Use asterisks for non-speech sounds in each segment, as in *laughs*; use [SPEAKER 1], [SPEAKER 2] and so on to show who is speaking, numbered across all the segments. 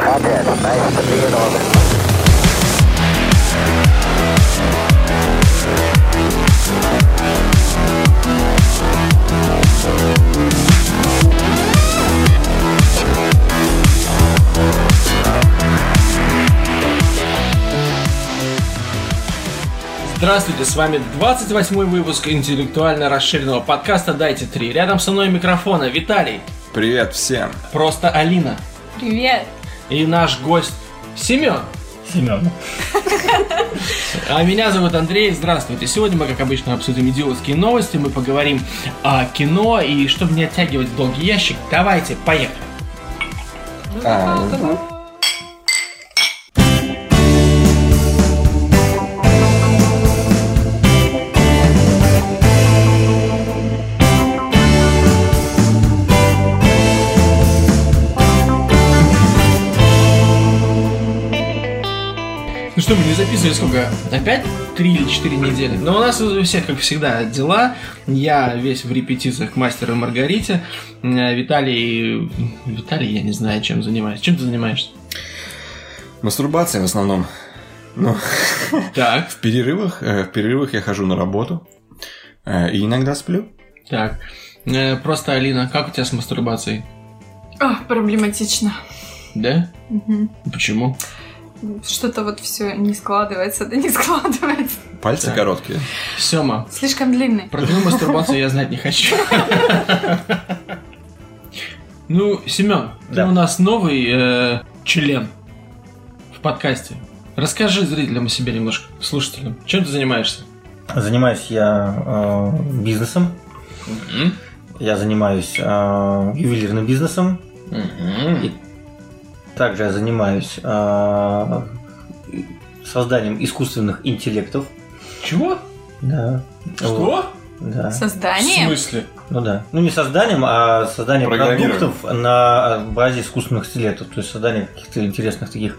[SPEAKER 1] Roger, nice to be in orbit.
[SPEAKER 2] Здравствуйте, с вами 28 выпуск интеллектуально расширенного подкаста «Дайте три». Рядом со мной микрофона Виталий,
[SPEAKER 3] Привет всем!
[SPEAKER 2] просто Алина
[SPEAKER 4] Привет!
[SPEAKER 2] и наш гость Семен.
[SPEAKER 5] Семен.
[SPEAKER 2] А меня зовут Андрей, здравствуйте. Сегодня мы, как обычно, обсудим идиотские новости, мы поговорим о кино, и чтобы не оттягивать в долгий ящик, давайте, поехали.
[SPEAKER 3] А,
[SPEAKER 2] Ну что, мы не записывали сколько? Опять три или четыре недели. Но у нас у всех, как всегда, дела. Я весь в репетициях к мастеру и Маргарите. Э, Виталий... Виталий, я не знаю, чем занимаюсь. Чем ты занимаешься?
[SPEAKER 3] мастурбация в основном. Ну,
[SPEAKER 2] Так,
[SPEAKER 3] в перерывах, э, в перерывах я хожу на работу э, и иногда сплю.
[SPEAKER 2] так. Э, Просто, Алина, как у тебя с мастурбацией?
[SPEAKER 4] Ах, проблематично.
[SPEAKER 2] Да?
[SPEAKER 4] Мгм.
[SPEAKER 2] Почему?
[SPEAKER 4] Что-то вот все не складывается, да не *laughs* складывается.
[SPEAKER 3] Пальцы
[SPEAKER 2] Так.
[SPEAKER 3] короткие.
[SPEAKER 2] Сема,
[SPEAKER 4] Слишком длинный.
[SPEAKER 2] про твою мастурбацию я знать не хочу. Ну, Семен, ты
[SPEAKER 5] Да.
[SPEAKER 2] у нас новый э, член в подкасте. Расскажи зрителям о себе немножко, слушателям. Чем ты занимаешься?
[SPEAKER 5] Занимаюсь я э, бизнесом. Я занимаюсь э, ювелирным бизнесом.
[SPEAKER 3] М-м-м.
[SPEAKER 2] Мгм.
[SPEAKER 5] Также я занимаюсь э, созданием искусственных интеллектов.
[SPEAKER 2] Чего?
[SPEAKER 5] Да. Вот.
[SPEAKER 2] Что?
[SPEAKER 5] Да.
[SPEAKER 2] В
[SPEAKER 4] Создание.
[SPEAKER 2] смысле?
[SPEAKER 5] Ну да. Ну не созданием, а созданием
[SPEAKER 3] Программированием.
[SPEAKER 5] продуктов на э, базе искусственных интеллектов. То есть создание каких-то интересных таких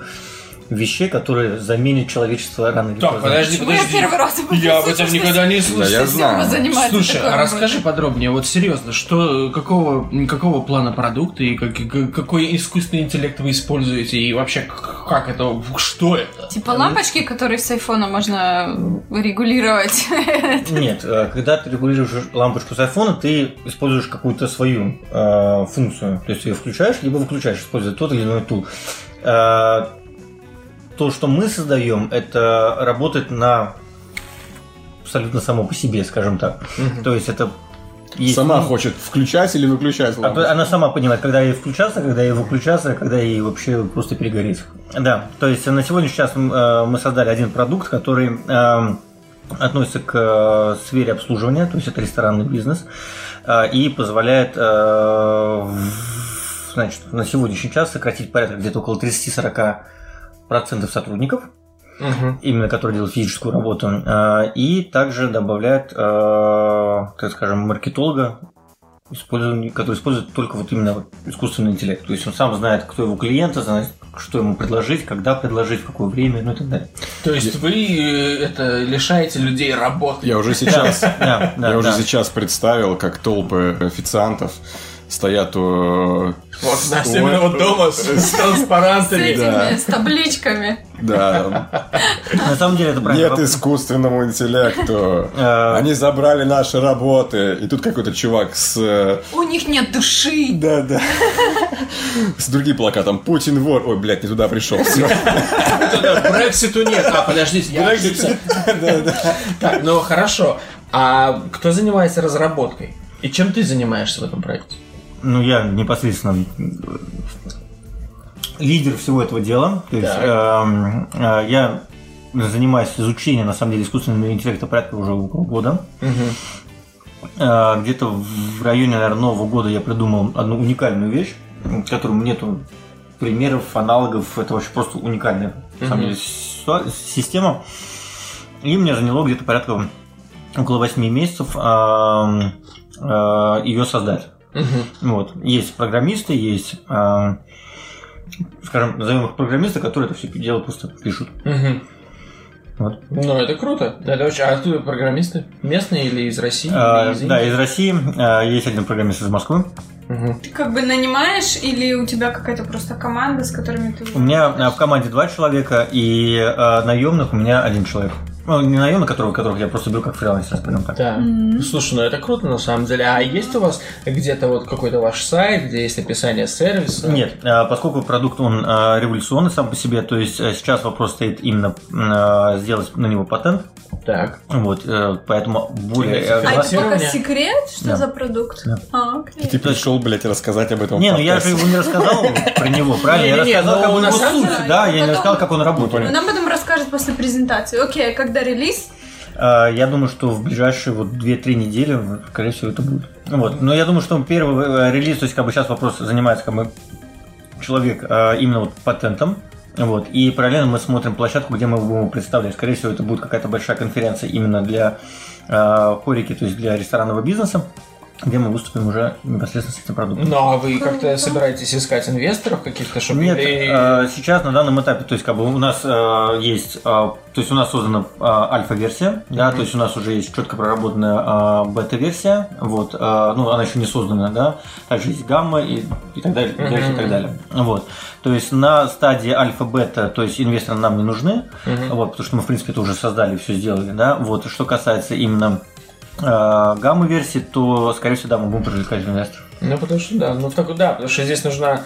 [SPEAKER 5] вещей, которые заменят человечество рано или
[SPEAKER 2] Так, подожди,
[SPEAKER 4] Чего я
[SPEAKER 2] подожди.
[SPEAKER 4] первый раз об этом *laughs*
[SPEAKER 2] Я об
[SPEAKER 4] слышу,
[SPEAKER 2] этом
[SPEAKER 4] что
[SPEAKER 2] никогда не
[SPEAKER 3] Да,
[SPEAKER 2] слышал.
[SPEAKER 3] я
[SPEAKER 4] Сема
[SPEAKER 3] знаю.
[SPEAKER 4] занимается
[SPEAKER 2] Слушай,
[SPEAKER 4] такой
[SPEAKER 2] а расскажи
[SPEAKER 4] работой.
[SPEAKER 2] подробнее, вот серьезно, что какого какого плана продукта и как- как- какой искусственный интеллект вы используете и вообще к- как это, что это?
[SPEAKER 4] Типа лампочки, которые с айфона можно регулировать. *laughs*
[SPEAKER 5] Нет, э, когда ты регулируешь лампочку с айфона, ты используешь какую-то свою э, функцию. То есть ее включаешь, либо выключаешь, используя тот или иной тул. Э, то, что мы создаем, это работает на абсолютно само по себе, скажем так. То есть это есть-
[SPEAKER 3] Сама
[SPEAKER 5] ну,
[SPEAKER 3] хочет включать или выключать
[SPEAKER 5] а
[SPEAKER 3] лампу.
[SPEAKER 5] то- Она сама понимает, когда ей включаться, когда ей выключаться, когда ей вообще просто перегореть. Да, то есть на сегодняшний час м, э, мы создали один продукт, который эм, относится к э, сфере обслуживания, то есть это ресторанный бизнес, э, и позволяет э, в- значит, на сегодняшний час сократить порядка где-то около 30-40% сотрудников,
[SPEAKER 2] Мгм.
[SPEAKER 5] именно которые делают физическую работу, э, и также добавляет, э, так скажем, маркетолога, использование- который использует только вот именно вот искусственный интеллект. То есть он сам знает, кто его клиента, знает, что ему предложить, когда предложить, в какое время, ну и
[SPEAKER 3] *laughs*
[SPEAKER 5] так далее.
[SPEAKER 2] То есть вы э, это лишаете людей работы?
[SPEAKER 3] Я уже сейчас,
[SPEAKER 5] Да, да,
[SPEAKER 3] я уже
[SPEAKER 5] да.
[SPEAKER 3] сейчас представил, как толпы официантов стоят у...
[SPEAKER 2] Вот
[SPEAKER 3] с-
[SPEAKER 2] на
[SPEAKER 3] у-
[SPEAKER 2] Семенова дома с, с
[SPEAKER 4] С
[SPEAKER 2] транспарантами.
[SPEAKER 4] этими, с табличками.
[SPEAKER 3] Да.
[SPEAKER 5] На самом
[SPEAKER 3] *laughs*
[SPEAKER 5] деле это правильно. Э.
[SPEAKER 3] Нет искусственному интеллекту. Они забрали наши работы. И тут какой-то чувак с... э,
[SPEAKER 4] У них нет души.
[SPEAKER 3] Да, да. С другим плакатом. Путин вор. Ой, блядь, не туда пришел. Всё.
[SPEAKER 2] Брекситу нет. А, подождите, я
[SPEAKER 5] *laughs*
[SPEAKER 2] ошибся. Так, ну хорошо. А кто занимается разработкой? И чем ты занимаешься в этом проекте?
[SPEAKER 5] Ну, я непосредственно лидер всего этого дела. То есть
[SPEAKER 2] Так.
[SPEAKER 5] эм, э, я занимаюсь изучением, на самом деле, искусственного интеллекта порядка уже около года. Э, Где-то в районе, наверное, Нового года я придумал одну уникальную вещь, м, которому нету примеров, аналогов. Это вообще просто уникальная, на самом
[SPEAKER 2] Мгм.
[SPEAKER 5] деле, ситуа- система. И мне заняло где-то порядка около 8 месяцев ее создать. Вот. Есть программисты, есть, э, скажем, назовем их программисты, которые это все дело просто пишут.
[SPEAKER 2] Мгм.
[SPEAKER 5] Вот.
[SPEAKER 2] Ну, это круто. Это очень... А откуда программисты? Местные или из России?
[SPEAKER 5] Э,
[SPEAKER 2] или из
[SPEAKER 5] да,
[SPEAKER 2] Индии?
[SPEAKER 5] из России э, есть один программист из Москвы.
[SPEAKER 4] Ты как бы нанимаешь или у тебя какая-то просто команда, с которыми ты...
[SPEAKER 5] У меня э, в команде два человека, и э, наемных у меня один человек. Ну, не наемных, которого, которых я просто беру как фрилансер, прям так.
[SPEAKER 2] Да.
[SPEAKER 4] Мгм.
[SPEAKER 2] Слушай, ну это круто на самом деле. А есть у вас где-то вот какой-то ваш сайт, где есть описание сервиса?
[SPEAKER 5] Нет, э, поскольку продукт он э, революционный сам по себе, то есть э, сейчас вопрос стоит именно э, сделать на него патент,
[SPEAKER 2] Так.
[SPEAKER 5] вот, э, поэтому более...
[SPEAKER 2] Интересно.
[SPEAKER 5] э,
[SPEAKER 4] А это пока
[SPEAKER 2] Финансирование?
[SPEAKER 4] секрет, что
[SPEAKER 5] Да.
[SPEAKER 4] за продукт?
[SPEAKER 5] Да.
[SPEAKER 4] А,
[SPEAKER 3] И
[SPEAKER 4] окей.
[SPEAKER 3] ты пришел, блядь, рассказать об этом
[SPEAKER 5] Не, ну я же
[SPEAKER 3] подкасте.
[SPEAKER 5] его не рассказал про него, правильно? Я
[SPEAKER 2] Не-не-не,
[SPEAKER 5] рассказал
[SPEAKER 2] ну,
[SPEAKER 5] как бы
[SPEAKER 2] на
[SPEAKER 5] его
[SPEAKER 2] самом ну,
[SPEAKER 5] суть,
[SPEAKER 4] деле,
[SPEAKER 5] да, я не
[SPEAKER 4] потом-
[SPEAKER 5] рассказал, как он работает.
[SPEAKER 4] Ну, Нам потом расскажут после презентации. Окей, когда релиз?
[SPEAKER 5] А, Я думаю, что в ближайшие вот 2-3 недели, скорее всего, это будет. Вот. Но я думаю, что первый э, релиз, то есть как бы сейчас вопрос занимается как бы человек а, именно вот патентом. Вот. И параллельно мы смотрим площадку, где мы его будем представлять. Скорее всего, это будет какая-то большая конференция именно для а, хорики, то есть для ресторанного бизнеса, где мы выступим уже непосредственно с этим продуктом.
[SPEAKER 2] Ну а вы как-то
[SPEAKER 4] Круто.
[SPEAKER 2] собираетесь искать инвесторов каких-то, чтобы...
[SPEAKER 5] Нет,
[SPEAKER 2] или-
[SPEAKER 5] э, сейчас на данном этапе, то есть как бы у нас э, есть, э, то есть у нас создана э, альфа-версия, да,
[SPEAKER 2] Мгм.
[SPEAKER 5] то есть у нас уже есть четко проработанная э, бета-версия, вот, э, ну она еще не создана, да, также есть гамма и, и так далее, и так далее, и так
[SPEAKER 2] Мгм.
[SPEAKER 5] далее, вот. То есть на стадии альфа-бета, то есть инвесторы нам не нужны,
[SPEAKER 2] Мгм.
[SPEAKER 5] вот, потому что мы, в принципе, это уже создали, все сделали, да. Вот, что касается именно э, гамма-версии, то, скорее всего, да, мы будем привлекать инвесторов.
[SPEAKER 2] Ну, потому что да, ну в такой, да, потому что здесь нужна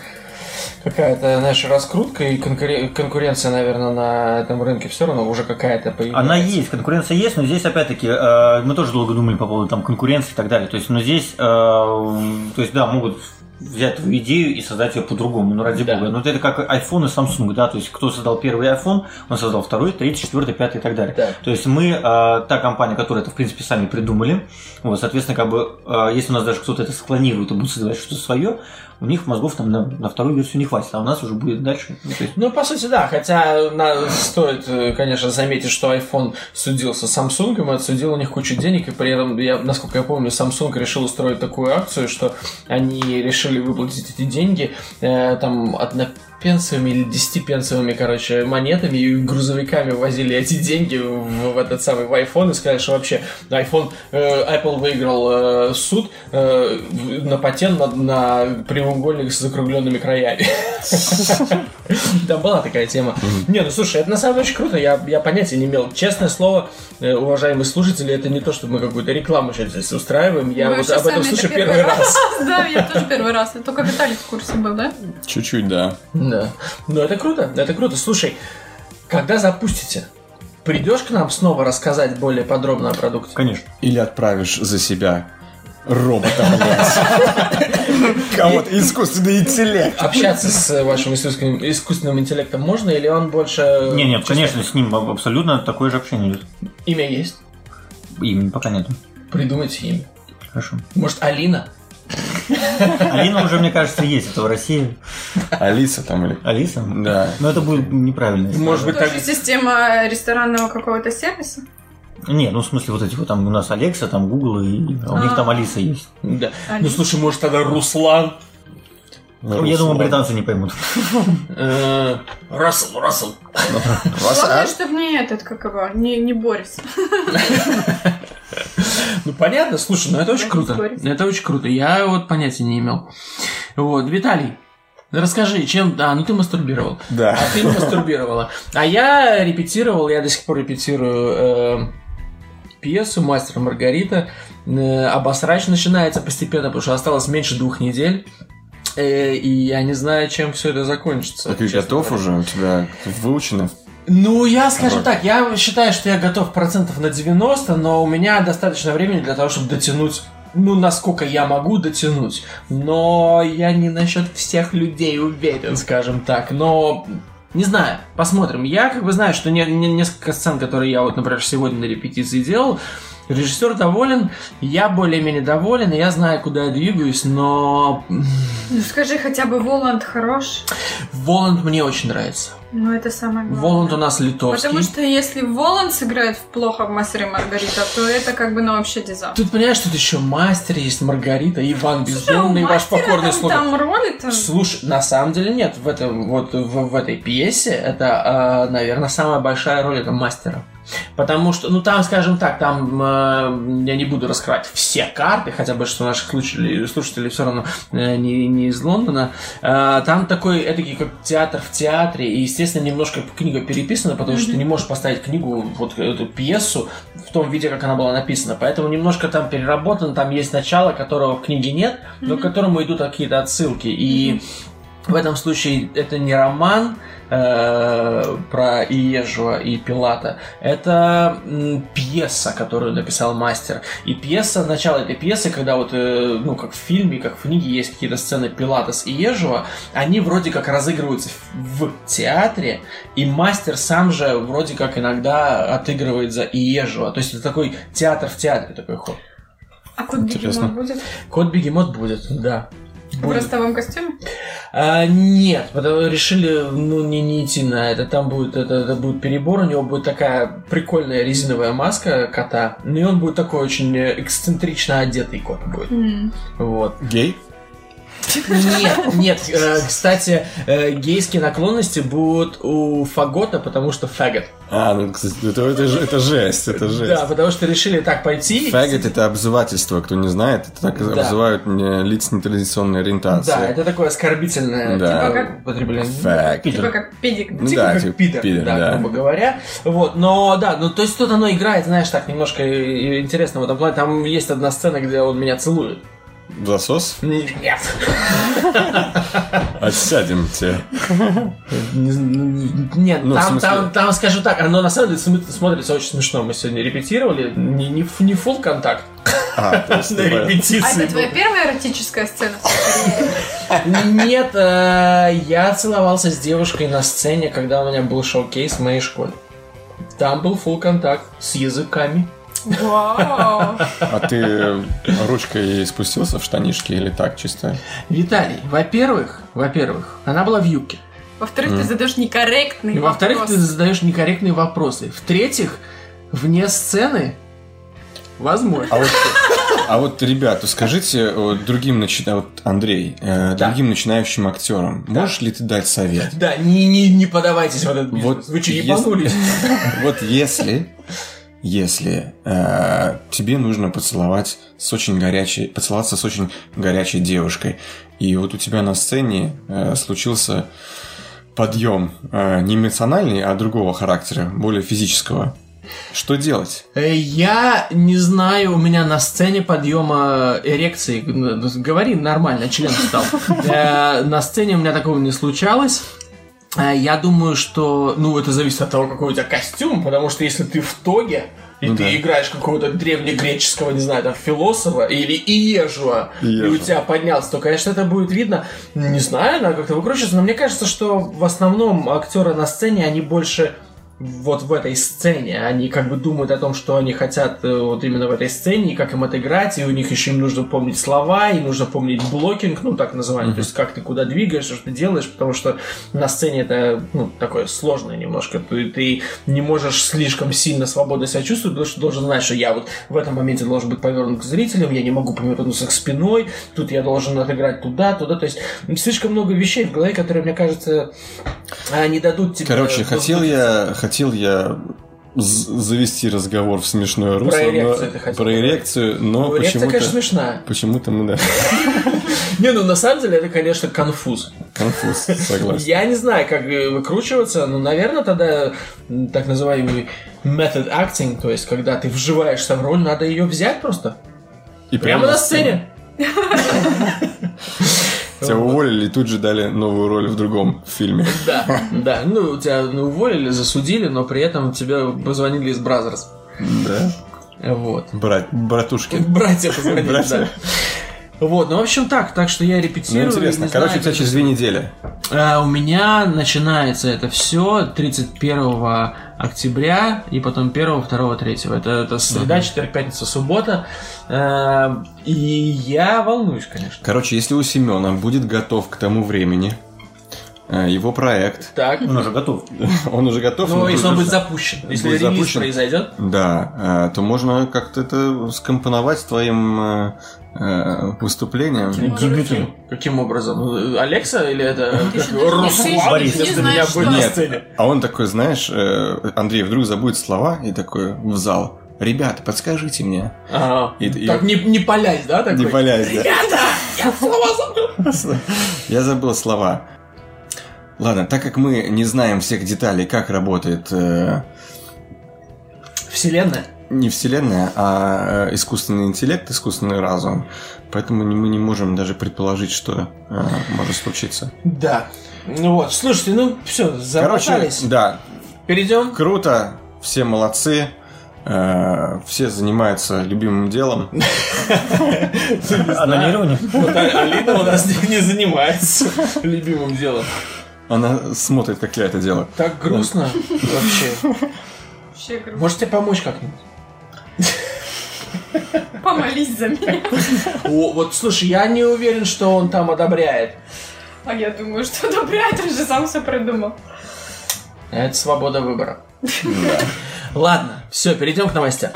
[SPEAKER 2] какая-то, знаешь, раскрутка и конкуре- конкуренция, наверное, на этом рынке все равно уже какая-то появилась.
[SPEAKER 5] Она есть, конкуренция есть, но здесь опять-таки э, мы тоже долго думали по поводу там конкуренции и так далее. То есть, но здесь, э, то есть, да, могут взять твою идею и создать ее по-другому, ну ради
[SPEAKER 2] Да.
[SPEAKER 5] бога. Но это как iPhone и Samsung, да, то есть кто создал первый iPhone, он создал второй, третий, четвертый, пятый и так далее.
[SPEAKER 2] Да.
[SPEAKER 5] То есть мы, э, та компания, которая это, в принципе, сами придумали, вот, соответственно, как бы, э, если у нас даже кто-то это склонирует и будет создавать что-то свое, у них мозгов там на, на вторую версию не хватит, а у нас уже будет дальше. Ну, то есть,
[SPEAKER 2] Ну, по сути, да, хотя на- стоит, э, конечно, заметить, что iPhone судился с Samsung, и отсудил у них кучу денег, и при этом, я, насколько я помню, Samsung решил устроить такую акцию, что они решили выплатить эти деньги э, там однопенсовыми или десятипенсовыми, короче, монетами и грузовиками возили эти деньги в, в этот самый в iPhone и сказали, что вообще iPhone, э, Apple выиграл э, суд э, в- на патент на, на треугольник с закругленными краями. *laughs* Да, была такая тема. Не, ну слушай, это на самом деле очень круто, я, я понятия не имел. Честное слово, э, уважаемые слушатели, это не то, что мы какую-то рекламу сейчас здесь устраиваем. Я
[SPEAKER 4] Вы
[SPEAKER 2] вот
[SPEAKER 4] вообще
[SPEAKER 2] об этом
[SPEAKER 4] сами это
[SPEAKER 2] слышу первый раз.
[SPEAKER 4] *laughs* Да, я тоже первый раз. Это Только Виталий в курсе был, да?
[SPEAKER 3] Чуть-чуть, да.
[SPEAKER 2] Да. Ну это круто, это круто. Слушай, когда запустите, придешь к нам снова рассказать более подробно о продукте?
[SPEAKER 5] конечно.
[SPEAKER 3] Или отправишь за себя робота, блядь.
[SPEAKER 5] *laughs*
[SPEAKER 3] Кого-то искусственный интеллект.
[SPEAKER 2] Общаться с вашим искусственным, искусственным интеллектом можно, или он больше...
[SPEAKER 5] Не, нет, конечно, с ним аб- абсолютно такое же общение идет.
[SPEAKER 2] Имя есть?
[SPEAKER 5] Имени пока нету.
[SPEAKER 2] Придумайте имя.
[SPEAKER 5] Хорошо.
[SPEAKER 2] Может, Алина?
[SPEAKER 5] Алина уже, мне кажется, есть. Это в России.
[SPEAKER 3] Алиса там или...
[SPEAKER 5] Алиса?
[SPEAKER 3] Да.
[SPEAKER 5] Но это будет неправильно. если-
[SPEAKER 2] Может быть, так...
[SPEAKER 4] Тоже система ресторанного какого-то сервиса.
[SPEAKER 5] Не, ну в смысле вот эти вот там у нас Алекса, там Google, и, а у них там
[SPEAKER 4] А.
[SPEAKER 5] Алиса есть.
[SPEAKER 2] Да. Ну,
[SPEAKER 4] Алина.
[SPEAKER 2] слушай, может, тогда Руслан?
[SPEAKER 5] Ну, Я думаю, британцы не поймут.
[SPEAKER 2] Э, Рассел, Рассел. а?
[SPEAKER 4] Главное, чтобы не этот, как его, не, не Борис.
[SPEAKER 2] Ну понятно, слушай, ну это очень
[SPEAKER 4] Да,
[SPEAKER 2] круто.
[SPEAKER 4] история.
[SPEAKER 2] Это очень круто. Я вот понятия не имел. Вот, Виталий, расскажи, чем... А, ну ты мастурбировал.
[SPEAKER 3] Да.
[SPEAKER 2] А ты не мастурбировала. А я репетировал, я до сих пор репетирую э, пьесу «Мастер и Маргарита». Э, обосрач начинается постепенно, потому что осталось меньше двух недель. Э, и я не знаю, чем все это закончится.
[SPEAKER 3] Ты
[SPEAKER 2] честно
[SPEAKER 3] готов
[SPEAKER 2] говоря.
[SPEAKER 3] уже? У тебя выучено?
[SPEAKER 2] Ну, я, скажем
[SPEAKER 3] Ага.
[SPEAKER 2] так, я считаю, что я готов процентов на 90, но у меня достаточно времени для того, чтобы дотянуть ну, насколько я могу дотянуть. Но я не насчет всех людей уверен, скажем так. Но не знаю, посмотрим. Я как бы знаю, что не- не- несколько сцен, которые я вот, например, сегодня на репетиции делал, режиссер доволен, я более-менее доволен, и я знаю, куда я двигаюсь, но м,
[SPEAKER 4] Ну скажи, хотя бы Воланд хорош.
[SPEAKER 2] Воланд мне очень нравится.
[SPEAKER 4] Ну это самое главное.
[SPEAKER 2] Воланд у нас литовский.
[SPEAKER 4] Потому что если Воланд сыграет в плохо в «Мастере и Маргарита», то это как бы, ну, вообще дизайн.
[SPEAKER 2] Тут понимаешь, тут еще мастер есть, Маргарита, Иван Бездомный, ваш покорный
[SPEAKER 4] а там,
[SPEAKER 2] слуга.
[SPEAKER 4] там роли там...
[SPEAKER 2] Слушай, на самом деле нет, в этом вот в, в этой пьесе это, наверное, самая а, большая роль это мастера. Потому что, ну там, скажем так, там э, я не буду раскрывать все карты, хотя бы что наших слушателей, слушателей все равно э, не, не из Лондона. Э, там такой эдакий как театр в театре, и, естественно, немножко книга переписана, потому что ты не можешь поставить книгу, вот эту пьесу, в том виде, как она была написана. Поэтому немножко там переработано, там есть начало, которого в книге нет, но к которому идут какие-то отсылки. И в этом случае это не роман э, про Иежева и Пилата. Это м, пьеса, которую написал мастер. И пьеса, начало этой пьесы, когда вот, э, ну, как в фильме, как в книге есть какие-то сцены Пилата с Иежева, они вроде как разыгрываются в в театре, и мастер сам же вроде как иногда отыгрывает за Иежева. То есть это такой театр в театре такой ход.
[SPEAKER 4] А кот
[SPEAKER 3] Интересно.
[SPEAKER 4] Бегемот будет?
[SPEAKER 2] Кот-бегемот будет, да.
[SPEAKER 4] В
[SPEAKER 2] Будет.
[SPEAKER 4] ростовом костюме?
[SPEAKER 2] А, нет, потому решили ну не, не идти на это. Там будет это, это будет перебор, у него будет такая прикольная резиновая маска кота, ну и он будет такой очень э, эксцентрично одетый кот будет.
[SPEAKER 4] М. типа
[SPEAKER 2] Вот.
[SPEAKER 3] Гей?
[SPEAKER 2] Нет, нет. э, кстати, э, гейские наклонности будут у Фагота, потому что фагот.
[SPEAKER 3] А, ну, кстати, это, это, ж- это жесть,
[SPEAKER 2] Да,
[SPEAKER 3] это жесть.
[SPEAKER 2] потому что решили так пойти.
[SPEAKER 3] Фагет это обзывательство, кто не знает, это так
[SPEAKER 2] Да.
[SPEAKER 3] обзывают э, лиц нетрадиционной ориентации.
[SPEAKER 2] Да, это такое оскорбительное
[SPEAKER 3] Да.
[SPEAKER 2] типа, как употребление.
[SPEAKER 3] Фагет.
[SPEAKER 5] Питер.
[SPEAKER 4] Типа как педик.
[SPEAKER 3] Ну
[SPEAKER 2] Типа
[SPEAKER 3] да,
[SPEAKER 2] как
[SPEAKER 3] типа
[SPEAKER 2] пидор,
[SPEAKER 3] пидор,
[SPEAKER 2] да,
[SPEAKER 3] да.
[SPEAKER 2] грубо говоря. Вот, но да, ну то есть тут оно играет, знаешь, так немножко э, интересно в этом плане. Там есть одна сцена, где он меня целует.
[SPEAKER 3] Засос?
[SPEAKER 2] Нет.
[SPEAKER 3] Отсядем тебе.
[SPEAKER 2] Не з- ну, Нет,
[SPEAKER 3] Ну, в
[SPEAKER 2] там,
[SPEAKER 3] смысле-
[SPEAKER 2] там, там, скажу так, оно на самом деле см- смотрится очень смешно. Мы сегодня репетировали, не, не, ф- не full контакт, Типа,
[SPEAKER 3] А, то есть
[SPEAKER 2] на
[SPEAKER 3] ты понял.
[SPEAKER 2] репетиции.
[SPEAKER 4] А это
[SPEAKER 2] *laughs*
[SPEAKER 4] твоя
[SPEAKER 2] был.
[SPEAKER 4] первая эротическая сцена?
[SPEAKER 2] Нет, э, я целовался с девушкой на сцене, когда у меня был шоу-кейс в моей школе. Там был full контакт с языками.
[SPEAKER 4] Вау!
[SPEAKER 3] А ты э, ручкой спустился в штанишки или так чисто?
[SPEAKER 2] Виталий, во-первых, во-первых, она была в юбке.
[SPEAKER 4] Во-вторых, ты задаешь некорректный
[SPEAKER 2] И во-вторых,
[SPEAKER 4] вопрос.
[SPEAKER 2] ты задаешь некорректные вопросы. В-третьих, вне сцены возможно.
[SPEAKER 3] А вот, а вот, ребят, скажите вот, другим, начи- а вот, Андрей, э,
[SPEAKER 2] Да.
[SPEAKER 3] другим начинающим актерам, можешь ли ты дать совет?
[SPEAKER 2] Да, не, не, не подавайтесь в этот бизнес.
[SPEAKER 3] Вот
[SPEAKER 2] Вы что,
[SPEAKER 3] если-
[SPEAKER 2] ебанулись?
[SPEAKER 3] Вот если, если э, тебе нужно поцеловать с очень горячей, поцеловаться с очень горячей девушкой, и вот у тебя на сцене э, случился подъем э, не эмоциональный, а другого характера, более физического, что делать?
[SPEAKER 2] Э, Я не знаю, у меня на сцене подъема эрекции. Ну, Говори нормально, член встал. Э, На сцене у меня такого не случалось. Э, Я думаю, что, ну, это зависит от того, какой у тебя костюм, потому что если ты в тоге, и
[SPEAKER 3] Ну
[SPEAKER 2] ты
[SPEAKER 3] да.
[SPEAKER 2] играешь какого-то древнегреческого, не знаю, там, философа или Иежуа, и у
[SPEAKER 3] Иежуа.
[SPEAKER 2] тебя поднялся, то, конечно, это будет видно. Не знаю, надо как-то выкручиваться, но мне кажется, что в основном актеры на сцене, они больше вот в этой сцене. Они как бы думают о том, что они хотят э, вот именно в этой сцене, и как им отыграть, и у них еще им нужно помнить слова, им нужно помнить блокинг, ну так называемый, то есть как ты куда двигаешься, что ты делаешь, потому что на сцене это ну, такое сложное немножко. Ты, ты не можешь слишком сильно свободно себя чувствовать, потому что должен знать, что я вот в этом моменте должен быть повернут к зрителям, я не могу повернуться к спиной, тут я должен отыграть туда, туда. То есть слишком много вещей в голове, которые, мне кажется, э, не дадут тебе...
[SPEAKER 3] Короче, хотел
[SPEAKER 2] возбудиться.
[SPEAKER 3] я, хотел я з- завести разговор в смешное русло,
[SPEAKER 2] эрекцию
[SPEAKER 3] но,
[SPEAKER 2] ты хотел
[SPEAKER 3] про эрекцию, но
[SPEAKER 2] Ну, реакция,
[SPEAKER 3] почему-то,
[SPEAKER 2] конечно, смешная.
[SPEAKER 3] почему-то мы да, *laughs*
[SPEAKER 2] Не, ну на самом деле это, конечно, конфуз.
[SPEAKER 3] конфуз, согласен.
[SPEAKER 2] Я не знаю, как э, выкручиваться, но, наверное, тогда м, так называемый method acting, то есть когда ты вживаешься в роль, надо ее взять просто.
[SPEAKER 3] И
[SPEAKER 2] Прямо на сцене.
[SPEAKER 3] Тебя уволили и тут же дали новую роль в другом фильме.
[SPEAKER 2] Да, да. Ну, тебя ну, уволили, засудили, но при этом тебе позвонили из Бразерс.
[SPEAKER 3] Да.
[SPEAKER 2] Вот.
[SPEAKER 3] Брат, братушки. Ну,
[SPEAKER 2] Братья позвонили,
[SPEAKER 3] Братья.
[SPEAKER 2] да. Вот, ну, в общем, так, так что я репетирую.
[SPEAKER 3] Ну, интересно.
[SPEAKER 2] не
[SPEAKER 3] Короче,
[SPEAKER 2] знаю,
[SPEAKER 3] у тебя через две недели.
[SPEAKER 2] А, У меня начинается это все 31 октября и потом 1, 2, 3. Это, это среда, четверг, пятница, суббота. А, И я волнуюсь, конечно.
[SPEAKER 3] Короче, если у Семена будет готов к тому времени э, его проект. *laughs*
[SPEAKER 2] Так.
[SPEAKER 5] Он уже готов.
[SPEAKER 3] Он уже готов.
[SPEAKER 2] Ну,
[SPEAKER 3] но
[SPEAKER 2] если
[SPEAKER 3] просто-
[SPEAKER 2] он будет запущен. Если
[SPEAKER 3] будет
[SPEAKER 2] релиз
[SPEAKER 3] запущен.
[SPEAKER 2] произойдет.
[SPEAKER 3] Да, э, то можно как-то это скомпоновать с твоим э, э, выступлением.
[SPEAKER 5] Дебютный.
[SPEAKER 2] Каким образом? Ну, Алекса или это
[SPEAKER 6] Ты еще даже- ты
[SPEAKER 2] Руслан?
[SPEAKER 6] еще
[SPEAKER 5] Борис,
[SPEAKER 6] не
[SPEAKER 2] если
[SPEAKER 6] знаешь,
[SPEAKER 2] меня будет
[SPEAKER 6] что-
[SPEAKER 2] на
[SPEAKER 3] Нет.
[SPEAKER 2] сцене.
[SPEAKER 3] А он такой, знаешь, э, Андрей вдруг забудет слова и такой в зал. Ребята, подскажите мне.
[SPEAKER 2] Ага.
[SPEAKER 3] И- и-
[SPEAKER 2] Так, не, не палясь, да, такой?
[SPEAKER 3] Не палясь, да.
[SPEAKER 2] Я слова забыл.
[SPEAKER 3] Я забыл слова. Ладно, так как мы не знаем всех деталей, как работает э,
[SPEAKER 2] Вселенная.
[SPEAKER 3] не вселенная, а э, искусственный интеллект, искусственный разум, поэтому не- мы не можем даже предположить, что э, может случиться.
[SPEAKER 2] Да. Ну вот, слушайте, ну все,
[SPEAKER 3] Короче,
[SPEAKER 2] замотались.
[SPEAKER 3] да, *laughs*
[SPEAKER 2] Перейдем.
[SPEAKER 3] круто, все молодцы, э, все занимаются любимым делом.
[SPEAKER 5] Анонирование?
[SPEAKER 2] Вот А- Алина у нас не не занимается *laughs* любимым делом.
[SPEAKER 3] Она смотрит, как я это делаю.
[SPEAKER 2] Так грустно вообще.
[SPEAKER 4] Вообще грубо.
[SPEAKER 2] Можете помочь как-нибудь?
[SPEAKER 6] Помолись за меня.
[SPEAKER 2] О, вот слушай, я не уверен, что он там одобряет.
[SPEAKER 6] А я думаю, что добря, ты же сам все придумал.
[SPEAKER 2] Это свобода выбора. Ладно, все, перейдем к новостям.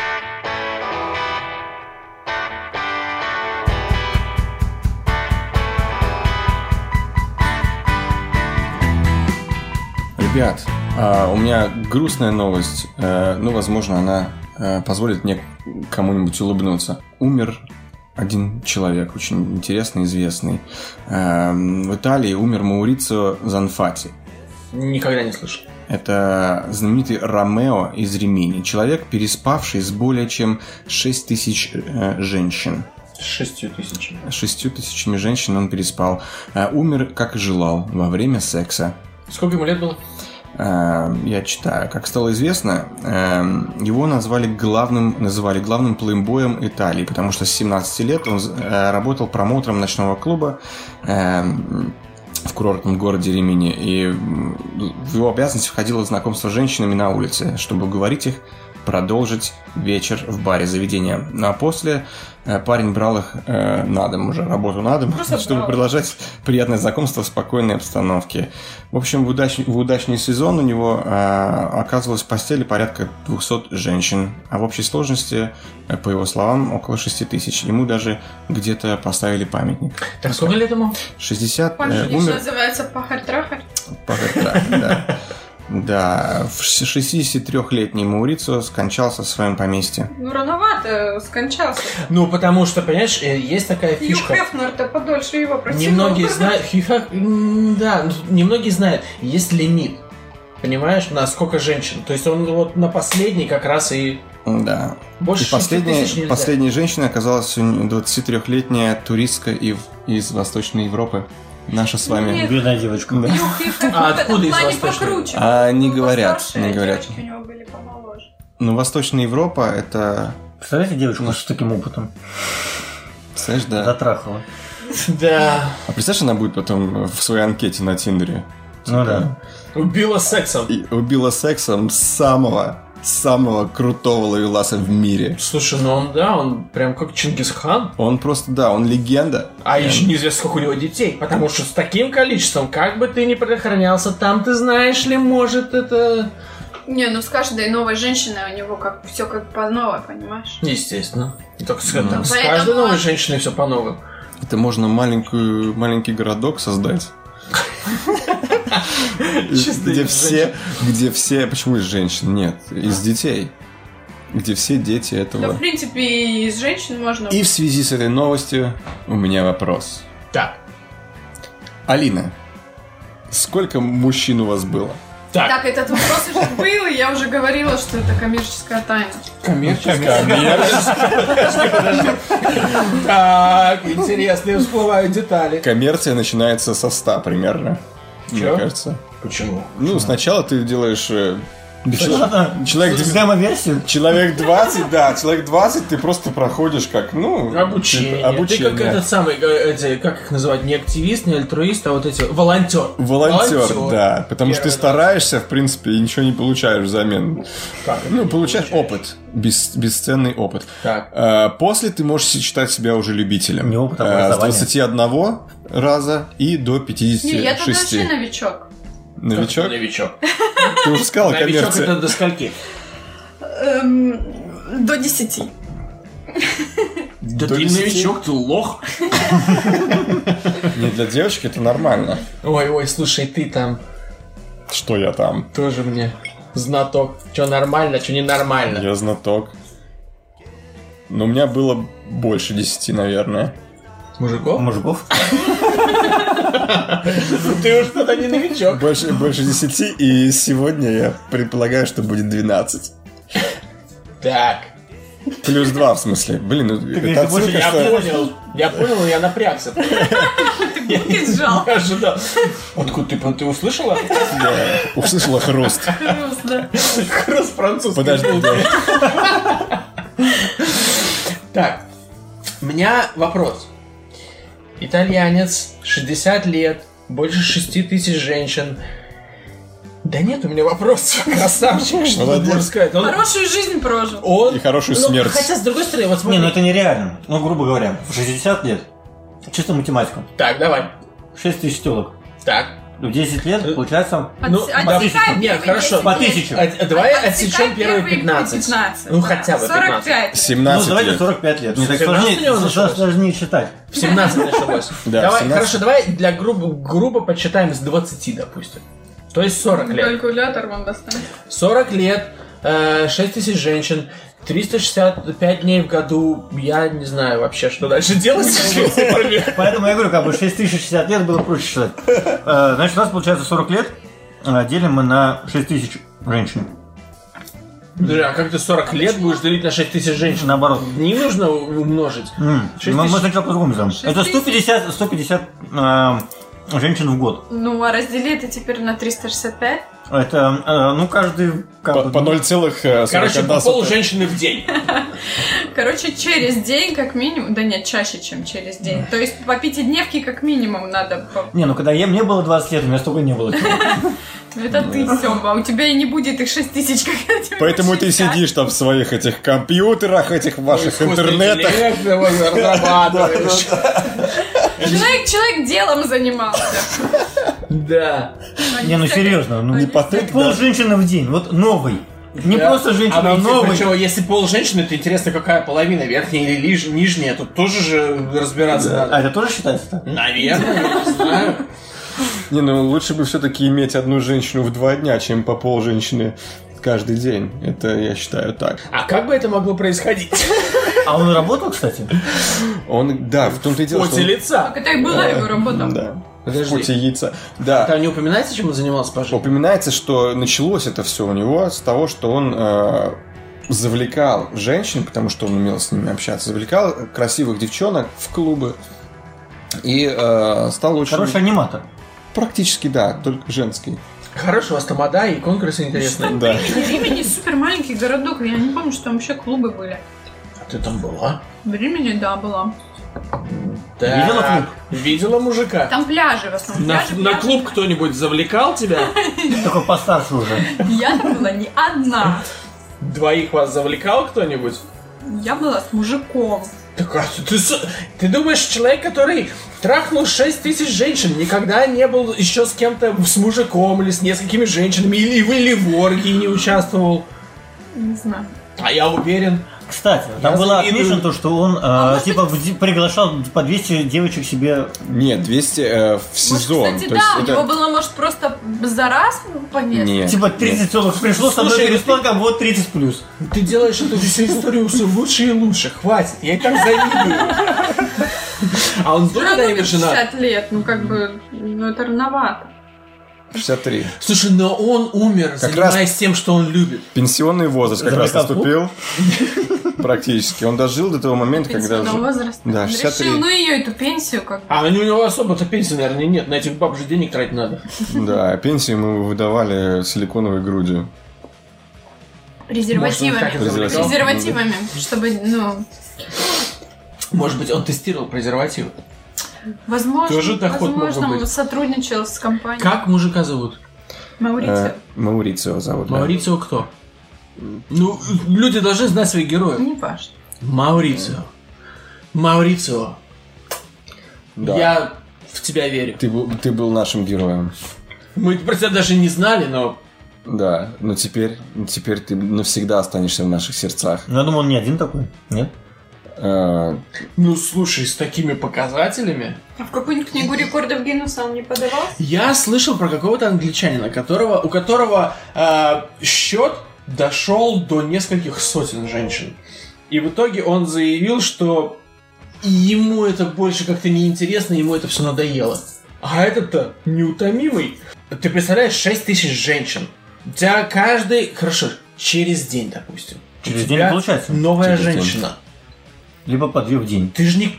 [SPEAKER 3] Ребят, а, у меня грустная новость. Э, Ну, возможно, она э, позволит мне кому-нибудь улыбнуться. Умер один человек, очень интересный, известный. Эм, В Италии умер Маурицио Занфати.
[SPEAKER 2] Никогда не слышал.
[SPEAKER 3] Это знаменитый Ромео из Римини. Человек, переспавший с более чем 6 тысяч э, женщин.
[SPEAKER 2] С шестью тысячами.
[SPEAKER 3] С Шестью тысячами женщин он переспал. Э, Умер, как и желал, во время секса.
[SPEAKER 2] Сколько ему лет было?
[SPEAKER 3] Э, я читаю. Как стало известно, эм, его назвали главным, называли главным плейбоем Италии, потому что с 17 лет он э, работал промоутером ночного клуба эм, в курортном городе Римини, и м, в его обязанности входило знакомство с женщинами на улице, чтобы уговорить их продолжить вечер в баре заведения. Ну, а после э, парень брал их э, на дом уже, работу на дом,
[SPEAKER 6] Просто
[SPEAKER 3] чтобы
[SPEAKER 6] брал.
[SPEAKER 3] продолжать приятное знакомство в спокойной обстановке. В общем, в, удач- в удачный сезон у него э, оказывалось в постели порядка 200 женщин, а в общей сложности, э, по его словам, около 6 тысяч. Ему даже где-то поставили памятник.
[SPEAKER 2] Так сколько лет ему?
[SPEAKER 3] 60
[SPEAKER 6] Он
[SPEAKER 3] э,
[SPEAKER 6] же
[SPEAKER 3] умер...
[SPEAKER 6] называется пахарь-трахарь.
[SPEAKER 3] Пока так, да. Да, в ши- 63-летний Маурицио скончался в своем поместье.
[SPEAKER 4] Ну, рановато скончался.
[SPEAKER 2] Ну, потому что, понимаешь, э, есть такая
[SPEAKER 4] Хью
[SPEAKER 2] фишка.
[SPEAKER 4] Хефнер-то подольше его протянул.
[SPEAKER 2] Немногие знают, Хифа- м, да, ну, немногие знают, есть лимит. Понимаешь, на сколько женщин. То есть он вот на последний как раз и
[SPEAKER 3] Да.
[SPEAKER 2] больше
[SPEAKER 3] И
[SPEAKER 2] шести тысяч
[SPEAKER 3] последняя,
[SPEAKER 2] нельзя.
[SPEAKER 3] последняя женщина оказалась у н- 23-летняя туристка ив- из Восточной Европы. Наша с вами.
[SPEAKER 4] Нет.
[SPEAKER 5] Бедная девочка.
[SPEAKER 3] Да.
[SPEAKER 4] Хью Хефнер
[SPEAKER 2] А
[SPEAKER 4] в этом
[SPEAKER 2] откуда из
[SPEAKER 4] плане
[SPEAKER 2] Восточной?
[SPEAKER 4] покруче.
[SPEAKER 3] А не
[SPEAKER 4] Ну,
[SPEAKER 3] говорят,
[SPEAKER 4] постарше,
[SPEAKER 3] не
[SPEAKER 4] а
[SPEAKER 3] говорят.
[SPEAKER 4] девочки у него были помоложе.
[SPEAKER 3] Ну, Восточная Европа это...
[SPEAKER 5] Представляете девочку с таким опытом?
[SPEAKER 3] Знаешь, да.
[SPEAKER 5] Затрахала.
[SPEAKER 2] *laughs* Да.
[SPEAKER 3] А представляешь, она будет потом в своей анкете на Тиндере?
[SPEAKER 5] Ну да.
[SPEAKER 2] Убила сексом.
[SPEAKER 3] И убила сексом самого, самого крутого ловеласа в мире.
[SPEAKER 2] Слушай, ну он, да, он прям как Чингисхан.
[SPEAKER 3] Он просто, да, он легенда.
[SPEAKER 2] А еще неизвестно, сколько у него детей. Потому что с таким количеством, как бы ты ни предохранялся, там, ты знаешь ли, может это...
[SPEAKER 6] Не, ну с каждой новой женщиной у него как все как по новой, понимаешь?
[SPEAKER 2] Естественно. И только с,
[SPEAKER 3] Ну,
[SPEAKER 2] там с
[SPEAKER 6] поэтому-
[SPEAKER 2] каждой новой женщиной все по-новому.
[SPEAKER 3] Это можно маленькую, маленький
[SPEAKER 2] *laughs*
[SPEAKER 3] городок создать.
[SPEAKER 2] Чисто
[SPEAKER 3] Где
[SPEAKER 2] из
[SPEAKER 3] все, где все, почему из женщин? Нет, из детей. Где все дети
[SPEAKER 6] Да, в
[SPEAKER 3] этого.
[SPEAKER 6] принципе, и из женщин можно.
[SPEAKER 3] И в связи с этой новостью у меня вопрос.
[SPEAKER 2] Так.
[SPEAKER 3] Алина, сколько мужчин у вас было?
[SPEAKER 2] Так.
[SPEAKER 6] Так, этот вопрос уже был, и я уже говорила, что это коммерческая тайна.
[SPEAKER 2] Так, интересные всплывают детали.
[SPEAKER 3] Коммерция начинается со 100 примерно. Мне
[SPEAKER 2] Чё?
[SPEAKER 3] кажется.
[SPEAKER 2] Почему?
[SPEAKER 3] Ну, сначала ты делаешь э, Человек
[SPEAKER 5] Демо-версию?
[SPEAKER 3] Человек 20, да, человек 20 ты просто проходишь как, ну...
[SPEAKER 2] Обучение.
[SPEAKER 3] типа, обучение,
[SPEAKER 2] Ты как
[SPEAKER 3] да.
[SPEAKER 2] этот самый, э, эти, как их называть, не активист, не альтруист, а вот эти, волонтер.
[SPEAKER 3] Волонтер, да. Потому что ты
[SPEAKER 2] Первый раз.
[SPEAKER 3] стараешься, в принципе, и ничего не получаешь взамен.
[SPEAKER 2] Как это
[SPEAKER 3] Ну,
[SPEAKER 2] не
[SPEAKER 3] получаешь
[SPEAKER 2] получаешь?
[SPEAKER 3] опыт. Бес- бесценный опыт.
[SPEAKER 2] Так.
[SPEAKER 3] А, После ты можешь считать себя уже любителем.
[SPEAKER 5] Не опыт, а
[SPEAKER 3] А, С
[SPEAKER 5] образование.
[SPEAKER 3] 21 раза и до
[SPEAKER 6] Не, я тут
[SPEAKER 3] 56.
[SPEAKER 6] вообще новичок.
[SPEAKER 3] Новичок?
[SPEAKER 2] Новичок.
[SPEAKER 3] Ты уже сказал,
[SPEAKER 2] Новичок это
[SPEAKER 3] коммерция.
[SPEAKER 2] до скольки?
[SPEAKER 6] Эм, до 10.
[SPEAKER 2] Да
[SPEAKER 3] До
[SPEAKER 2] ты
[SPEAKER 3] 10.
[SPEAKER 2] новичок, ты лох.
[SPEAKER 3] Не, для девочки это нормально.
[SPEAKER 2] Ой, ой, слушай, ты там
[SPEAKER 3] Что я там?
[SPEAKER 2] тоже мне знаток. Что нормально, что ненормально.
[SPEAKER 3] Я знаток. Но у меня было больше 10, наверное.
[SPEAKER 2] Мужиков? Ну,
[SPEAKER 5] Мужиков?
[SPEAKER 2] Ты уж тогда не новичок.
[SPEAKER 3] Больше, больше 10, и сегодня я предполагаю, что будет 12.
[SPEAKER 2] Так.
[SPEAKER 3] Плюс 2, в смысле. Блин, ну,
[SPEAKER 5] говоришь,
[SPEAKER 3] это
[SPEAKER 5] больше
[SPEAKER 3] отсылка,
[SPEAKER 2] Я
[SPEAKER 3] что...
[SPEAKER 2] понял, я понял, я напрягся.
[SPEAKER 6] Ты сжал.
[SPEAKER 2] Ожидал. Откуда ты, ты услышала?
[SPEAKER 3] *laughs* Да, услышала хруст.
[SPEAKER 2] Ну, Раз французский.
[SPEAKER 3] Подожди,
[SPEAKER 2] был.
[SPEAKER 3] да.
[SPEAKER 2] Так, у меня вопрос. Итальянец, 60 лет, больше 6 тысяч женщин. Да нет, у меня вопрос. *laughs* Красавчик, что тут
[SPEAKER 3] Молодец.
[SPEAKER 2] можно сказать. Он,
[SPEAKER 4] Хорошую жизнь прожил.
[SPEAKER 2] он-
[SPEAKER 3] И хорошую
[SPEAKER 2] ну,
[SPEAKER 3] смерть.
[SPEAKER 2] Хотя, с другой стороны, вот
[SPEAKER 5] Не,
[SPEAKER 2] смотри.
[SPEAKER 5] ну это нереально. Ну, грубо говоря, в 60 лет. Чисто математику.
[SPEAKER 2] Так, давай.
[SPEAKER 5] 6 тысяч телок.
[SPEAKER 2] Так.
[SPEAKER 5] В 10 лет,
[SPEAKER 2] Э,
[SPEAKER 5] получается,
[SPEAKER 4] От-
[SPEAKER 2] Ну,
[SPEAKER 4] отсекай
[SPEAKER 2] допустим. Нет,
[SPEAKER 4] первые
[SPEAKER 2] хорошо.
[SPEAKER 4] 10
[SPEAKER 5] по
[SPEAKER 4] лет.
[SPEAKER 5] тысячу.
[SPEAKER 2] А- а давай
[SPEAKER 4] Отсекай
[SPEAKER 2] отсечем первые 15.
[SPEAKER 4] 15,
[SPEAKER 2] Ну,
[SPEAKER 4] да.
[SPEAKER 2] хотя бы 15.
[SPEAKER 4] 45.
[SPEAKER 3] 17
[SPEAKER 5] Ну, давайте
[SPEAKER 3] лет.
[SPEAKER 5] 45 лет. Мне так
[SPEAKER 2] 17
[SPEAKER 5] сложнее,
[SPEAKER 2] лет он
[SPEAKER 5] сл-
[SPEAKER 2] началось.
[SPEAKER 5] сложнее считать.
[SPEAKER 2] В 17 началось.
[SPEAKER 3] Да,
[SPEAKER 2] давай,
[SPEAKER 3] в 17.
[SPEAKER 2] Хорошо, давай для грубо, грубо подсчитаем с 20, допустим. То есть 40 лет.
[SPEAKER 4] Калькулятор вам достанет.
[SPEAKER 2] 40 лет, э, 6 тысяч женщин, 365 дней в году. Я не знаю вообще, что дальше делать с этими цифрами.
[SPEAKER 5] Поэтому я говорю, как бы 6060 лет было проще считать. Э, Значит, у нас получается 40 лет э, делим мы на 6000 женщин.
[SPEAKER 2] Подожди, а как ты 40 лет будешь делить на 6 тысяч женщин?
[SPEAKER 5] Наоборот.
[SPEAKER 2] Не нужно умножить.
[SPEAKER 5] М,
[SPEAKER 2] Шесть
[SPEAKER 5] Мы мы
[SPEAKER 2] тысяч.
[SPEAKER 5] сначала по-другому сделаем. Это 150, 150 э, женщин в год.
[SPEAKER 4] Ну, а раздели это теперь на 365.
[SPEAKER 5] Это, э, ну, каждый... как
[SPEAKER 3] По,
[SPEAKER 5] бы, ну,
[SPEAKER 3] по э, 0,41.
[SPEAKER 2] Ну, Короче, по полу женщины в день.
[SPEAKER 4] Короче, через день как минимум... Да нет, чаще, чем через день. То есть по пятидневке как минимум надо... по-
[SPEAKER 5] Не, ну когда я, мне было 20 лет, у меня столько не было.
[SPEAKER 4] Ну, Это ты, Сёма, у тебя и не будет их 6 тысяч, *laughs* как я тебе
[SPEAKER 3] Поэтому ты
[SPEAKER 2] а?
[SPEAKER 4] рассчитала.
[SPEAKER 3] сидишь там в своих этих компьютерах, этих ваших
[SPEAKER 2] Искусственный
[SPEAKER 3] интернетах.
[SPEAKER 2] интеллект его разрабатываешь.
[SPEAKER 4] Человек, человек делом
[SPEAKER 3] *laughs*
[SPEAKER 4] занимался.
[SPEAKER 2] Да.
[SPEAKER 5] Не, ну
[SPEAKER 4] Они
[SPEAKER 5] серьезно, ну
[SPEAKER 4] они
[SPEAKER 5] не
[SPEAKER 3] Не потык,
[SPEAKER 5] пол
[SPEAKER 3] да?
[SPEAKER 5] женщины в день, вот новый. Не
[SPEAKER 2] Да.
[SPEAKER 5] просто женщина, а
[SPEAKER 2] А ведь,
[SPEAKER 5] новый.
[SPEAKER 2] причем, если пол женщины, то интересно, какая половина, верхняя или лиж- нижняя, тут тоже же разбираться
[SPEAKER 5] А
[SPEAKER 2] надо.
[SPEAKER 5] это тоже считается так?
[SPEAKER 2] Наверное, я не знаю.
[SPEAKER 3] Не, ну лучше бы все-таки иметь одну женщину в два дня, чем по пол женщины каждый день. Это я считаю так.
[SPEAKER 2] А как бы это могло происходить?
[SPEAKER 5] А он работал, кстати?
[SPEAKER 3] Он, да, в том-то и дело, что
[SPEAKER 2] Поте
[SPEAKER 3] он-
[SPEAKER 2] лица.
[SPEAKER 4] Так и была его работа.
[SPEAKER 3] Да. В
[SPEAKER 2] Подожди.
[SPEAKER 3] поте яйца. Да.
[SPEAKER 2] а, Там не упоминается, чем он занимался по жизни?
[SPEAKER 3] Упоминается, что началось это все у него с того, что он э, завлекал женщин, потому что он умел с ними общаться, завлекал красивых девчонок в клубы и э, стал очень
[SPEAKER 5] Хороший аниматор.
[SPEAKER 3] практически да, только женский.
[SPEAKER 2] Хороший у вас тамада и конкурсы интересные.
[SPEAKER 3] Да.
[SPEAKER 4] В Римени супер маленький городок, я не помню, что там вообще клубы были.
[SPEAKER 2] А ты там была?
[SPEAKER 4] В Римени, да, была.
[SPEAKER 2] Да.
[SPEAKER 5] Видела клуб?
[SPEAKER 2] Видела мужика.
[SPEAKER 4] Там пляжи в основном.
[SPEAKER 2] На,
[SPEAKER 4] Пляжи,
[SPEAKER 2] на
[SPEAKER 4] пляжи.
[SPEAKER 2] клуб кто-нибудь завлекал тебя?
[SPEAKER 5] Такой постарше уже.
[SPEAKER 4] Я там была не одна.
[SPEAKER 2] Двоих вас завлекал кто-нибудь?
[SPEAKER 4] Я была с мужиком.
[SPEAKER 2] Так, а ты, ты с- ты думаешь, человек, который трахнул 6 тысяч женщин, никогда не был еще с кем-то, с мужиком или с несколькими женщинами, или, или в оргии не участвовал?
[SPEAKER 4] Не знаю.
[SPEAKER 2] А я уверен.
[SPEAKER 5] Кстати, там
[SPEAKER 2] Я
[SPEAKER 5] было
[SPEAKER 2] завидую.
[SPEAKER 5] отмечено то, что он э, типа в- приглашал по 200 девочек себе.
[SPEAKER 3] Нет, 200 э, в сезон.
[SPEAKER 4] Может, кстати,
[SPEAKER 3] То есть
[SPEAKER 4] да, у
[SPEAKER 3] это-
[SPEAKER 4] него было, может, просто за раз по несколько.
[SPEAKER 3] Нет.
[SPEAKER 5] Типа 30 телок пришло, со мной
[SPEAKER 2] Слушай, ну
[SPEAKER 5] переспал, как вот 30 плюс.
[SPEAKER 2] Ты делаешь эту всю историю все лучше и лучше. Хватит, я и так завидую. А он
[SPEAKER 4] Всё
[SPEAKER 2] здорово
[SPEAKER 4] равно
[SPEAKER 2] наверное, жена.
[SPEAKER 4] 50 лет, ну как бы, ну это рановато.
[SPEAKER 3] 63.
[SPEAKER 2] Слушай, но он умер,
[SPEAKER 3] Как
[SPEAKER 2] занимаясь тем, что он любит.
[SPEAKER 3] Пенсионный возраст как
[SPEAKER 5] За
[SPEAKER 3] раз
[SPEAKER 5] микрофон?
[SPEAKER 3] наступил. Практически. Он дожил до того момента, когда...
[SPEAKER 4] Пенсионного
[SPEAKER 3] уже-
[SPEAKER 4] возраста.
[SPEAKER 3] Да,
[SPEAKER 4] Он
[SPEAKER 3] 63.
[SPEAKER 4] Решил, ну ее эту пенсию как
[SPEAKER 2] А у него особо-то пенсии, наверное, нет. На этих баб же денег тратить надо.
[SPEAKER 3] Да, пенсию мы выдавали силиконовой грудью.
[SPEAKER 6] Презервативами.
[SPEAKER 2] Может, он так
[SPEAKER 3] Презерватив.
[SPEAKER 2] изобретал?
[SPEAKER 6] презервативами, чтобы, ну,
[SPEAKER 2] Может быть, он тестировал презервативы.
[SPEAKER 6] возможно,
[SPEAKER 2] Тоже доход мог бы
[SPEAKER 6] возможно,
[SPEAKER 2] быть.
[SPEAKER 6] он сотрудничал с компанией.
[SPEAKER 2] Как мужика зовут?
[SPEAKER 6] Маурицио.
[SPEAKER 3] Э, Маурицио зовут. да.
[SPEAKER 2] Маурицио кто? Ну, люди должны знать своих
[SPEAKER 3] Э.
[SPEAKER 2] героев.
[SPEAKER 6] Не важно.
[SPEAKER 2] Маурицио. Маурицио.
[SPEAKER 3] Да.
[SPEAKER 2] Я в тебя верю.
[SPEAKER 3] Ты, был- ты был нашим героем.
[SPEAKER 2] Мы про тебя даже не знали, но...
[SPEAKER 3] Да, но теперь, теперь ты навсегда останешься в наших сердцах.
[SPEAKER 5] Ну, я думаю, он не один такой. Нет?
[SPEAKER 3] Э,
[SPEAKER 2] Ну, слушай, с такими показателями...
[SPEAKER 6] А в какую-нибудь книгу рекордов Гиннесса он не подавался?
[SPEAKER 2] Я слышал про какого-то англичанина, которого, у которого э, счет дошел до нескольких сотен женщин. И в итоге он заявил, что ему это больше как-то неинтересно, ему это все надоело. А этот-то неутомимый. Ты представляешь, 6 тысяч женщин. У тебя каждый, хорошо, через день, допустим. у
[SPEAKER 5] Через
[SPEAKER 2] тебя
[SPEAKER 5] день не получается. типа,
[SPEAKER 2] Новая
[SPEAKER 3] Через день.
[SPEAKER 2] женщина.
[SPEAKER 5] Либо по две в день.
[SPEAKER 2] Ты же не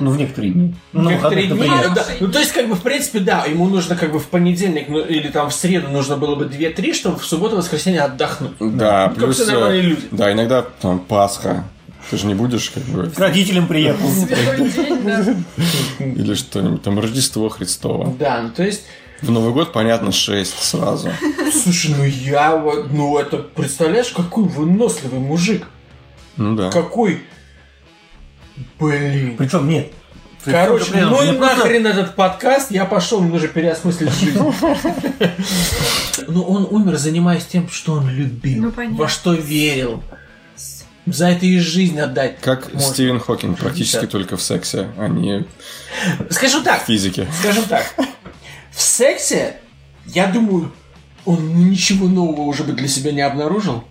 [SPEAKER 5] Ну, в некоторые дни. Ну, на
[SPEAKER 2] Некоторые
[SPEAKER 5] выходных,
[SPEAKER 2] дни,
[SPEAKER 5] например.
[SPEAKER 2] да. Ну, то есть, как бы, в принципе, да, ему нужно как бы в понедельник ну, или там в среду нужно было бы 2-3, чтобы в субботу воскресенье отдохнуть.
[SPEAKER 3] да,
[SPEAKER 2] Как
[SPEAKER 3] плюс...
[SPEAKER 2] все нормальные
[SPEAKER 3] э,
[SPEAKER 2] люди.
[SPEAKER 3] Да, иногда там Пасха. Ты же не будешь как бы...
[SPEAKER 5] К родителям приехал.
[SPEAKER 6] *laughs* Святой день, да.
[SPEAKER 3] Или что-нибудь. Там Рождество Христово.
[SPEAKER 2] Да, ну то есть,
[SPEAKER 3] В Новый год, понятно, 6 сразу.
[SPEAKER 2] слушай, ну я вот, ну это, представляешь, какой выносливый мужик.
[SPEAKER 3] Ну да.
[SPEAKER 2] Какой, блин.
[SPEAKER 5] Причем нет.
[SPEAKER 2] Короче,
[SPEAKER 5] Блин,
[SPEAKER 2] ну
[SPEAKER 5] мне
[SPEAKER 2] и
[SPEAKER 5] просто-
[SPEAKER 2] нахрен этот подкаст, я пошел, мне нужно переосмыслить жизнь. Но Ну, он умер, занимаясь тем, что он любил,
[SPEAKER 6] Ну, понятно.
[SPEAKER 2] во что верил. За это и жизнь отдать.
[SPEAKER 3] Как
[SPEAKER 2] можно.
[SPEAKER 3] Стивен Хокинг, практически
[SPEAKER 2] Да.
[SPEAKER 3] только в сексе, а не
[SPEAKER 2] Скажу
[SPEAKER 3] в
[SPEAKER 2] так,
[SPEAKER 3] физике.
[SPEAKER 2] скажем так. В сексе, я думаю, он ничего нового уже бы для себя не обнаружил.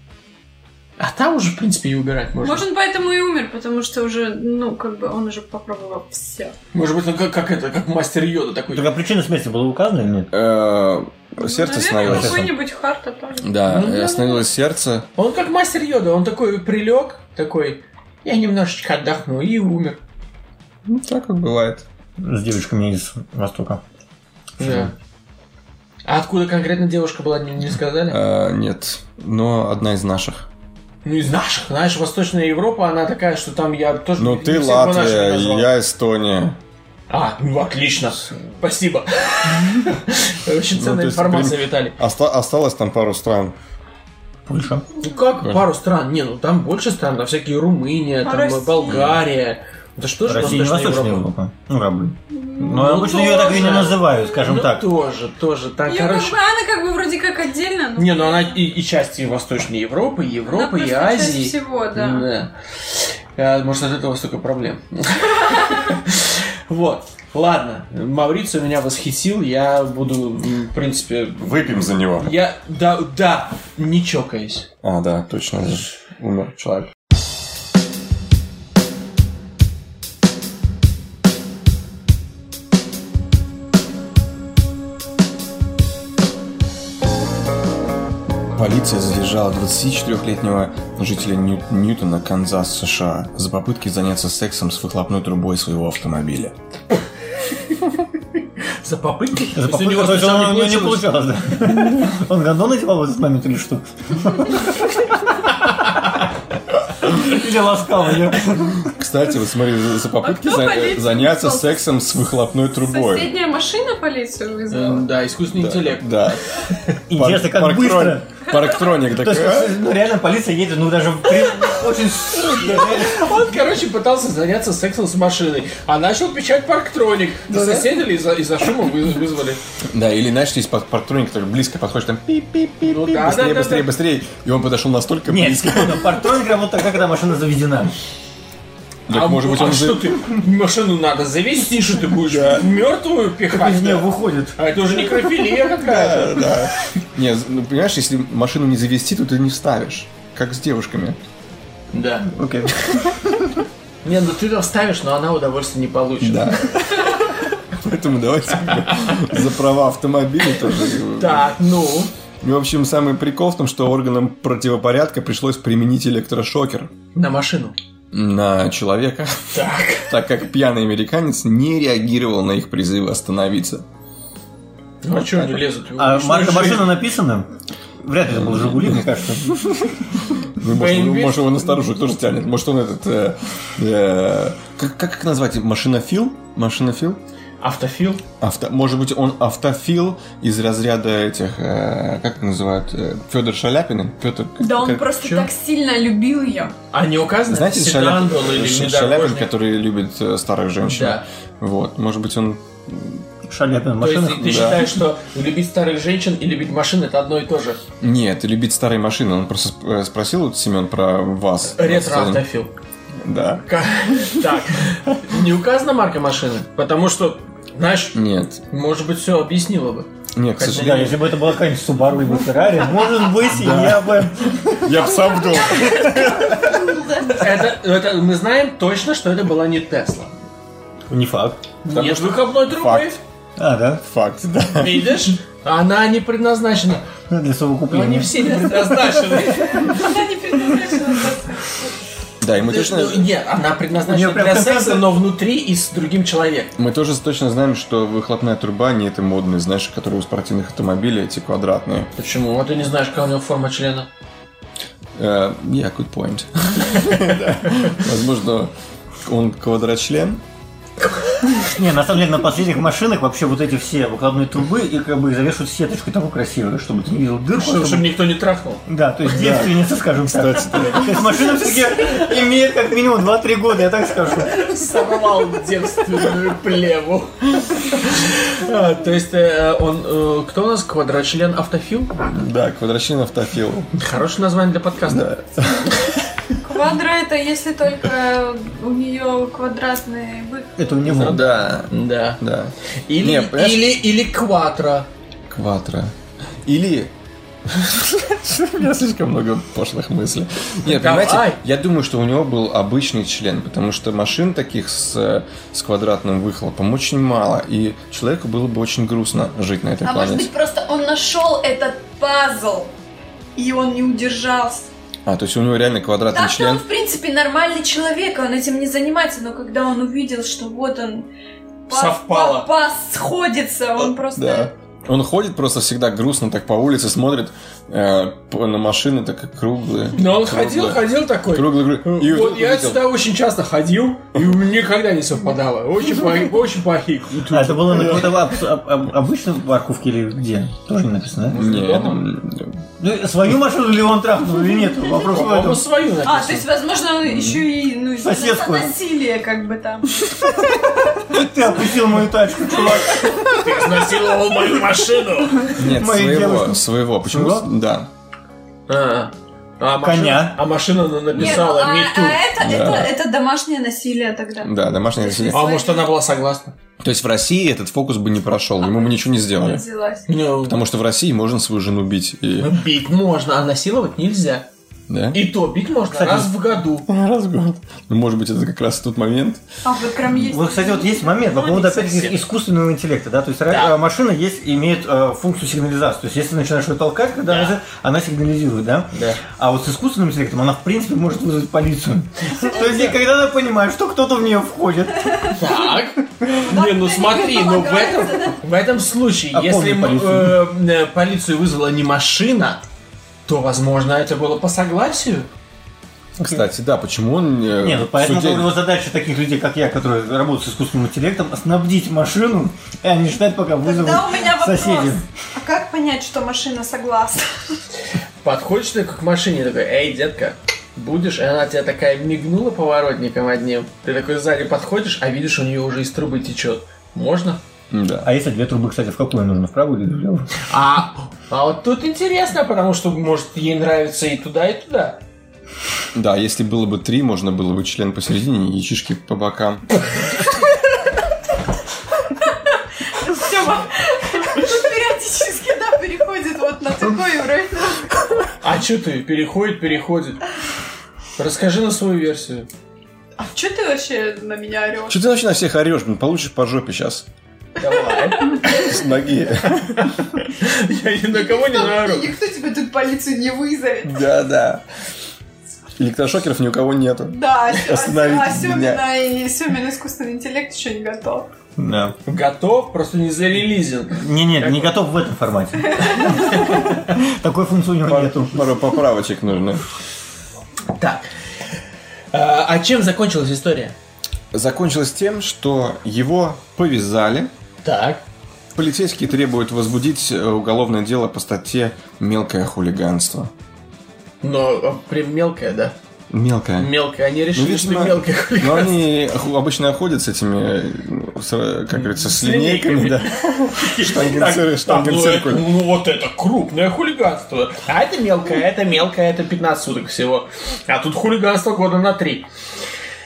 [SPEAKER 2] А там уже, в принципе, и убирать можно.
[SPEAKER 6] Может, он поэтому и умер, потому что уже, ну, как бы он уже попробовал все.
[SPEAKER 2] Может быть, он как, как это, как мастер йода такой.
[SPEAKER 5] Только а причина смерти была указана или нет?
[SPEAKER 3] Э, Сердце
[SPEAKER 6] Наверное,
[SPEAKER 3] остановилось.
[SPEAKER 6] какой-нибудь харт атак.
[SPEAKER 3] Да,
[SPEAKER 2] Ну,
[SPEAKER 3] э,
[SPEAKER 2] да.
[SPEAKER 3] остановилось сердце.
[SPEAKER 2] Он как мастер йода, он такой прилег, такой, я немножечко отдохну и умер.
[SPEAKER 3] Ну, так вот бывает.
[SPEAKER 5] С девочками из Востока.
[SPEAKER 2] Да. А откуда конкретно девушка была, не, не сказали?
[SPEAKER 3] Э, Нет, но одна из наших.
[SPEAKER 2] Ну, из наших, знаешь, Восточная Европа, она такая, что там я тоже...
[SPEAKER 3] Ну,
[SPEAKER 2] не
[SPEAKER 3] ты
[SPEAKER 2] всех по-нашему
[SPEAKER 3] Латвия,
[SPEAKER 2] назвал.
[SPEAKER 3] я Эстония.
[SPEAKER 2] А, ну, отлично. Спасибо. Очень
[SPEAKER 3] Ну,
[SPEAKER 2] ценная
[SPEAKER 3] то есть,
[SPEAKER 2] информация,
[SPEAKER 3] прям-
[SPEAKER 2] Виталий.
[SPEAKER 3] Оста- Осталось там пару стран.
[SPEAKER 5] Польша.
[SPEAKER 2] Ну как
[SPEAKER 3] Тоже.
[SPEAKER 2] пару стран? Не, ну там больше стран, там всякие Румыния,
[SPEAKER 6] А
[SPEAKER 2] там
[SPEAKER 6] Россия?
[SPEAKER 2] Болгария. Да Ну, что же
[SPEAKER 5] Россия не
[SPEAKER 2] Восточная
[SPEAKER 5] Восточная
[SPEAKER 2] Европа?
[SPEAKER 5] Европа. Ну, как бы.
[SPEAKER 2] Ну,
[SPEAKER 5] Но обычно ее так и не
[SPEAKER 2] тоже.
[SPEAKER 5] называют, скажем
[SPEAKER 2] Ну,
[SPEAKER 5] так.
[SPEAKER 2] тоже, тоже. Там,
[SPEAKER 6] Её
[SPEAKER 2] короче...
[SPEAKER 6] как бы- она как бы вроде как отдельно, но...
[SPEAKER 2] Не, ну она и, и часть и Восточной Европы, и
[SPEAKER 6] она
[SPEAKER 2] Европы, и
[SPEAKER 6] просто
[SPEAKER 2] Азии.
[SPEAKER 6] часть всего, да.
[SPEAKER 2] Да. А, Может, от этого столько проблем. *laughs* Вот. Ладно, Маурицио меня восхитил, я буду, м, в принципе,
[SPEAKER 3] Выпьем за него.
[SPEAKER 2] я, да, да, не чокаясь.
[SPEAKER 3] А, да, точно. он же Умер человек. Полиция задержала 24-летнего жителя Нью- Ньютона, Канзас, США, за попытки заняться сексом с выхлопной трубой своего автомобиля.
[SPEAKER 2] За попытки?
[SPEAKER 5] За
[SPEAKER 2] То есть у него
[SPEAKER 5] попытку, то есть
[SPEAKER 2] сначала
[SPEAKER 5] он у него не
[SPEAKER 2] получилось?
[SPEAKER 5] получалось, да. *laughs* Он гондон одевал в этот момент или что? *laughs* Или ласкал ее.
[SPEAKER 3] Кстати, вот смотри, за, за попытки
[SPEAKER 6] А кто
[SPEAKER 3] за-
[SPEAKER 6] полицию
[SPEAKER 3] заняться
[SPEAKER 6] вызвал?
[SPEAKER 3] сексом с выхлопной трубой.
[SPEAKER 6] Соседняя машина полицию вызвала.
[SPEAKER 2] Эм, Да, искусственный интеллект.
[SPEAKER 3] Да.
[SPEAKER 5] Интересно, как
[SPEAKER 3] Парктроник-
[SPEAKER 5] быстро.
[SPEAKER 3] Парктроник
[SPEAKER 5] То есть,
[SPEAKER 3] такой.
[SPEAKER 5] ну, реально полиция едет, ну, даже при- очень... с-
[SPEAKER 2] Он, короче, пытался заняться сексом с машиной, а начал печать парктроник. Соседили и за- из-за шума вы- вызвали.
[SPEAKER 3] Да, или знаешь, есть пар- парктроник, который близко подходишь, там пи-пи-пи,
[SPEAKER 2] Ну да, да,
[SPEAKER 3] быстрее,
[SPEAKER 2] да,
[SPEAKER 3] быстрее,
[SPEAKER 2] да.
[SPEAKER 3] быстрее. И он подошел настолько
[SPEAKER 5] Нет,
[SPEAKER 3] близко.
[SPEAKER 5] секунду, *laughs* парктроник работает, как эта машина заведена.
[SPEAKER 3] Так,
[SPEAKER 2] а,
[SPEAKER 3] может быть,
[SPEAKER 2] а
[SPEAKER 3] он
[SPEAKER 2] что
[SPEAKER 3] за-
[SPEAKER 2] ты, машину надо завести, что ты будешь мертвую
[SPEAKER 5] Как
[SPEAKER 2] пихать?
[SPEAKER 5] из нее
[SPEAKER 2] да?
[SPEAKER 5] выходит.
[SPEAKER 2] А это уже некрофилия какая-то.
[SPEAKER 3] Да, да. Не, з- ну, понимаешь, если машину не завести, то ты не вставишь. Как с девушками.
[SPEAKER 2] Да.
[SPEAKER 5] Окей.
[SPEAKER 2] Не, ну ты там ставишь, но она удовольствие не получит.
[SPEAKER 3] Да. Поэтому
[SPEAKER 2] *laughs*
[SPEAKER 3] давайте как бы за права автомобиля тоже.
[SPEAKER 2] Так, ну.
[SPEAKER 3] Ну, в общем, самый прикол в том, что органам противопорядка пришлось применить электрошокер
[SPEAKER 2] На машину.
[SPEAKER 3] на человека, *laughs*
[SPEAKER 2] Так.
[SPEAKER 3] так как пьяный американец не реагировал на их призывы остановиться.
[SPEAKER 2] Ну а что они лезут?
[SPEAKER 5] А
[SPEAKER 2] Обычная
[SPEAKER 5] марка
[SPEAKER 2] жизнь.
[SPEAKER 5] машины написана? Вряд ли это был Жигули, мне кажется.
[SPEAKER 3] Ну, Может,
[SPEAKER 2] Бэмби.
[SPEAKER 3] может, его на старушек тоже тянет. Может, он этот... э, э, как, как их назвать? Машинофил? Машинофил?
[SPEAKER 2] Автофил.
[SPEAKER 3] Авто, может быть, он автофил из разряда этих... э, как их называют? Федор Шаляпин? Федор...
[SPEAKER 4] Да он просто
[SPEAKER 2] чё?
[SPEAKER 4] так сильно любил ее.
[SPEAKER 2] А не указано,
[SPEAKER 3] Знаете,
[SPEAKER 2] седан
[SPEAKER 3] Шаляпин,
[SPEAKER 2] был или
[SPEAKER 3] Ш- Шаляпин,
[SPEAKER 2] внедорожник?
[SPEAKER 3] который любит э, старых женщин.
[SPEAKER 2] Да.
[SPEAKER 3] Вот, может быть, он...
[SPEAKER 5] Шаляпин в
[SPEAKER 2] То есть
[SPEAKER 5] машинах.
[SPEAKER 2] ты
[SPEAKER 3] да.
[SPEAKER 2] считаешь, что любить старых женщин и любить машин это одно и то же?
[SPEAKER 3] Нет, любит старые машины. Он просто сп- э, спросил, вот, Семен, про вас.
[SPEAKER 2] Ретро-автофил.
[SPEAKER 3] Да.
[SPEAKER 2] Ка- Так, не указана марка машины? Потому что, знаешь,
[SPEAKER 3] Нет.
[SPEAKER 2] может быть, все объяснило бы.
[SPEAKER 3] Нет, к
[SPEAKER 2] Хотя-
[SPEAKER 5] Да,
[SPEAKER 3] сожалению.
[SPEAKER 5] если бы это была какая-нибудь Субару или Феррари, может быть, я бы...
[SPEAKER 3] Я бы сам вдул.
[SPEAKER 2] Это, это мы знаем точно, что это была не Тесла.
[SPEAKER 5] Не факт.
[SPEAKER 2] Нет выхлопной трубы.
[SPEAKER 3] Факт.
[SPEAKER 5] А, да?
[SPEAKER 3] Факт, да.
[SPEAKER 2] Видишь? Она не предназначена.
[SPEAKER 5] Ну,
[SPEAKER 2] Но
[SPEAKER 5] Для
[SPEAKER 2] они
[SPEAKER 5] совокупления.
[SPEAKER 2] все не предназначены.
[SPEAKER 3] Да, и мы точно...
[SPEAKER 2] Ну, Нет, она предназначена
[SPEAKER 5] У неё
[SPEAKER 2] для
[SPEAKER 5] прям
[SPEAKER 2] секса, но внутри и с другим человеком.
[SPEAKER 3] Мы тоже точно знаем, что выхлопная труба не эта модная, знаешь, которые у спортивных автомобилей, эти квадратные.
[SPEAKER 2] Почему? А ты не знаешь, какая у него форма члена.
[SPEAKER 3] Э, yeah, good point. *laughs* Да. Возможно, он квадрочлен.
[SPEAKER 5] Не, на самом деле на последних машинах вообще вот эти все выкладные трубы и как бы их завешивают сеточкой такой красивой, чтобы ты не видел дырку.
[SPEAKER 2] Чтобы
[SPEAKER 5] чтобы-
[SPEAKER 2] никто не трахнул.
[SPEAKER 5] Да, то есть девственница, скажем так.
[SPEAKER 3] Кстати, да.
[SPEAKER 5] То есть машина все-таки имеет как минимум 2-3 года, я так скажу.
[SPEAKER 2] Сорвал девственную плеву. А, То есть э, он... э, Кто у нас? Квадрочлен автофил?
[SPEAKER 3] Да, квадрочлен автофил.
[SPEAKER 2] Хорошее название для подкаста.
[SPEAKER 3] Да.
[SPEAKER 6] Квадро это если только у нее квадратный выход.
[SPEAKER 5] Это у него.
[SPEAKER 3] Да.
[SPEAKER 2] Да.
[SPEAKER 3] Ну, Да.
[SPEAKER 2] Или,
[SPEAKER 3] Не, понимаешь-
[SPEAKER 2] или, или кватро.
[SPEAKER 3] Кватро. Или... *laughs* У меня слишком много пошлых мыслей. Нет,
[SPEAKER 2] Давай.
[SPEAKER 3] понимаете, я думаю, что у него был обычный член, потому что машин таких с, с квадратным выхлопом очень мало, и человеку было бы очень грустно жить на этой
[SPEAKER 6] А может
[SPEAKER 3] планете.
[SPEAKER 6] быть просто он нашел этот пазл и он не удержался.
[SPEAKER 3] А, то есть у него реально квадратный
[SPEAKER 6] Да, что
[SPEAKER 3] член?
[SPEAKER 6] он, в принципе, нормальный человек, он этим не занимается, но когда он увидел, что вот он... паз-
[SPEAKER 2] Совпало.
[SPEAKER 6] па- Паз сходится, он просто...
[SPEAKER 3] Да. Он ходит просто всегда грустно так по улице, смотрит э, по- на машины так как круглые.
[SPEAKER 2] Но он
[SPEAKER 3] круглые,
[SPEAKER 2] ходил, ходил такой.
[SPEAKER 3] Круглые, круглые. И
[SPEAKER 2] вот
[SPEAKER 3] вдруг
[SPEAKER 2] я
[SPEAKER 3] увидел.
[SPEAKER 2] сюда очень часто ходил, и никогда не совпадало. Очень, плохи- очень плохие.
[SPEAKER 5] А это было на какой-то абс- об- об- обычной парковке или где? Тоже не написано, да?
[SPEAKER 3] Не,
[SPEAKER 2] дома?
[SPEAKER 3] м,
[SPEAKER 5] Ну, свою машину ли он трахнул или нет?
[SPEAKER 3] Ну,
[SPEAKER 5] Вопрос в
[SPEAKER 2] По-моему,
[SPEAKER 5] этом.
[SPEAKER 2] свою
[SPEAKER 6] А, то
[SPEAKER 2] написано.
[SPEAKER 6] есть, возможно, он еще и ну,
[SPEAKER 5] Соседскую.
[SPEAKER 6] за насилие как бы там.
[SPEAKER 5] Ты опустил мою тачку, чувак.
[SPEAKER 2] Ты изнасиловал мою машину.
[SPEAKER 3] нет,
[SPEAKER 5] Мои
[SPEAKER 3] своего,
[SPEAKER 5] девушки.
[SPEAKER 3] своего. Почему?
[SPEAKER 5] Своего?
[SPEAKER 3] Да.
[SPEAKER 2] А, а машина-
[SPEAKER 5] Коня.
[SPEAKER 2] А машина на-
[SPEAKER 6] Нет,
[SPEAKER 2] написала
[SPEAKER 6] а, а
[SPEAKER 2] мету.
[SPEAKER 6] это, это, это домашнее насилие тогда.
[SPEAKER 3] Да, домашнее насилие.
[SPEAKER 2] А может она была согласна?
[SPEAKER 3] А, То есть в России этот фокус бы не прошел, ему бы ничего не сделали.
[SPEAKER 6] Взялась.
[SPEAKER 2] Ну,
[SPEAKER 3] Потому что в России можно свою жену бить. И...
[SPEAKER 2] бить можно, а насиловать нельзя.
[SPEAKER 3] Да?
[SPEAKER 2] И то бить можно раз в году.
[SPEAKER 3] Раз в год. Ну, может быть, это как раз тот момент.
[SPEAKER 6] А вот прям есть...
[SPEAKER 5] Вот, кстати, вот есть момент по поводу,
[SPEAKER 2] не
[SPEAKER 5] опять-таки,
[SPEAKER 2] совсем.
[SPEAKER 5] искусственного интеллекта, да, то есть ра- э, машина есть, имеет э, функцию сигнализации, то есть если начинаешь ее толкать, когда
[SPEAKER 2] Да.
[SPEAKER 5] она, она сигнализирует, да?
[SPEAKER 2] Да.
[SPEAKER 5] А вот с искусственным интеллектом она, в принципе, может вызвать полицию. То есть, и когда она понимает, что кто-то в нее входит,
[SPEAKER 2] Так. Не, ну смотри, ну в этом, в этом случае,
[SPEAKER 5] А
[SPEAKER 2] если м,
[SPEAKER 5] помню
[SPEAKER 2] э, э, полицию вызвала не машина, то, возможно, это было по согласию.
[SPEAKER 3] Кстати, да, почему он... э,
[SPEAKER 5] Нет, вот ну, поэтому
[SPEAKER 3] судей-
[SPEAKER 5] его задача таких людей, как я, которые работают с искусственным интеллектом, снабдить машину, и они ждать, пока вызовут
[SPEAKER 6] Тогда у меня вопрос.
[SPEAKER 5] соседи.
[SPEAKER 6] А как понять, что машина согласна? *laughs*
[SPEAKER 2] Подходишь ты к машине и такой, эй, детка, будешь? И она тебя такая мигнула поворотником одним. Ты такой сзади подходишь, а видишь, у нее уже из трубы течет. Можно?
[SPEAKER 3] Да.
[SPEAKER 5] А если две трубы, кстати, в какую нужно? В правую или в левую?
[SPEAKER 2] А, а вот тут интересно, потому что, может, ей нравится и туда, и туда.
[SPEAKER 3] да, если было бы три, можно было бы член посередине и яичишки по бокам.
[SPEAKER 6] Тема периодически, да, переходит вот на такой уровень.
[SPEAKER 2] А что ты? Переходит, переходит. Расскажи на свою версию.
[SPEAKER 6] А что ты вообще на меня орешь?
[SPEAKER 3] Что ты вообще на всех орешь? блин? Получишь по жопе сейчас.
[SPEAKER 2] Давай.
[SPEAKER 3] С ноги. *laughs*
[SPEAKER 2] Я ни на кого не наору.
[SPEAKER 6] Никто тебя тут полицию не вызовет.
[SPEAKER 3] Да, да. Электрошокеров ни у кого нету.
[SPEAKER 6] Да, а Сё- а
[SPEAKER 3] Остановите
[SPEAKER 6] Сё- а
[SPEAKER 3] меня.
[SPEAKER 6] Сёмина и Семин искусственный интеллект еще не готов.
[SPEAKER 5] Да.
[SPEAKER 2] Готов, просто не зарелизен.
[SPEAKER 5] Не, нет, не готов в этом формате. Такой функции у него нету.
[SPEAKER 3] Пару поправочек нужно.
[SPEAKER 2] Так. А а чем закончилась история?
[SPEAKER 3] Закончилось тем, что его повязали.
[SPEAKER 2] Так.
[SPEAKER 3] Полицейские требуют возбудить э, уголовное дело по статье «Мелкое хулиганство».
[SPEAKER 2] Но а, прям мелкая, да?
[SPEAKER 3] Мелкое.
[SPEAKER 2] Мелкая. Они решили,
[SPEAKER 3] видимо,
[SPEAKER 2] что мелкая
[SPEAKER 3] Но
[SPEAKER 2] хулиганство.
[SPEAKER 3] ну, они ху- обычно ходят с этими, э, с, как говорится, с линейками, да. Штангенциры, штангенциркуль.
[SPEAKER 2] ну вот это крупное хулиганство. А это мелкое, это мелкое, это 15 суток всего. А тут хулиганство года на 3.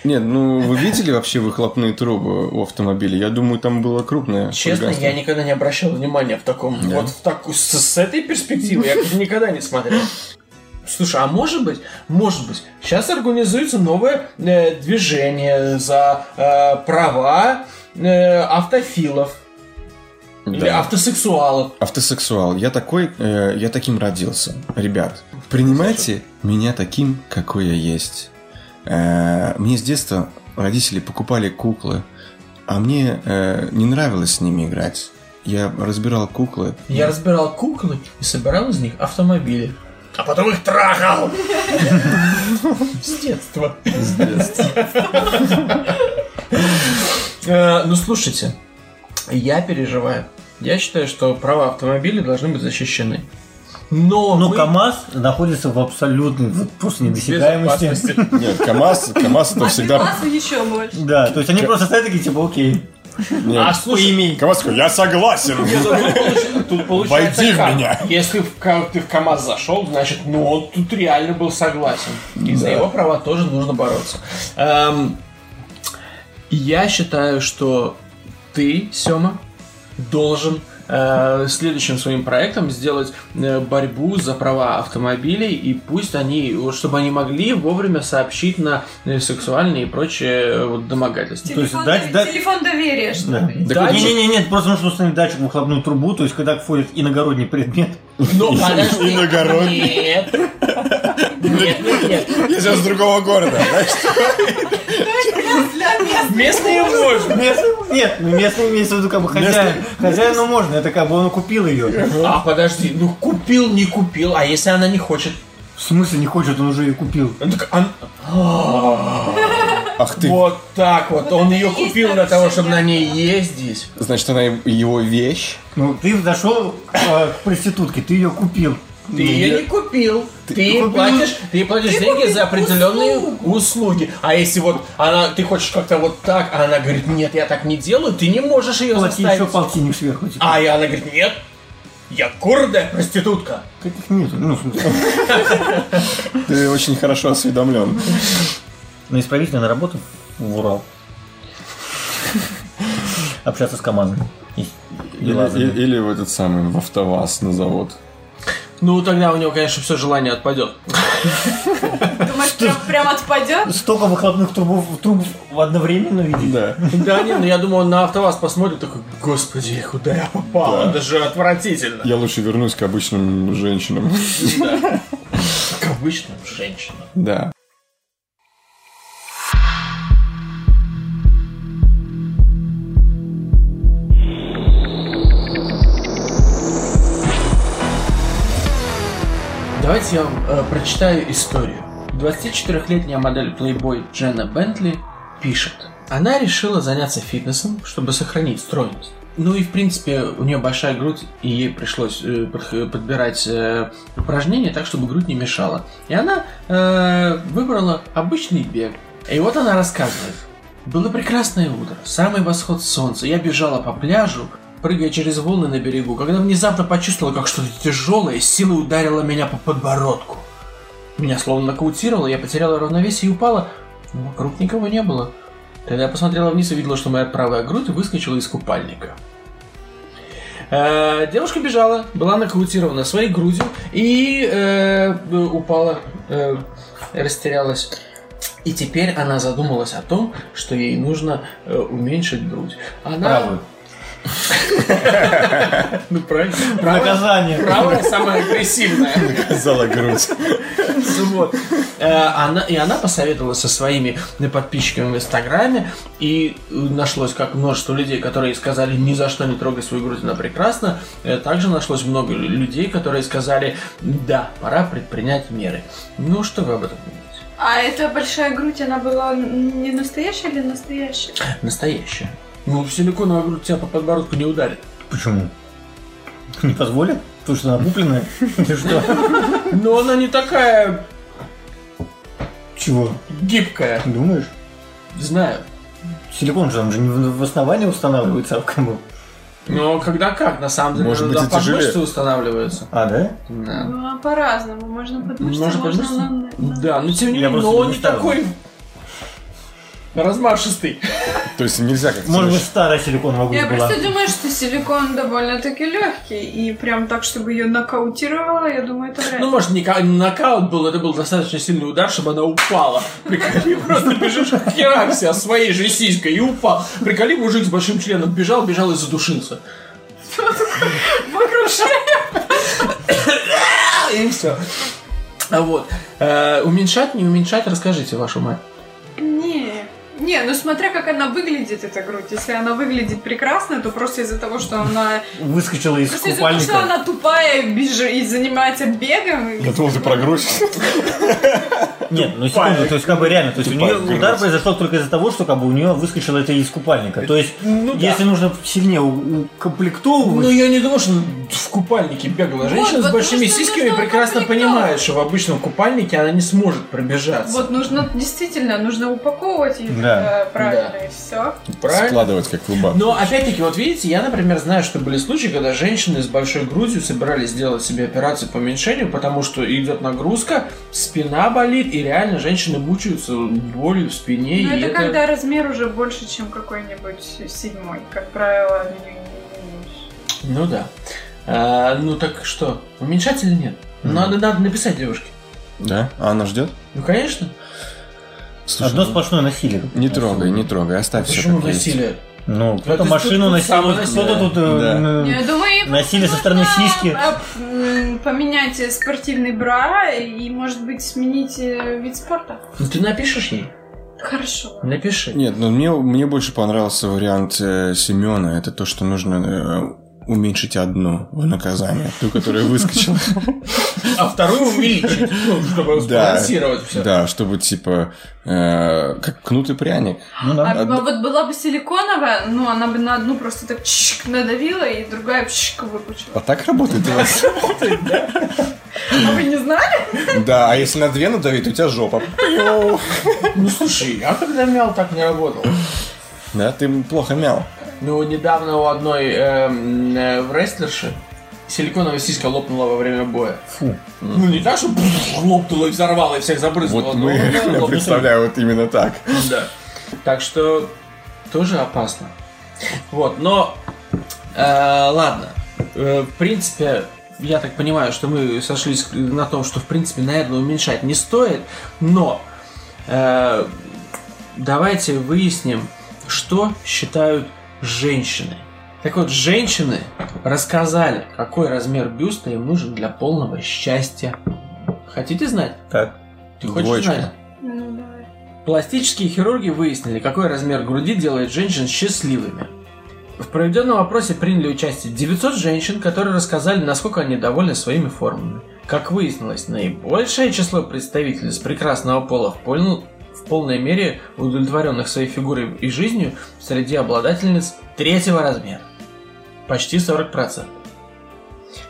[SPEAKER 3] Нет, ну вы видели вообще выхлопные трубы у автомобиля? Я думаю, там было крупное.
[SPEAKER 2] Честно,
[SPEAKER 3] хулиганство.
[SPEAKER 2] я никогда не обращал внимания в таком. Вот в таку- с, с этой перспективы я *laughs* как-то никогда не смотрел. Слушай, а может быть, может быть, сейчас организуется новое э, движение за э, права э, автофилов или
[SPEAKER 3] Да.
[SPEAKER 2] автосексуалов.
[SPEAKER 3] Автосексуал. Я такой, э, я таким родился. Ребят, принимайте меня таким, какой я есть. Э, мне с детства родители покупали куклы, а мне э, не нравилось с ними играть. Я разбирал куклы.
[SPEAKER 2] Я разбирал куклы и собирал из них автомобили. А потом их трахал! С детства.
[SPEAKER 3] с детства.
[SPEAKER 2] *laughs* Э, Ну, слушайте, я переживаю. Я считаю, что права автомобилей должны быть защищены. Но
[SPEAKER 5] Но
[SPEAKER 2] мы
[SPEAKER 5] КАМАЗ находится в абсолютной вот просто
[SPEAKER 2] в
[SPEAKER 5] недосягаемости.
[SPEAKER 2] безопасности.
[SPEAKER 3] Нет, КАМАЗ, КАМАЗ это
[SPEAKER 6] А
[SPEAKER 3] всегда...
[SPEAKER 6] класса еще больше.
[SPEAKER 5] Да, то есть они просто стоят такие, типа, окей.
[SPEAKER 3] Нет.
[SPEAKER 2] А слушай,
[SPEAKER 3] КАМАЗ такой, я согласен.
[SPEAKER 2] нет, ну, тут получ- тут получается
[SPEAKER 3] Войди в
[SPEAKER 2] как?
[SPEAKER 3] меня.
[SPEAKER 2] Если в ка- ты в КАМАЗ зашел, значит, ну он тут реально был согласен. И за его права тоже нужно бороться. Эм, я считаю, что ты, Сема, должен э, следующим своим проектом сделать э, борьбу за права автомобилей и пусть они, вот чтобы они могли вовремя сообщить на э, сексуальные и прочие э, вот, домогательства.
[SPEAKER 5] есть
[SPEAKER 6] Телефон,
[SPEAKER 5] дать-
[SPEAKER 6] дове-
[SPEAKER 5] дать-
[SPEAKER 6] телефон доверия, что
[SPEAKER 5] Да.
[SPEAKER 6] ли.
[SPEAKER 2] Датчик.
[SPEAKER 5] Не-не-не, нет, просто нужно установить датчик в выхлопную трубу, то есть когда входит иногородний предмет.
[SPEAKER 2] Ну, подожди.
[SPEAKER 3] Иногородний.
[SPEAKER 2] Нет. Нет, нет, нет.
[SPEAKER 3] Я сейчас с другого города.
[SPEAKER 2] Местные можно.
[SPEAKER 5] Местный- Нет, ну местный имеется в виду как бы хозяин. Хозяину можно, это как бы он купил ее.
[SPEAKER 2] А, подожди, ну купил, не купил, а если она не хочет?
[SPEAKER 5] В смысле не хочет, он уже ее купил.
[SPEAKER 2] Ну, так он-
[SPEAKER 3] Ах ты.
[SPEAKER 2] Вот так вот,
[SPEAKER 6] Вот
[SPEAKER 2] он
[SPEAKER 6] это
[SPEAKER 2] ее
[SPEAKER 6] и есть
[SPEAKER 2] купил для того, чтобы на ней
[SPEAKER 6] нарушение.
[SPEAKER 2] ездить.
[SPEAKER 3] Значит, она его вещь.
[SPEAKER 5] Ну, ты зашел э, к проститутке, ты ее купил.
[SPEAKER 2] Ты ее не купил. Ты, ей
[SPEAKER 5] купил.
[SPEAKER 2] платишь, ты ей платишь деньги за определенные услуги. А если вот она, ты хочешь как-то вот так, а она говорит, нет, я так не делаю, ты не можешь ее
[SPEAKER 5] Плати
[SPEAKER 2] заставить.
[SPEAKER 5] еще полтинник сверху. типа.
[SPEAKER 2] А и она говорит, нет, я курдая проститутка.
[SPEAKER 5] Таких нету, ну, в смысле.
[SPEAKER 3] Ты очень хорошо осведомлен.
[SPEAKER 5] На исправительную работу в Урал. Общаться с командой. И- и
[SPEAKER 3] Или,
[SPEAKER 5] лазерами.
[SPEAKER 3] и- или в этот самый, в АвтоВАЗ на завод.
[SPEAKER 2] Ну, тогда у него, конечно, все желание отпадет.
[SPEAKER 6] Думаешь, прям, прям отпадет?
[SPEAKER 5] Столько выхлопных трубов, труб в одновременно видеть.
[SPEAKER 3] Да.
[SPEAKER 2] Да не, ну я думаю, он на АвтоВАЗ посмотрит, такой, господи, куда я попал, это же отвратительно.
[SPEAKER 3] Я лучше вернусь к обычным женщинам.
[SPEAKER 2] Как обычно, женщина.
[SPEAKER 3] *laughs* Да.
[SPEAKER 2] Давайте я вам э, прочитаю историю. 24-летняя модель Playboy Дженна Бентли пишет. Она решила заняться фитнесом, чтобы сохранить стройность. Ну и, в принципе, у нее большая грудь, и ей пришлось э, подх- подбирать э, упражнения так, чтобы грудь не мешала. И она э, выбрала обычный бег. И вот она рассказывает. Было прекрасное утро, самый восход солнца. Я бежала по пляжу, прыгая через волны на берегу, когда внезапно почувствовала, как что-то тяжелое с силой ударило меня по подбородку. Меня словно нокаутировало, я потеряла равновесие и упала, но вокруг никого не было. Когда я посмотрела вниз и увидела, что моя правая грудь выскочила из купальника. Э, девушка бежала, была нокаутирована своей грудью и э, э, упала, э, растерялась. И теперь она задумалась о том, что ей нужно э, уменьшить грудь. Она...
[SPEAKER 5] Правую.
[SPEAKER 2] Ну правильно. Правая,
[SPEAKER 5] Наказание.
[SPEAKER 2] правая самая агрессивная.
[SPEAKER 3] Зала грудь.
[SPEAKER 2] Вот. Э, она- И она посоветовала со своими подписчиками в Инстаграме, и э, нашлось как множество людей, которые сказали ни за что не трогай свою грудь, она прекрасна. Э, Также нашлось много людей, которые сказали да, пора предпринять меры. Ну, что вы об этом думаете?
[SPEAKER 6] А эта большая грудь, она была н- не настоящая или настоящая?
[SPEAKER 2] Настоящее. Ну, силиконовая грудь тебя по подбородку не ударит.
[SPEAKER 5] Почему? Не позволят? Потому что она купленная? Или что?
[SPEAKER 2] Но она не такая
[SPEAKER 5] Чего?
[SPEAKER 2] гибкая.
[SPEAKER 5] Думаешь?
[SPEAKER 2] Знаю.
[SPEAKER 5] Силикон же там же не в в основании устанавливается, а в кому?
[SPEAKER 2] Но когда как, на самом деле,
[SPEAKER 3] Может быть,
[SPEAKER 2] туда
[SPEAKER 3] и тяжелее.
[SPEAKER 2] подмышцы устанавливаются.
[SPEAKER 5] А, да?
[SPEAKER 2] Да.
[SPEAKER 6] Ну, а по-разному. Можно под мышцы, можно,
[SPEAKER 2] Можно под мышцы?
[SPEAKER 6] на- на-
[SPEAKER 2] Да, но тем не
[SPEAKER 5] Я
[SPEAKER 2] менее,
[SPEAKER 5] просто
[SPEAKER 2] но он
[SPEAKER 5] не
[SPEAKER 2] не
[SPEAKER 5] ставил.
[SPEAKER 2] такой размашистый.
[SPEAKER 3] То есть нельзя как
[SPEAKER 5] Может быть, старая силиконовая
[SPEAKER 4] Я
[SPEAKER 5] грудь была.
[SPEAKER 4] просто думаю, что силикон довольно-таки легкий, и прям так, чтобы ее нокаутировало, я думаю, это вряд ли.
[SPEAKER 2] Ну, может, не ка- не нокаут был, это был достаточно сильный удар, чтобы она упала. Приколи, *laughs* просто бежишь как херакси, а своей же сиськой и упал. Приколи, мужик с большим членом бежал, бежал и задушился.
[SPEAKER 4] Вокруг шеи.
[SPEAKER 2] И все. Вот. Э, Уменьшать, не уменьшать, расскажите вашу мать.
[SPEAKER 4] Не. Не, ну смотря как она выглядит, эта грудь. Если она выглядит прекрасно, то просто из-за того, что она...
[SPEAKER 5] Выскочила из
[SPEAKER 4] Просто из-за того, что
[SPEAKER 5] купальника.
[SPEAKER 4] она тупая и бежи- и занимается бегом. и-
[SPEAKER 3] Готов ты про грудь?
[SPEAKER 5] Нет, ну секунду, то есть как бы реально, то есть у
[SPEAKER 2] типа,
[SPEAKER 3] Тупая
[SPEAKER 5] нее удар
[SPEAKER 3] грудь.
[SPEAKER 5] произошел только из-за того, что как бы у нее выскочила это из купальника. То есть,
[SPEAKER 2] Ну, да.
[SPEAKER 5] если нужно сильнее у-
[SPEAKER 2] Ну,
[SPEAKER 5] укомплектовывать,
[SPEAKER 2] я не думаю, что в купальнике бегала. Женщина
[SPEAKER 4] вот
[SPEAKER 2] с большими
[SPEAKER 4] нужно,
[SPEAKER 2] сиськами
[SPEAKER 4] нужно
[SPEAKER 2] прекрасно
[SPEAKER 4] комплектовать.
[SPEAKER 2] понимает, что в обычном купальнике она не сможет пробежаться.
[SPEAKER 4] Вот нужно, действительно, нужно упаковывать ее
[SPEAKER 5] Да.
[SPEAKER 4] э, правильно, и все.
[SPEAKER 2] Правильно?
[SPEAKER 3] Складывать как клуба.
[SPEAKER 2] Но Ну, опять-таки, вот видите, я, например, знаю, что были случаи, когда женщины с большой грудью собирались сделать себе операцию по уменьшению, потому что идет нагрузка, спина болит, и реально женщины мучаются болью в спине.
[SPEAKER 4] Но
[SPEAKER 2] и
[SPEAKER 4] это, когда размер уже больше, чем какой-нибудь седьмой. Как правило, не- не- не меньше.
[SPEAKER 2] Ну да. А, ну так что, уменьшать или нет? Ну,
[SPEAKER 5] Мгм.
[SPEAKER 2] Надо, надо написать девушке.
[SPEAKER 3] Да? А она ждет?
[SPEAKER 2] Ну конечно.
[SPEAKER 3] Слушай,
[SPEAKER 5] одно
[SPEAKER 3] ну,
[SPEAKER 5] сплошное насилие.
[SPEAKER 3] не трогай, не трогай, оставь все
[SPEAKER 2] Почему
[SPEAKER 3] А как есть.
[SPEAKER 2] насилие?
[SPEAKER 5] Ну, кто-то
[SPEAKER 2] А ты
[SPEAKER 5] машину
[SPEAKER 2] тут
[SPEAKER 5] насилует,
[SPEAKER 2] самонасилие.
[SPEAKER 5] кто-то тут э,
[SPEAKER 3] Да.
[SPEAKER 5] м,
[SPEAKER 4] Ну, Я думаю, ей
[SPEAKER 5] насилие со стороны
[SPEAKER 4] нужно,
[SPEAKER 5] сиськи.
[SPEAKER 4] э, м, поменять э, спортивный бра и, может быть, сменить э, вид спорта.
[SPEAKER 2] Ну ты напишешь ей?
[SPEAKER 4] Хорошо.
[SPEAKER 2] Напиши.
[SPEAKER 3] Нет, ну мне, мне больше понравился вариант Семена. Это то, что нужно э, уменьшить одну в наказание. Ту, которая выскочила.
[SPEAKER 5] *laughs*
[SPEAKER 2] А вторую увеличить, ну, чтобы
[SPEAKER 3] Да.
[SPEAKER 2] сбалансировать все.
[SPEAKER 3] Да, чтобы типа э, как кнут и пряник.
[SPEAKER 5] Ну
[SPEAKER 4] А
[SPEAKER 5] да.
[SPEAKER 3] Одна-
[SPEAKER 4] вот была бы силиконовая, ну, она бы на одну просто так чик надавила, и другая чик выпучила.
[SPEAKER 3] А так работает у вас?
[SPEAKER 4] А вы не знали?
[SPEAKER 3] Да, а если на две надавить, у тебя жопа. Пиу.
[SPEAKER 2] Ну слушай, я когда мял, так не работал.
[SPEAKER 3] Да, ты плохо мял.
[SPEAKER 2] Ну, недавно у одной эм, э, в рестлерши силиконовая сиська лопнула во время боя.
[SPEAKER 5] Фу.
[SPEAKER 2] Ну, не так, что *laughs* пф, лопнула и взорвала, и всех забрызгала.
[SPEAKER 3] Вот
[SPEAKER 2] но
[SPEAKER 3] мы,
[SPEAKER 2] лопнула,
[SPEAKER 3] я
[SPEAKER 2] лопнула.
[SPEAKER 3] представляю, вот именно так.
[SPEAKER 2] Ну Да. Так что тоже опасно. Вот, но э, ладно. Э, в принципе, я так понимаю, что мы сошлись на том, что в принципе, наверное, уменьшать не стоит, но э, давайте выясним, что считают женщины. Так вот, женщины рассказали, какой размер бюста им нужен для полного счастья. Хотите знать?
[SPEAKER 5] Так.
[SPEAKER 2] Ты хочешь
[SPEAKER 3] Двоечка.
[SPEAKER 2] знать?
[SPEAKER 4] Ну, давай.
[SPEAKER 2] Пластические хирурги выяснили, какой размер груди делает женщин счастливыми. В проведенном опросе приняли участие 900 женщин, которые рассказали, насколько они довольны своими формами. Как выяснилось, наибольшее число представителей с прекрасного пола в, полну- в полной мере удовлетворенных своей фигурой и жизнью среди обладательниц третьего размера. Почти 40%.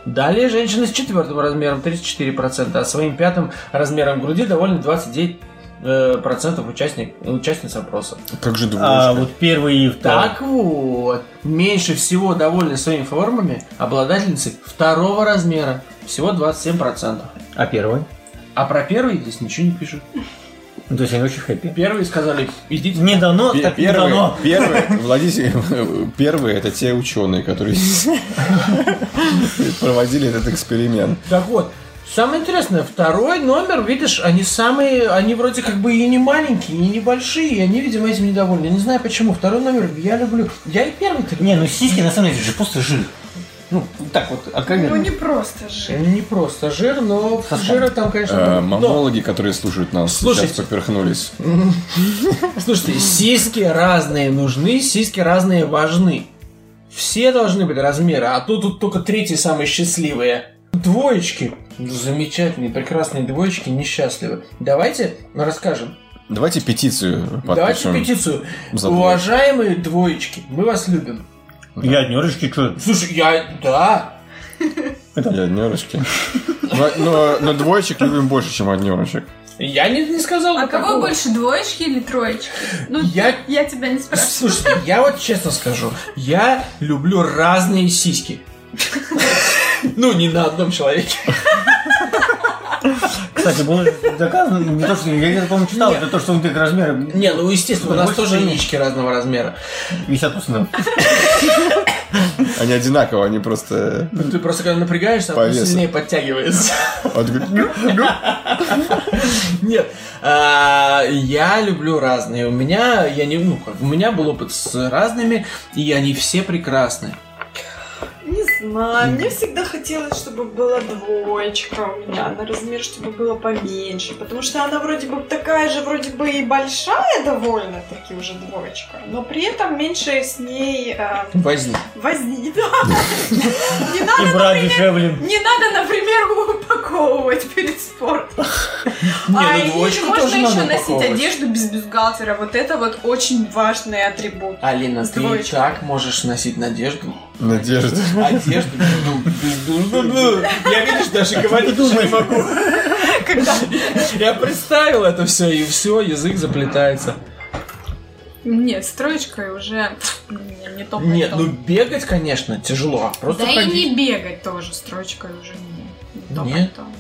[SPEAKER 2] Далее женщины с четвертым размером 34%, а своим пятым размером груди довольны 29 э, процентов участник, участниц опроса.
[SPEAKER 3] Как же
[SPEAKER 5] А
[SPEAKER 3] двоечка?
[SPEAKER 5] вот первый и второй.
[SPEAKER 2] Так вот, меньше всего довольны своими формами обладательницы второго размера, всего 27%.
[SPEAKER 5] А первый?
[SPEAKER 2] А про первый здесь ничего не пишут.
[SPEAKER 5] Ну, то есть они очень хэппи.
[SPEAKER 2] Первые сказали, идите.
[SPEAKER 5] Не дано,
[SPEAKER 3] Пе-
[SPEAKER 5] так не дано.
[SPEAKER 3] Первые, первые, владите- *laughs* первые это те
[SPEAKER 2] *laughs*
[SPEAKER 3] ученые, которые проводили этот эксперимент.
[SPEAKER 2] Так вот, самое интересное, второй номер, видишь, они самые, они вроде как бы и не маленькие, и небольшие, и они, видимо, этим недовольны. Я не знаю почему, второй номер я люблю. Я и первый-то люблю.
[SPEAKER 5] Не, ну сиськи на самом деле это же просто жир. Ну, так вот,
[SPEAKER 4] Ну,
[SPEAKER 5] откровенно.
[SPEAKER 4] не просто же.
[SPEAKER 2] Не просто жир, но жира там, конечно...
[SPEAKER 3] Э,
[SPEAKER 2] много.
[SPEAKER 3] Мамологи, которые слушают нас,
[SPEAKER 2] Слушайте.
[SPEAKER 3] сейчас поперхнулись.
[SPEAKER 2] Слушайте, сиськи разные нужны, сиськи разные важны. Все должны быть размера, а то тут только третьи самые счастливые. Двоечки. Ну, Замечательные, прекрасные двоечки, несчастливы. Давайте ну, расскажем.
[SPEAKER 3] Давайте петицию
[SPEAKER 2] Давайте
[SPEAKER 3] подпишем.
[SPEAKER 2] петицию.
[SPEAKER 3] за
[SPEAKER 2] Уважаемые двоечки, мы вас любим.
[SPEAKER 5] Я однерочки, что
[SPEAKER 2] Слушай, я... Да.
[SPEAKER 3] Я однерочки. Но, но- но двоечек любим больше, чем однерочек.
[SPEAKER 2] Я не, не сказал
[SPEAKER 4] А
[SPEAKER 2] никакого.
[SPEAKER 4] кого больше, двоечки или троечки? Ну,
[SPEAKER 2] Я-
[SPEAKER 4] я, тебя не спрашиваю.
[SPEAKER 2] Слушайте, я вот честно скажу, я люблю разные сиськи. *laughs* Ну, не на одном человеке.
[SPEAKER 5] Кстати, было доказано, не то, что я это, по-моему, читал, это то, что он их размер
[SPEAKER 2] Не, ну естественно, у нас
[SPEAKER 5] Больше
[SPEAKER 2] тоже
[SPEAKER 5] нет.
[SPEAKER 2] яички разного размера.
[SPEAKER 5] 50%.
[SPEAKER 3] Они одинаково, они просто...
[SPEAKER 2] Ну, Ты просто когда напрягаешься, оно
[SPEAKER 3] По весу.
[SPEAKER 2] сильнее подтягивается. *laughs*
[SPEAKER 3] вот говорят,
[SPEAKER 2] Нет, а, я люблю разные. У меня, я не, ну, как, у меня был опыт с разными, и они все прекрасны.
[SPEAKER 7] Не знаю, мне всегда хотелось, чтобы была двоечка у меня, на размер, чтобы было поменьше, потому что она вроде бы такая же, вроде бы и большая довольно-таки уже двоечка, но при этом меньше с ней э,
[SPEAKER 2] Возьми.
[SPEAKER 7] возни. Да. Не надо
[SPEAKER 5] И брать дешевле.
[SPEAKER 7] не
[SPEAKER 4] *laughs*
[SPEAKER 7] надо, например, упаковывать перед спортом.
[SPEAKER 2] Не,
[SPEAKER 7] А,
[SPEAKER 2] ну
[SPEAKER 7] и
[SPEAKER 2] двоечку
[SPEAKER 7] можно
[SPEAKER 2] тоже
[SPEAKER 7] еще
[SPEAKER 2] надо
[SPEAKER 7] носить
[SPEAKER 2] упаковывать.
[SPEAKER 7] одежду без бюстгальтера. Вот это вот очень важный атрибут.
[SPEAKER 4] *laughs*
[SPEAKER 2] Алина, ты и
[SPEAKER 7] Двоечка.
[SPEAKER 2] так можешь носить надежду.
[SPEAKER 3] Надежда.
[SPEAKER 2] Одежду. Я, видишь, даже говорить уже не могу. Я представил это все, и все, язык заплетается.
[SPEAKER 4] Нет, с троечкой уже м, не то не
[SPEAKER 2] Нет,
[SPEAKER 4] то.
[SPEAKER 2] ну бегать, конечно, тяжело. Просто
[SPEAKER 4] Да и
[SPEAKER 2] ходить.
[SPEAKER 4] не бегать тоже, с троечкой уже не, не то
[SPEAKER 2] Нет?
[SPEAKER 4] пальто.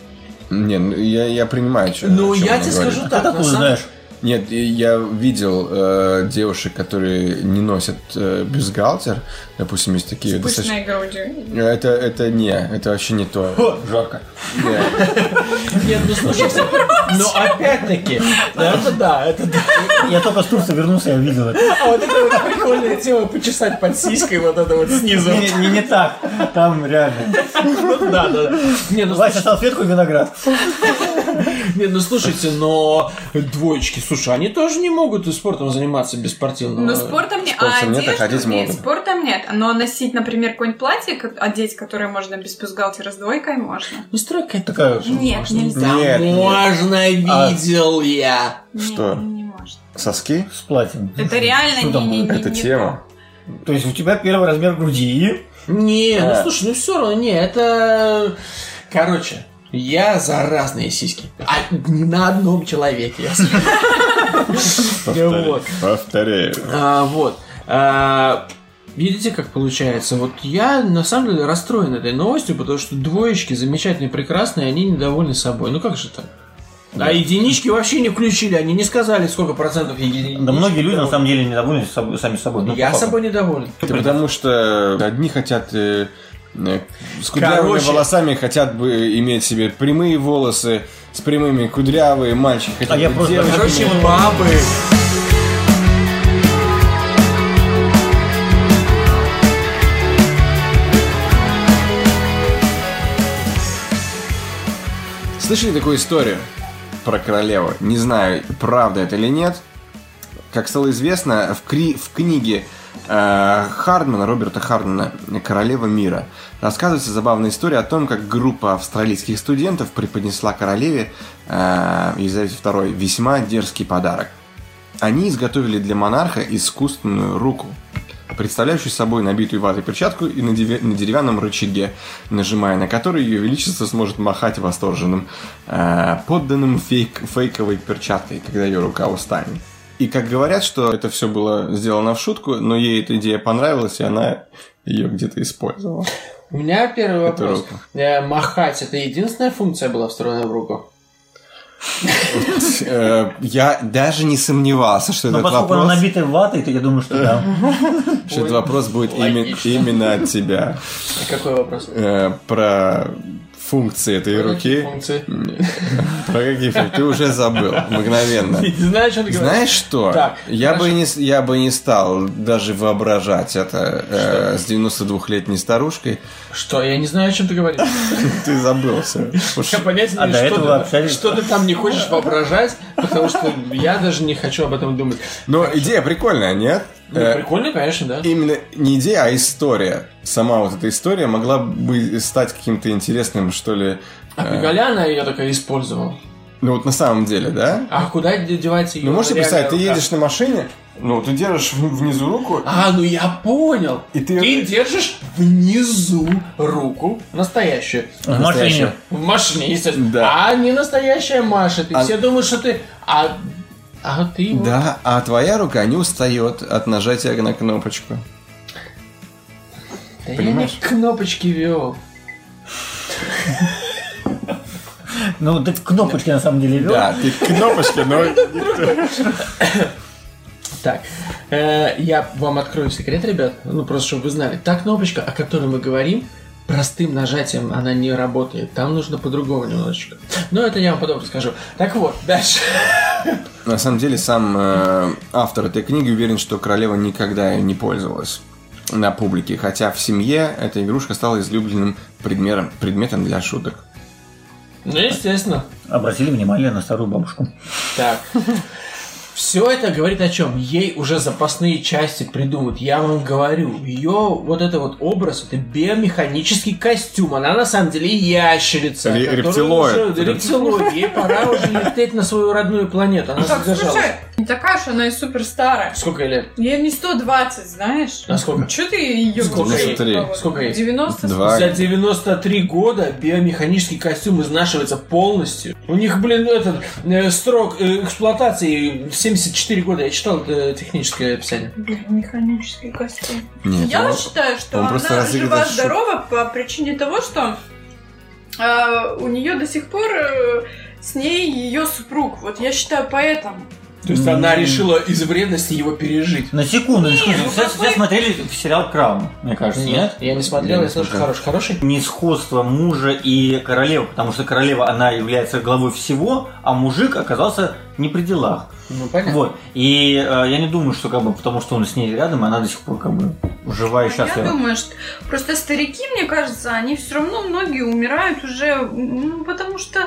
[SPEAKER 3] Не, ну, я, я принимаю, что
[SPEAKER 2] Ну, я тебе скажу
[SPEAKER 5] А ты
[SPEAKER 2] так, на
[SPEAKER 5] откуда
[SPEAKER 2] самом-
[SPEAKER 5] знаешь?
[SPEAKER 3] Нет, и я видел э, девушек, которые не носят э, бюстгальтер. Допустим, есть такие...
[SPEAKER 4] С
[SPEAKER 3] достаточно-
[SPEAKER 4] пышной грудью.
[SPEAKER 3] Это, это не, это вообще не то.
[SPEAKER 5] жарко.
[SPEAKER 3] Не.
[SPEAKER 2] Нет, ну слушайте, но *laughs* опять-таки, это да, это да.
[SPEAKER 5] Я только с Турции вернулся, я видел это.
[SPEAKER 2] А вот это вот прикольная тема, почесать под сиськой вот это вот снизу.
[SPEAKER 5] Не, не, не так, там реально.
[SPEAKER 2] ну Да, да, да. Не, ну,
[SPEAKER 5] Вася салфетку и виноград.
[SPEAKER 2] слушай- не, ну слушайте, но двоечки, слушай, они тоже не могут и спортом заниматься без спортивного.
[SPEAKER 4] Но спортом не, а
[SPEAKER 3] спортом нет, а
[SPEAKER 4] одежду
[SPEAKER 3] ходить
[SPEAKER 4] нет,
[SPEAKER 3] могут.
[SPEAKER 4] спортом нет. Но носить, например, какое-нибудь платье, ко- одеть, которое можно без бюстгальтера с двойкой, можно.
[SPEAKER 2] Ну, стройка это
[SPEAKER 5] Такая,
[SPEAKER 4] Нет, нельзя.
[SPEAKER 3] Нет, нет.
[SPEAKER 2] Можно,
[SPEAKER 5] А-
[SPEAKER 2] видел я.
[SPEAKER 4] Нет,
[SPEAKER 3] Ну Что?
[SPEAKER 4] Не можно.
[SPEAKER 3] Соски?
[SPEAKER 5] с платьем.
[SPEAKER 4] Это реально
[SPEAKER 5] Что
[SPEAKER 4] не,
[SPEAKER 5] там
[SPEAKER 4] не, не,
[SPEAKER 3] Это
[SPEAKER 4] не
[SPEAKER 3] тема.
[SPEAKER 5] То есть у тебя первый размер груди и...
[SPEAKER 2] Не, ну
[SPEAKER 3] А.
[SPEAKER 2] слушай, ну все равно, не, это... Короче, я за разные сиськи. А не на одном человеке, я скажу. Вот.
[SPEAKER 3] Повторяю.
[SPEAKER 2] А, вот. А, Видите, как получается? Вот я на самом деле расстроен этой новостью, потому что двоечки замечательные, прекрасные, они недовольны собой. Ну как же так? А единички вообще не включили, они не сказали, сколько процентов единичек.
[SPEAKER 5] Да многие люди на самом деле недовольны собой- сами собой. Ну,
[SPEAKER 2] Я
[SPEAKER 5] по факту.
[SPEAKER 2] собой недоволен.
[SPEAKER 3] Это потому что одни хотят э, э, с кудрявыми
[SPEAKER 2] Короче.
[SPEAKER 3] волосами хотят бы иметь себе прямые волосы, с прямыми кудрявые мальчики хотят
[SPEAKER 5] А я
[SPEAKER 3] быть
[SPEAKER 5] просто-
[SPEAKER 3] девочками.
[SPEAKER 2] Короче, бабы.
[SPEAKER 3] Слышали такую историю про королеву? Не знаю, правда это или нет. Как стало известно, в, кри- в книге э, Хардмана, Роберта Хардмана «Королева мира» рассказывается забавная история о том, как группа австралийских студентов преподнесла королеве э, Елизавете II весьма дерзкий подарок. Они изготовили для монарха искусственную руку, представляющую собой набитую ватой перчатку и на, деве- на деревянном рычаге, нажимая на который ее величество сможет махать восторженным э, подданным фейк- фейковой перчаткой, когда ее рука устанет. И как говорят, что это все было сделано в шутку, но ей эта идея понравилась, и она ее где-то использовала.
[SPEAKER 2] У меня первый
[SPEAKER 3] Эту
[SPEAKER 2] вопрос.
[SPEAKER 3] руку.
[SPEAKER 2] Э, Махать это единственная функция была встроена в руку?
[SPEAKER 3] Э, Я даже не сомневался, что
[SPEAKER 5] Но
[SPEAKER 3] этот
[SPEAKER 5] поскольку она
[SPEAKER 3] вопрос,
[SPEAKER 5] набитая ватой, то я думаю, что да.
[SPEAKER 3] что этот вопрос будет име-
[SPEAKER 2] Логично.
[SPEAKER 3] именно от тебя.
[SPEAKER 2] Какой вопрос?
[SPEAKER 3] Э, Про функции этой руки.
[SPEAKER 2] Функции.
[SPEAKER 3] Про какие функции? Ты уже забыл мгновенно.
[SPEAKER 2] Ты знаешь, что ты говоришь?
[SPEAKER 3] Знаешь что?
[SPEAKER 2] Так,
[SPEAKER 3] я,
[SPEAKER 2] хорошо.
[SPEAKER 3] бы и не, с- я бы не стал даже воображать это э, с 92-летней старушкой. *laughs*
[SPEAKER 2] Что? Я не знаю, о чем ты говоришь.
[SPEAKER 3] Ты забыл всё. Уж
[SPEAKER 2] Я понятия
[SPEAKER 5] А
[SPEAKER 2] не
[SPEAKER 5] до
[SPEAKER 2] что,
[SPEAKER 5] этого
[SPEAKER 2] ты,
[SPEAKER 5] общались.
[SPEAKER 2] что ты там не хочешь воображать, потому что я даже не хочу об этом думать.
[SPEAKER 3] Но Ну, идея прикольная, нет?
[SPEAKER 2] Ну,
[SPEAKER 3] Э,
[SPEAKER 2] прикольно, конечно, да.
[SPEAKER 3] Именно не идея, а история. Сама вот эта история могла бы стать каким-то интересным, что ли.
[SPEAKER 2] А
[SPEAKER 3] э,
[SPEAKER 2] Пигаляна я такая использовал.
[SPEAKER 3] ну вот на самом деле, да?
[SPEAKER 2] А куда де- девать ее?
[SPEAKER 3] Ну можете представить, ты едешь на машине, ну ты держишь в- внизу руку,
[SPEAKER 2] А, ну я понял.
[SPEAKER 3] и ты...
[SPEAKER 2] Ты держишь внизу руку настоящую.
[SPEAKER 5] В машине.
[SPEAKER 2] В машине, естественно.
[SPEAKER 3] Да.
[SPEAKER 2] А не настоящая Маша. Ты
[SPEAKER 3] А-
[SPEAKER 2] все думают, что ты... А, а ты... его-
[SPEAKER 3] Да, а твоя рука не устает от нажатия на кнопочку.
[SPEAKER 2] Да я
[SPEAKER 3] понимаешь?
[SPEAKER 2] не кнопочки вел.
[SPEAKER 5] Ну, ты кнопочки на самом деле
[SPEAKER 2] Ну.
[SPEAKER 5] вел.
[SPEAKER 3] Да, ты
[SPEAKER 2] *laughs*
[SPEAKER 3] кнопочки, но...
[SPEAKER 2] Так, э, я вам открою секрет, ребят, ну просто чтобы вы знали. Та кнопочка, о которой мы говорим, простым нажатием она не работает. Там нужно по-другому немножечко. Но это я вам потом расскажу. Так вот, дальше.
[SPEAKER 3] На самом деле, сам э, автор этой книги уверен, что королева никогда ею не пользовалась на публике, хотя в семье эта игрушка стала излюбленным предметом, предметом для шуток.
[SPEAKER 2] Ну, естественно.
[SPEAKER 5] Обратили внимание на старую бабушку.
[SPEAKER 2] Так. Все это говорит о чем? Ей уже запасные части придумают. Я вам говорю, ее вот это вот образ, это биомеханический костюм. Она на самом деле ящерица.
[SPEAKER 3] Ре-
[SPEAKER 2] которая
[SPEAKER 3] рептилоид.
[SPEAKER 2] уже- рептилоид. Ей пора уже лететь на свою родную планету. Она
[SPEAKER 4] Так,
[SPEAKER 2] задержалась.
[SPEAKER 4] Ну слушай, не такая уж она и супер старая.
[SPEAKER 2] Сколько ей лет?
[SPEAKER 4] Ей не 120, знаешь?
[SPEAKER 2] А сколько?
[SPEAKER 4] Че ты ее
[SPEAKER 2] Сколько
[SPEAKER 3] ей?
[SPEAKER 2] Сколько ей?
[SPEAKER 4] 90?
[SPEAKER 3] Два.
[SPEAKER 2] За 93 года биомеханический костюм изнашивается полностью. У них, блин, этот э, срок э, эксплуатации 74 года. Я читал это техническое описание.
[SPEAKER 6] Бля, механический костюм.
[SPEAKER 3] Нет,
[SPEAKER 4] Я
[SPEAKER 3] ну,
[SPEAKER 4] считаю, что
[SPEAKER 3] он
[SPEAKER 4] она
[SPEAKER 3] просто разыгрывает
[SPEAKER 4] жива-здорова по причине того, что э, у нее до сих пор э, с ней ее супруг. Вот я считаю поэтому.
[SPEAKER 2] То есть
[SPEAKER 5] М.
[SPEAKER 2] она решила из вредности его пережить.
[SPEAKER 5] На секундочку.
[SPEAKER 4] Не, ну
[SPEAKER 5] все,
[SPEAKER 4] какой-
[SPEAKER 5] все смотрели сериал «Краун», мне кажется, нет?
[SPEAKER 2] Я не смотрел,
[SPEAKER 3] Я
[SPEAKER 2] я,
[SPEAKER 3] не
[SPEAKER 2] слышал,
[SPEAKER 3] смотрел.
[SPEAKER 2] хороший. Хороший?
[SPEAKER 5] Несходство мужа и королевы, потому что королева, она является главой всего, а мужик оказался не при делах.
[SPEAKER 2] Ну, понятно.
[SPEAKER 5] Вот. И э, я не думаю, что как бы, потому что он с ней рядом, и она до сих пор как бы
[SPEAKER 2] А,
[SPEAKER 5] жива
[SPEAKER 6] Ну,
[SPEAKER 5] и
[SPEAKER 6] Я
[SPEAKER 5] счастлива.
[SPEAKER 6] думаю, что просто старики, мне кажется, они все равно многие умирают уже, ну, потому что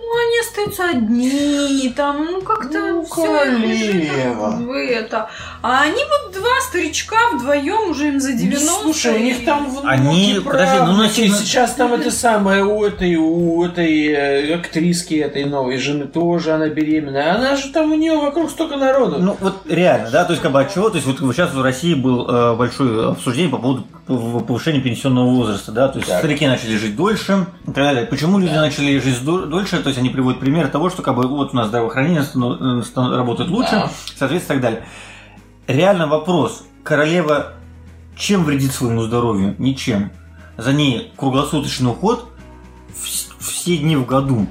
[SPEAKER 6] ну, они остаются одни, там, ну, как-то
[SPEAKER 2] Ну,
[SPEAKER 6] всё их лежит
[SPEAKER 2] королева.
[SPEAKER 6] в это. А они вот два старичка вдвоем уже им за 90.
[SPEAKER 2] Ну, Слушай, у них там внуки,
[SPEAKER 5] Они- подожди, ну,
[SPEAKER 2] правнуки.
[SPEAKER 5] ну,
[SPEAKER 2] сейчас там это самое у этой, у этой э, актриски, этой новой жены тоже она беременная. Она же там у нее вокруг столько народу.
[SPEAKER 5] Ну вот реально, да, то есть как бы от чего, то есть вот сейчас в России был э, большое обсуждение по поводу пов- повышения пенсионного возраста, да, то есть
[SPEAKER 2] Так.
[SPEAKER 5] старики начали жить дольше и так далее. Почему люди начали жить до- дольше, то есть они приводят пример того, что как бы вот у нас здравоохранение станов- э, стан- работает лучше,
[SPEAKER 2] Да.
[SPEAKER 5] соответственно, и так далее. Реально вопрос, королева чем вредит своему здоровью? Ничем. За ней круглосуточный уход вс- все дни в году.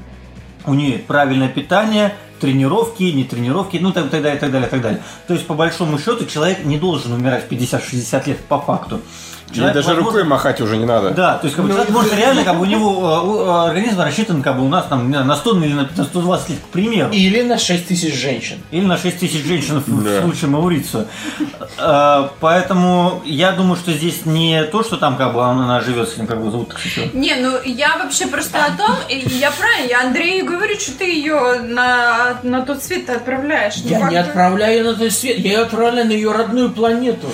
[SPEAKER 5] У нее правильное питание, тренировки, не тренировки, ну так, так далее, так далее, так далее. То есть, по большому счету, человек не должен умирать в 50-60 лет по факту.
[SPEAKER 3] ей
[SPEAKER 5] Человек,
[SPEAKER 3] даже
[SPEAKER 5] возможно-
[SPEAKER 3] рукой махать уже не надо.
[SPEAKER 5] Да, то есть, как бы,
[SPEAKER 2] Ну,
[SPEAKER 5] человек может реально, как бы, у него э, у, э, организм рассчитан, как бы, у нас там не знаю, на 100 или на 120 лет, к примеру.
[SPEAKER 2] Или на 6 тысяч женщин.
[SPEAKER 5] Или на 6 тысяч женщин в-
[SPEAKER 3] Да.
[SPEAKER 5] в случае Маурицио. Э, Поэтому я думаю, что здесь не то, что там как бы она живет с ним, как бы зовут так еще.
[SPEAKER 4] Не, ну я вообще просто о том, и я правильно, я Андрею говорю, что ты ее на, на тот свет отправляешь. Ну,
[SPEAKER 2] Я не
[SPEAKER 4] как-то-
[SPEAKER 2] отправляю ее на тот свет, я ее отправляю на ее родную
[SPEAKER 5] *laughs*
[SPEAKER 2] планету.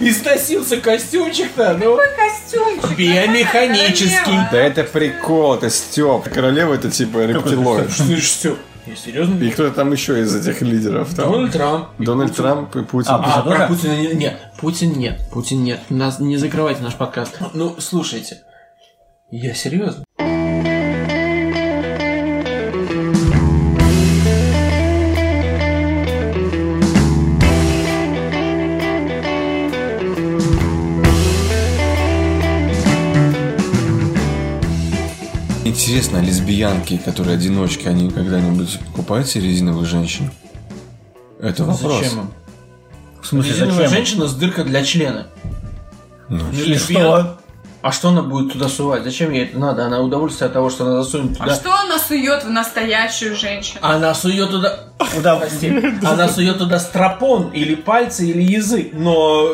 [SPEAKER 2] Истосился костюмчик-то, ну,
[SPEAKER 4] Костюмчик.
[SPEAKER 2] Биомеханический.
[SPEAKER 4] какая
[SPEAKER 3] Да
[SPEAKER 4] королева.
[SPEAKER 3] это прикол, это Степ. Королева это типа рептилоид.
[SPEAKER 2] что ты ж все. Я серьезно?
[SPEAKER 3] И кто-то там еще из этих лидеров. там.
[SPEAKER 2] Дональд Трамп.
[SPEAKER 3] Дональд Трамп и Путин.
[SPEAKER 5] А,
[SPEAKER 2] А,
[SPEAKER 5] Тоже?
[SPEAKER 2] про Путина не- нет. Путин нет. Путин нет. Нас не закрывайте наш подкаст. Ну, слушайте. Я серьезно.
[SPEAKER 3] Интересно, а лесбиянки, которые одиночки, они когда-нибудь покупают себе резиновых женщин? Это вопрос.
[SPEAKER 2] Зачем им?
[SPEAKER 5] В смысле,
[SPEAKER 2] Резиновая
[SPEAKER 5] зачем?
[SPEAKER 2] женщина с дыркой для члена.
[SPEAKER 3] Ну,
[SPEAKER 2] Ну,
[SPEAKER 5] И
[SPEAKER 2] лесбиян-
[SPEAKER 5] что?
[SPEAKER 2] А что она будет туда сувать? Зачем ей это надо? Она удовольствие от того, что она засунет
[SPEAKER 4] А
[SPEAKER 2] туда.
[SPEAKER 4] что она сует в настоящую женщину?
[SPEAKER 2] Она сует туда... Куда? Она сует туда стропон или пальцы или язык. Но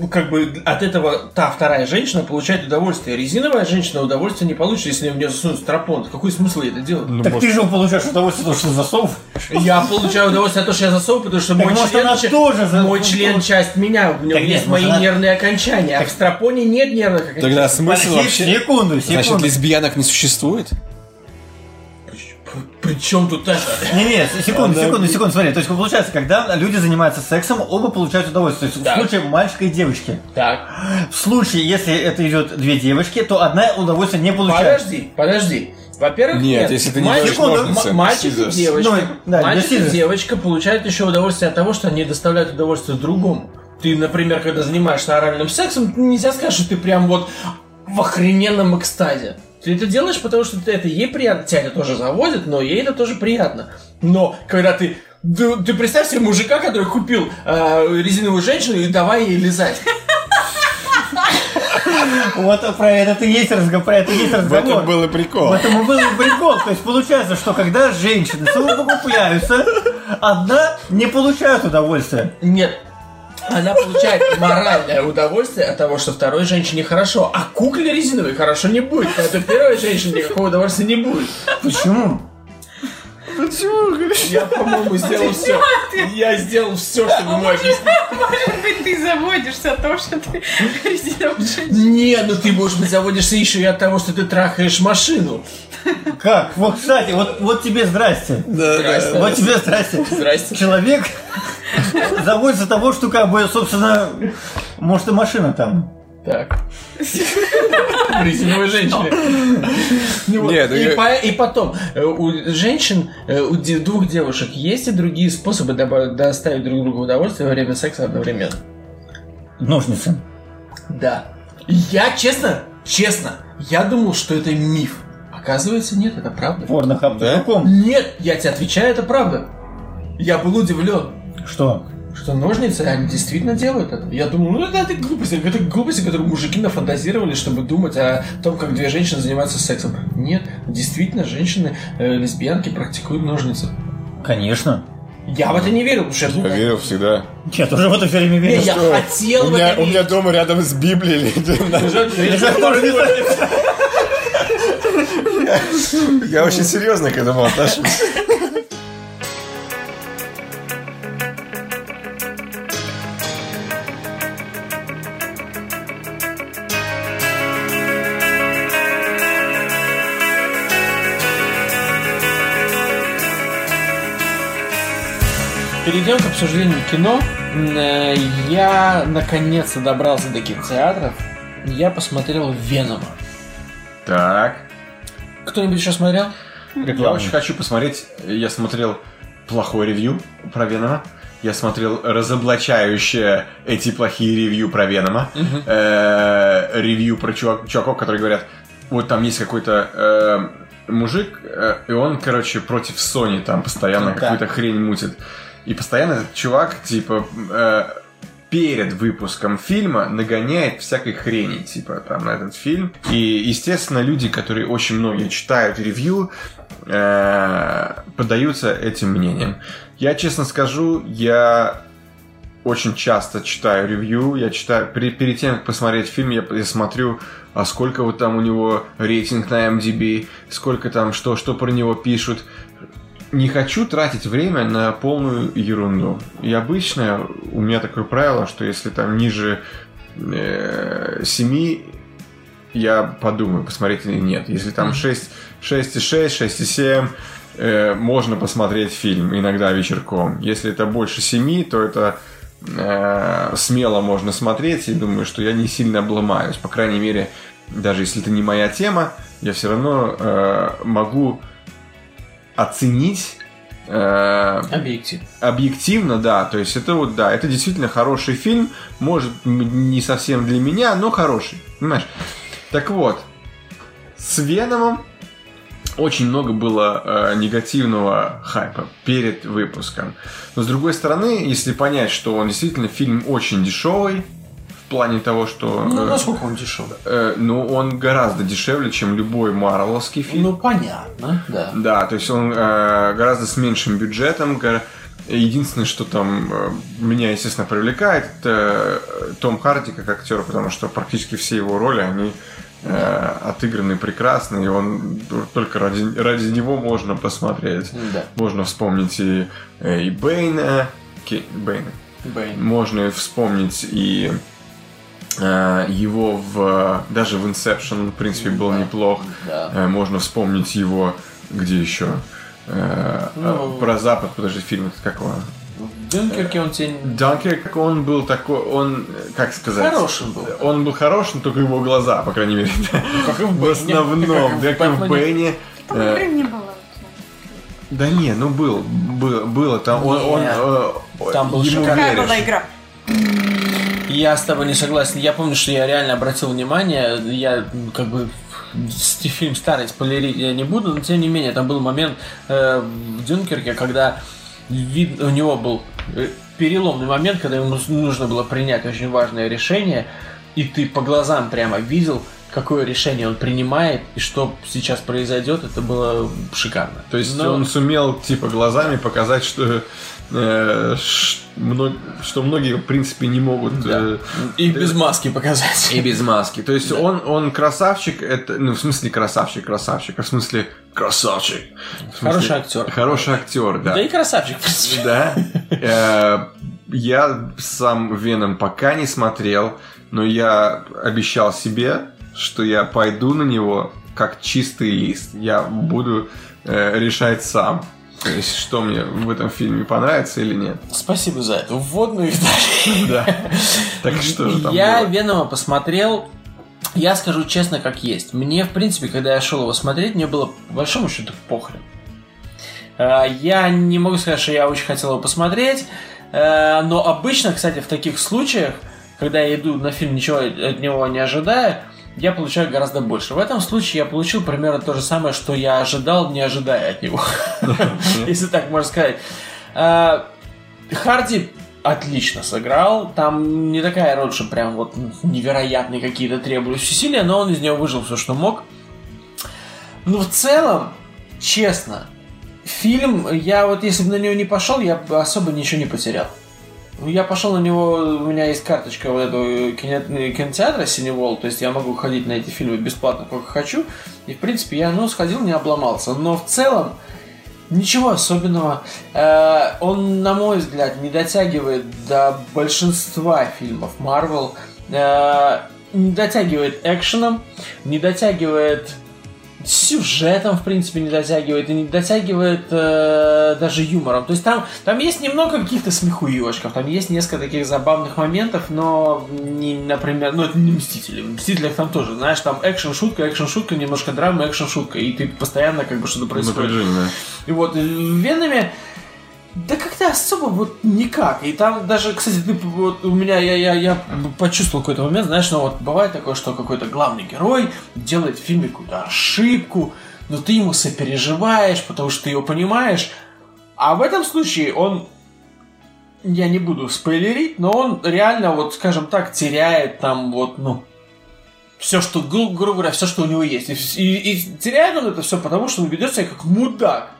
[SPEAKER 2] э, как бы от этого та вторая женщина получает удовольствие. Резиновая женщина удовольствие не получит, если в нее засунут стропон. Какой смысл ей это делать?
[SPEAKER 3] Ну,
[SPEAKER 5] Так
[SPEAKER 3] может,
[SPEAKER 5] ты же получаешь удовольствие, потому что засов.
[SPEAKER 2] Я получаю удовольствие от того, что я засовываю, потому что
[SPEAKER 5] Так
[SPEAKER 2] мой
[SPEAKER 5] может,
[SPEAKER 2] член...
[SPEAKER 5] она
[SPEAKER 2] ча-
[SPEAKER 5] тоже за-
[SPEAKER 2] Мой член часть меня, у него
[SPEAKER 5] Так нет,
[SPEAKER 2] есть
[SPEAKER 5] может,
[SPEAKER 2] мои
[SPEAKER 5] она-
[SPEAKER 2] нервные окончания, а в стропоне нет нервных окончаний.
[SPEAKER 3] Тогда смысл
[SPEAKER 5] Подожди,
[SPEAKER 3] вообще...
[SPEAKER 5] Секунду,
[SPEAKER 3] Значит,
[SPEAKER 5] секунду.
[SPEAKER 3] лесбиянок не существует?
[SPEAKER 2] При чем тут это?
[SPEAKER 5] Не-не, секунду, секунду, секунду, смотри. То есть получается, когда люди занимаются сексом, оба получают удовольствие. То есть
[SPEAKER 2] Да.
[SPEAKER 5] в случае мальчика и девочки.
[SPEAKER 2] Так,
[SPEAKER 5] В случае, если это идет две девочки, то одна удовольствие не получает.
[SPEAKER 2] подожди, подожди. Во-первых,
[SPEAKER 3] Нет, если ты не
[SPEAKER 2] мальчик,
[SPEAKER 3] делаешь ножницы,
[SPEAKER 2] м- мальчик и
[SPEAKER 3] scissors.
[SPEAKER 2] девочка,
[SPEAKER 5] Ну, да,
[SPEAKER 2] мальчик
[SPEAKER 5] для
[SPEAKER 2] и
[SPEAKER 5] scissors.
[SPEAKER 2] девочка получают еще удовольствие от того, что они доставляют удовольствие другому. Ты, например, когда занимаешься оральным сексом, нельзя сказать, что ты прям вот в охрененном экстазе. Ты это делаешь, потому что ты это ей приятно, тебя это тоже заводит, но ей это тоже приятно. Но когда ты ты, ты представь себе мужика, который купил э, резиновую женщину и давай ей лизать.
[SPEAKER 5] Вот про это и есть разговор, про это и есть
[SPEAKER 3] В
[SPEAKER 5] разговор.
[SPEAKER 3] этом был и
[SPEAKER 5] В
[SPEAKER 3] прикол.
[SPEAKER 5] этом и был и прикол. То есть получается, что когда женщины совокупляются, одна не получает удовольствия.
[SPEAKER 2] Нет. Она получает моральное удовольствие от того, что второй женщине хорошо, а кукле резиновой хорошо не будет, поэтому первой женщине никакого удовольствия не будет.
[SPEAKER 5] Почему?
[SPEAKER 2] Я, по-моему, сделал все. Я сделал все, чтобы мой объяснить.
[SPEAKER 4] Может быть, ты заводишься от того, что ты резиновая женщина.
[SPEAKER 2] Не, ну ты, может быть, заводишься еще и от того, что ты трахаешь машину.
[SPEAKER 5] Как? Вот, кстати, вот, вот тебе здрасте.
[SPEAKER 2] Здрасте.
[SPEAKER 5] Вот тебе здрасте.
[SPEAKER 2] Здрасте.
[SPEAKER 5] Человек заводится того, что как бы, собственно, может и машина там.
[SPEAKER 2] Так. Резиновая женщина. Ну вот,
[SPEAKER 3] Нет,
[SPEAKER 2] и,
[SPEAKER 3] я-
[SPEAKER 2] по- и потом, э, у женщин, э, у де- двух девушек есть и другие способы добав- доставить друг другу удовольствие во время секса одновременно.
[SPEAKER 5] Ножницы.
[SPEAKER 2] Да. Я, честно, честно, я думал, что это миф. Оказывается, нет, это правда.
[SPEAKER 5] Порнохаб.
[SPEAKER 3] Да?
[SPEAKER 5] Каком?
[SPEAKER 2] Нет, я тебе отвечаю, это правда. Я был удивлен,
[SPEAKER 5] Что?
[SPEAKER 2] что ножницы, они действительно делают это. Я думал, ну это, это глупость, это глупость, которую мужики нафантазировали, чтобы думать о том, как две женщины занимаются сексом. Нет, действительно, женщины, э, лесбиянки практикуют ножницы.
[SPEAKER 5] Конечно.
[SPEAKER 2] Я в это не верил, потому что я
[SPEAKER 3] Я
[SPEAKER 2] думал...
[SPEAKER 3] верил всегда.
[SPEAKER 5] Я тоже в это все время
[SPEAKER 2] Не,
[SPEAKER 5] верю.
[SPEAKER 2] я
[SPEAKER 3] что?
[SPEAKER 2] хотел
[SPEAKER 3] у,
[SPEAKER 2] в
[SPEAKER 3] меня,
[SPEAKER 2] это
[SPEAKER 3] у меня
[SPEAKER 2] верить.
[SPEAKER 3] дома рядом с Библией лежит.
[SPEAKER 5] Я тоже не знаю.
[SPEAKER 3] Я очень серьезно к этому отношусь.
[SPEAKER 2] Перейдем к обсуждению кино. М, э, Я наконец-то добрался до кинотеатров. Я посмотрел Венома.
[SPEAKER 3] Так.
[SPEAKER 2] Кто-нибудь еще смотрел?
[SPEAKER 3] Я очень хочу посмотреть. Я смотрел плохое ревью про Венома. Я смотрел разоблачающее эти плохие ревью про Венома. Э, Ревью про чувак- чуваков, которые говорят, вот там есть какой-то э, мужик, э, и он, короче, против Sony там
[SPEAKER 2] Да.
[SPEAKER 3] постоянно какую-то хрень мутит. И постоянно этот чувак, типа, э, перед выпуском фильма нагоняет всякой хрени, типа, там, на этот фильм. И, естественно, люди, которые очень многие читают ревью, э, поддаются этим мнениям. Я, честно скажу, я очень часто читаю ревью, я читаю, пере- перед тем, как посмотреть фильм, я, я смотрю, а сколько вот там у него рейтинг на MDB, сколько там, что, что про него пишут. Не хочу тратить время на полную ерунду. И обычно у меня такое правило, что если там ниже э, 7, я подумаю, посмотреть или нет. Если там 6, 6,6, 6,7, э, можно посмотреть фильм иногда вечерком. Если это больше 7, то это э, смело можно смотреть, и думаю, что я не сильно обломаюсь. По крайней мере, даже если это не моя тема, я все равно э, могу оценить э,
[SPEAKER 2] Объектив.
[SPEAKER 3] объективно, да, то есть это вот, да, это действительно хороший фильм, может, м, не совсем для меня, но хороший, понимаешь? Так вот, с Веномом очень много было э, негативного хайпа перед выпуском. Но с другой стороны, если понять, что он действительно фильм очень дешевый, в плане того, что...
[SPEAKER 8] Ну,
[SPEAKER 3] э,
[SPEAKER 8] насколько он дешевый?
[SPEAKER 3] э, ну, он гораздо дешевле, чем любой марвеловский фильм.
[SPEAKER 8] Ну, понятно, да.
[SPEAKER 3] Да, то есть он э, гораздо с меньшим бюджетом. гора- Единственное, что там э, меня, естественно, привлекает, это э, Том Харди как актер, потому что практически все его роли, они э, отыграны прекрасно, и он только ради, ради него можно посмотреть.
[SPEAKER 8] Да.
[SPEAKER 3] Можно вспомнить и, э, и Бэйна, Ке- Бэйна.
[SPEAKER 8] Бэйн.
[SPEAKER 3] Можно и вспомнить и э, его в... Даже в Inception, в принципе, был
[SPEAKER 8] Да.
[SPEAKER 3] неплох.
[SPEAKER 8] Да.
[SPEAKER 3] Э, Можно вспомнить его, где еще? Э,
[SPEAKER 8] Ну,
[SPEAKER 3] э, Про Запад, подожди, фильм этот как он?
[SPEAKER 8] В Дюнкерке он тебе не-
[SPEAKER 3] Данкерк, он был такой, он, э, как сказать?
[SPEAKER 8] хорошим был.
[SPEAKER 3] Он был хорошим, только его глаза, по крайней мере.
[SPEAKER 8] Как и в
[SPEAKER 3] В
[SPEAKER 8] Бэйне.
[SPEAKER 3] основном, да, как в
[SPEAKER 8] Бэтмене.
[SPEAKER 3] Бэйне.
[SPEAKER 6] Там
[SPEAKER 3] Э,
[SPEAKER 6] игры не было.
[SPEAKER 3] Да не, ну был, был, было, там он, он,
[SPEAKER 8] Не.
[SPEAKER 3] э,
[SPEAKER 8] Ну, Там был
[SPEAKER 3] ему
[SPEAKER 8] шикарный-
[SPEAKER 7] Какая
[SPEAKER 3] веришь.
[SPEAKER 7] была игра?
[SPEAKER 8] Я с тобой не согласен. Я помню, что я реально обратил внимание. Я ну, как бы ст- фильм старый, спойлерить я не буду, но тем не менее, там был момент э, в Дюнкерке, когда вид- у него был э, переломный момент, когда ему с- нужно было принять очень важное решение, и ты по глазам прямо видел, какое решение он принимает и что сейчас произойдет. Это было шикарно.
[SPEAKER 3] То есть
[SPEAKER 8] Но-
[SPEAKER 3] он сумел типа глазами показать, что э, ш- мно- что многие в принципе не могут
[SPEAKER 8] Да.
[SPEAKER 3] э,
[SPEAKER 8] и без маски показать.
[SPEAKER 3] и без маски. То есть он он красавчик, это ну в смысле красавчик, красавчик, а в смысле красавчик. В смысле,
[SPEAKER 8] Хороший актер.
[SPEAKER 3] Хороший актер, да.
[SPEAKER 8] Да и красавчик, *laughs* в принципе.
[SPEAKER 3] Да. Э, Я сам Веном пока не смотрел, но я обещал себе, что я пойду на него как чистый лист. Я буду э, решать сам. То есть, что мне в этом фильме понравится или нет.
[SPEAKER 8] Спасибо за эту вводную, Виталий.
[SPEAKER 3] Да. Так что же там
[SPEAKER 8] Я
[SPEAKER 3] было?
[SPEAKER 8] Венома посмотрел, я скажу честно, как есть. Мне, в принципе, когда я шел его смотреть, мне было по большому счету похрен. Э, Я не могу сказать, что я очень хотел его посмотреть, э, но обычно, кстати, в таких случаях, когда я иду на фильм, ничего от него не ожидая, я получаю гораздо больше. В этом случае я получил примерно то же самое, что я ожидал, не ожидая от него. *laughs* Если так можно сказать. Э, Харди отлично сыграл. Там не такая роль, что прям вот невероятные какие-то требуются усилия, но он из нее выжил все, что мог. Но в целом, честно, фильм, я вот если бы на него не пошел, я бы особо ничего не потерял. Ну, Я пошел на него, у меня есть карточка вот этого кино- кинотеатра Синевол, то есть я могу ходить на эти фильмы бесплатно, сколько хочу. И, в принципе, я, ну, сходил, не обломался. Но в целом, ничего особенного. Э, он, на мой взгляд, не дотягивает до большинства фильмов Марвел. Э, не дотягивает экшеном, не дотягивает сюжетом, в принципе, не дотягивает, и не дотягивает э, даже юмором. То есть там, там есть немного каких-то смехуёчков, там есть несколько таких забавных моментов, но, не, например, ну это не Мстители. В Мстителях там тоже, знаешь, там экшн-шутка, экшн-шутка, немножко драма, экшн-шутка, и ты постоянно как бы что-то происходит.
[SPEAKER 3] Напряжение, да.
[SPEAKER 8] И вот в Веноме да как-то особо вот никак. И там даже, кстати, ты п- вот у меня я, я, я почувствовал какой-то момент, знаешь, ну вот бывает такое, что какой-то главный герой делает в фильме какую-то ошибку, но ты ему сопереживаешь, потому что ты его понимаешь. А в этом случае он я не буду спойлерить, но он реально, вот, скажем так, теряет там вот, ну, все, что, гру- грубо говоря, все, что у него есть. И, вс- и- и теряет он это все, потому что он ведет себя как мудак.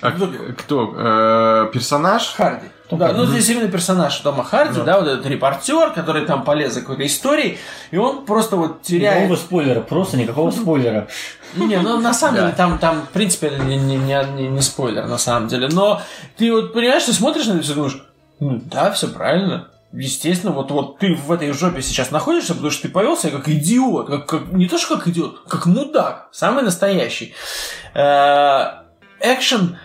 [SPEAKER 3] А
[SPEAKER 8] Ну,
[SPEAKER 3] к- кто? э, персонаж?
[SPEAKER 8] Харди. Да, ну здесь именно персонаж Тома Харди, да. вот этот репортер, который там полез за какой-то историей, и он просто вот
[SPEAKER 5] Никакого
[SPEAKER 8] теряет...
[SPEAKER 5] спойлера, просто никакого спойлера.
[SPEAKER 8] Не, ну на самом
[SPEAKER 3] Да.
[SPEAKER 8] деле там, там, в принципе, это не, не- не- не- не спойлер на самом деле, но ты вот понимаешь, ты смотришь на это всё и думаешь, ну да, все правильно. Естественно, вот, вот ты в этой жопе сейчас находишься, потому что ты повел себя как идиот, как, как- не то что как идиот, как мудак, самый настоящий. Э, Экшен,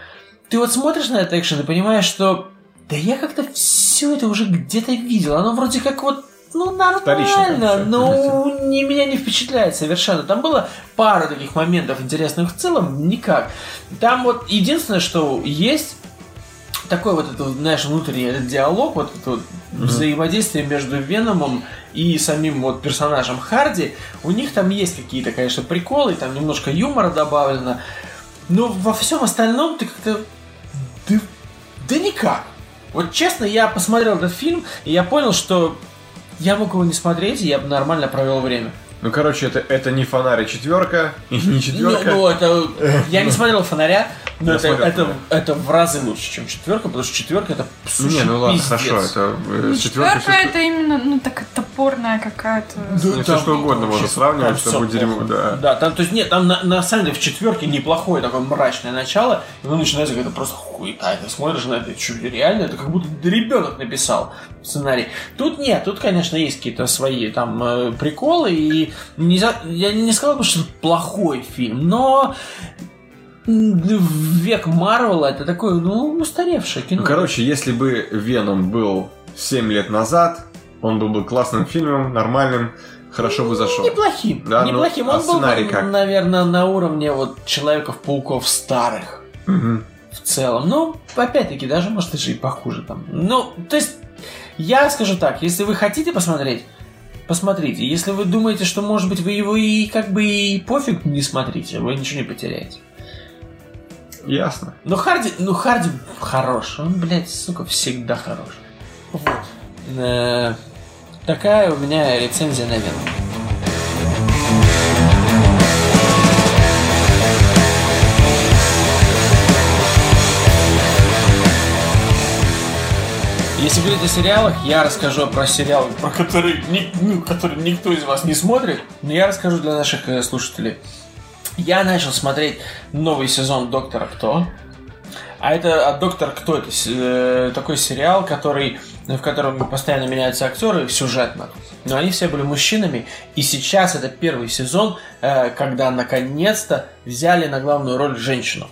[SPEAKER 8] ты вот смотришь на этот экшен и понимаешь, что да я как-то все это уже где-то видел, оно вроде как вот ну
[SPEAKER 3] Вторично,
[SPEAKER 8] нормально,
[SPEAKER 3] короче,
[SPEAKER 8] но не, меня не впечатляет совершенно. Там было пара таких моментов интересных в целом, никак. Там вот единственное, что есть, такой вот этот, знаешь, внутренний этот диалог, вот это вот взаимодействие между Веномом и самим вот персонажем Харди, у них там есть какие-то, конечно, приколы, там немножко юмора добавлено, но во всем остальном ты как-то... Да, да никак. Вот честно, я посмотрел этот фильм, и я понял, что Я мог его не смотреть, и я бы нормально провел время.
[SPEAKER 9] Ну, короче, это, это не фонарь, а четверка. *laughs* И не
[SPEAKER 8] Не,
[SPEAKER 9] четверка.
[SPEAKER 8] ну, это...
[SPEAKER 9] *laughs*
[SPEAKER 8] Я не смотрел фонаря, но
[SPEAKER 9] Я
[SPEAKER 8] это,
[SPEAKER 9] смотрел
[SPEAKER 8] это,
[SPEAKER 9] «Фонарь».
[SPEAKER 8] это в разы лучше, чем четверка, потому что четверка это сущий
[SPEAKER 9] Не, ну ладно,
[SPEAKER 8] пиздец. Ну,
[SPEAKER 9] хорошо, это
[SPEAKER 4] Ну,
[SPEAKER 9] э, с четверкой
[SPEAKER 6] Четверка
[SPEAKER 9] всё-
[SPEAKER 6] это именно, ну, так топорная какая-то.
[SPEAKER 8] Да,
[SPEAKER 9] Ну, всё
[SPEAKER 8] там
[SPEAKER 9] что угодно
[SPEAKER 8] вообще
[SPEAKER 9] можно сравнивать,
[SPEAKER 8] там
[SPEAKER 9] что
[SPEAKER 8] всё
[SPEAKER 9] будет дерьмо,
[SPEAKER 8] плохо.
[SPEAKER 9] да.
[SPEAKER 8] Да, там, то есть, нет, там на, на самом деле в четверке неплохое такое мрачное начало, и ну, начинается какая-то просто хуета, и ты смотришь на это, что реально, это как будто ребенок написал сценарий. Тут нет, тут, конечно, есть какие-то свои там э, приколы, и нельзя, я не сказал бы, что это плохой фильм, но м, в век Марвела это такое, ну, устаревшее кино.
[SPEAKER 9] Ну, короче, если бы Веном был 7 лет назад, он был бы классным фильмом, нормальным, хорошо
[SPEAKER 8] Ну,
[SPEAKER 9] бы зашел.
[SPEAKER 8] Неплохим.
[SPEAKER 9] Да, ну,
[SPEAKER 8] неплохим.
[SPEAKER 9] а
[SPEAKER 8] Он был,
[SPEAKER 9] сценарий как?
[SPEAKER 8] наверное, на уровне вот Человеков-пауков старых
[SPEAKER 9] Мгм.
[SPEAKER 8] в целом. Ну, опять-таки, даже, может, даже и похуже там. Ну, то есть, я скажу так, если вы хотите посмотреть, посмотрите. Если вы думаете, что, может быть, вы его и как бы и пофиг не смотрите, вы ничего не потеряете.
[SPEAKER 9] Ясно.
[SPEAKER 8] Но Харди, ну Харди хорош. Он, блядь, сука, всегда хорош. Вот. Э, такая у меня рецензия на Веном. Если говорить о сериалах, я расскажу про сериал, про который, ни- ну, который никто из вас не смотрит, но я расскажу для наших э, слушателей. Я начал смотреть новый сезон Доктора Кто. А это а Доктор Кто это с- э, такой сериал, который в котором постоянно меняются актеры сюжетно, но они все были мужчинами, и сейчас это первый сезон, э, когда наконец-то взяли на главную роль женщину.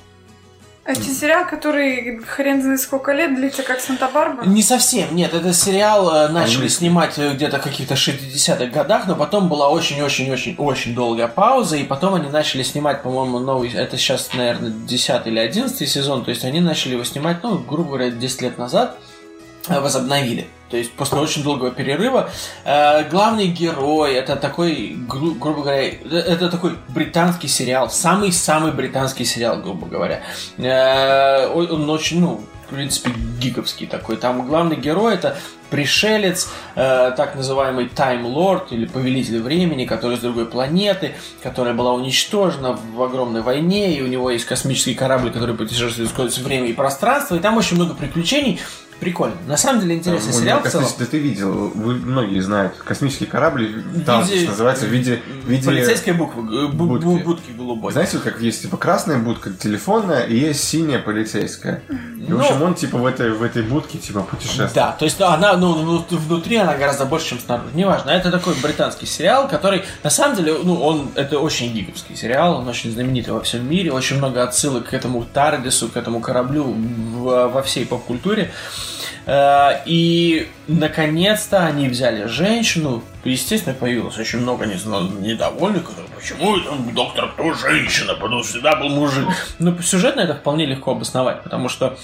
[SPEAKER 6] Это сериал, который хрен знает сколько лет длится, как Санта-Барбара.
[SPEAKER 8] Не совсем, нет, этот сериал э, начали
[SPEAKER 9] Английский.
[SPEAKER 8] снимать э, где-то в каких-то 60-х годах, но потом была очень-очень-очень-очень долгая пауза, и потом они начали снимать, по-моему, новый, это сейчас, наверное, 10 или 11 сезон, то есть они начали его снимать, ну, грубо говоря, 10 лет назад, э, возобновили. То есть после очень долгого перерыва Э, главный герой это такой, гру- грубо говоря, э, это такой британский сериал, самый-самый британский сериал, грубо говоря. Э, о- Он очень, ну, в принципе, гиковский такой. Там главный герой это пришелец, э, так называемый Time Lord или повелитель времени, который с другой планеты, которая была уничтожена в огромной войне, и у него есть космический корабль, который путешествует сквозь время и пространство, и там очень много приключений. Прикольно. На самом деле интересный
[SPEAKER 9] У меня
[SPEAKER 8] сериал в целом.
[SPEAKER 9] космический- Да ты видел, вы- многие знают, космический корабль, там
[SPEAKER 8] В виде-
[SPEAKER 9] называется в виде... в виде-
[SPEAKER 8] Полицейская буква. э, бу- бу-
[SPEAKER 9] будки.
[SPEAKER 8] Будки, голубой.
[SPEAKER 9] Знаете, вот как есть типа красная будка телефонная и есть синяя полицейская. И,
[SPEAKER 8] Ну,
[SPEAKER 9] в общем, он типа в этой, в этой будке типа путешествует.
[SPEAKER 8] да, то есть ну, она, ну, вну- внутри она гораздо больше, чем снаружи. Неважно, это такой британский сериал, который, на самом деле, ну, он, это очень гиковский сериал, он очень знаменитый во всем мире, очень много отсылок к этому Тардису, к этому кораблю в- во всей поп-культуре. Э, И, наконец-то, они взяли женщину, Естественно, появилось очень много не знаю, недовольных, которые, почему это доктор кто женщина, потому что всегда был мужик. Но сюжетно это вполне легко обосновать, потому что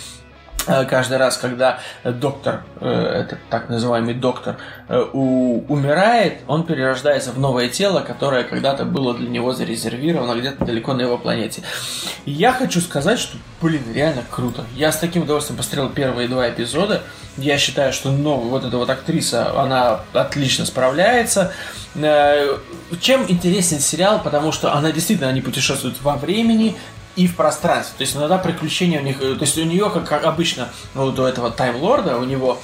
[SPEAKER 8] э, каждый раз, когда э, доктор, э, этот так называемый доктор, э, у- умирает, он перерождается в новое тело, которое когда-то было для него зарезервировано где-то далеко на его планете. И Я хочу сказать, что, блин, реально круто. Я с таким удовольствием посмотрел первые два эпизода. Я считаю, что новая вот эта вот актриса, она отлично справляется. Э, Чем интересен сериал, потому что она действительно, они путешествуют во времени, и в пространстве. То есть иногда приключения у них... э, То есть у нее, как, как обычно, ну, вот у этого таймлорда, у него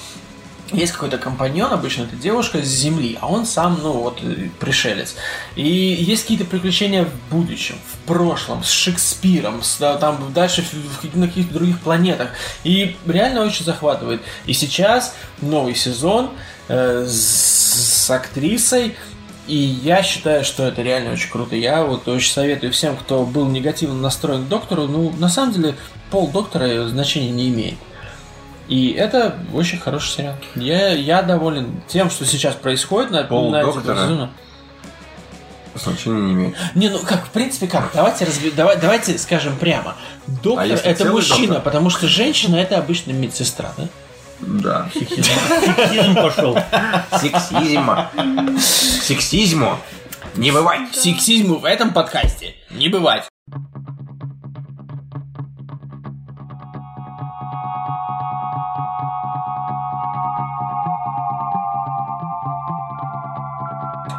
[SPEAKER 8] есть какой-то компаньон, обычно это девушка с Земли, а он сам, ну вот, э, пришелец. И есть какие-то приключения в будущем, в прошлом, с Шекспиром, с, да, там дальше в- в- на каких-то других планетах. И реально очень захватывает. И сейчас новый сезон э, с, с актрисой, и я считаю, что это реально очень круто. Я вот очень советую всем, кто был негативно настроен к доктору, ну, на самом деле, пол доктора значения не имеет. И это очень хороший сериал. Я, я доволен тем, что сейчас происходит на,
[SPEAKER 9] Пол
[SPEAKER 8] на
[SPEAKER 9] доктора?
[SPEAKER 8] этом сезоне.
[SPEAKER 9] Значения не имеет.
[SPEAKER 8] Не, ну как, в принципе, как? Давайте, разби- давай- давайте скажем прямо. Доктор
[SPEAKER 9] А если
[SPEAKER 8] это
[SPEAKER 9] целый
[SPEAKER 8] мужчина,
[SPEAKER 9] доктор?
[SPEAKER 8] потому что женщина это обычно медсестра, да?
[SPEAKER 9] Да.
[SPEAKER 5] Сексизм пошел.
[SPEAKER 9] Сексизма. Сексизму. Не бывает.
[SPEAKER 8] Сексизму в этом подкасте не бывать.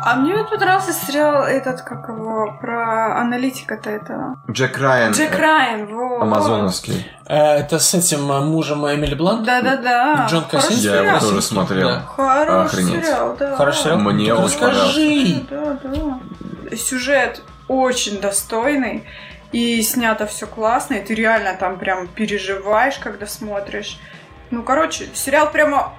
[SPEAKER 10] А мне вот понравился сериал этот, как его, про аналитика-то этого.
[SPEAKER 3] Джек Райан.
[SPEAKER 10] Джек
[SPEAKER 3] э,
[SPEAKER 10] Райан, вот.
[SPEAKER 3] Амазоновский.
[SPEAKER 8] Э, Это с этим э, мужем Эмили Блант?
[SPEAKER 10] Да-да-да.
[SPEAKER 8] Джон
[SPEAKER 4] Ну,
[SPEAKER 10] Хороший
[SPEAKER 8] Кассин?
[SPEAKER 3] Я его
[SPEAKER 10] сериал.
[SPEAKER 3] тоже смотрел.
[SPEAKER 8] Да.
[SPEAKER 10] Хороший
[SPEAKER 3] Охренеть.
[SPEAKER 10] сериал, да.
[SPEAKER 8] Хороший сериал?
[SPEAKER 3] Мне
[SPEAKER 8] Так
[SPEAKER 3] очень понравился.
[SPEAKER 8] Расскажи.
[SPEAKER 10] Да, да.
[SPEAKER 4] Сюжет очень достойный. И снято все классно, и ты реально там прям переживаешь, когда смотришь. Ну, короче, сериал прямо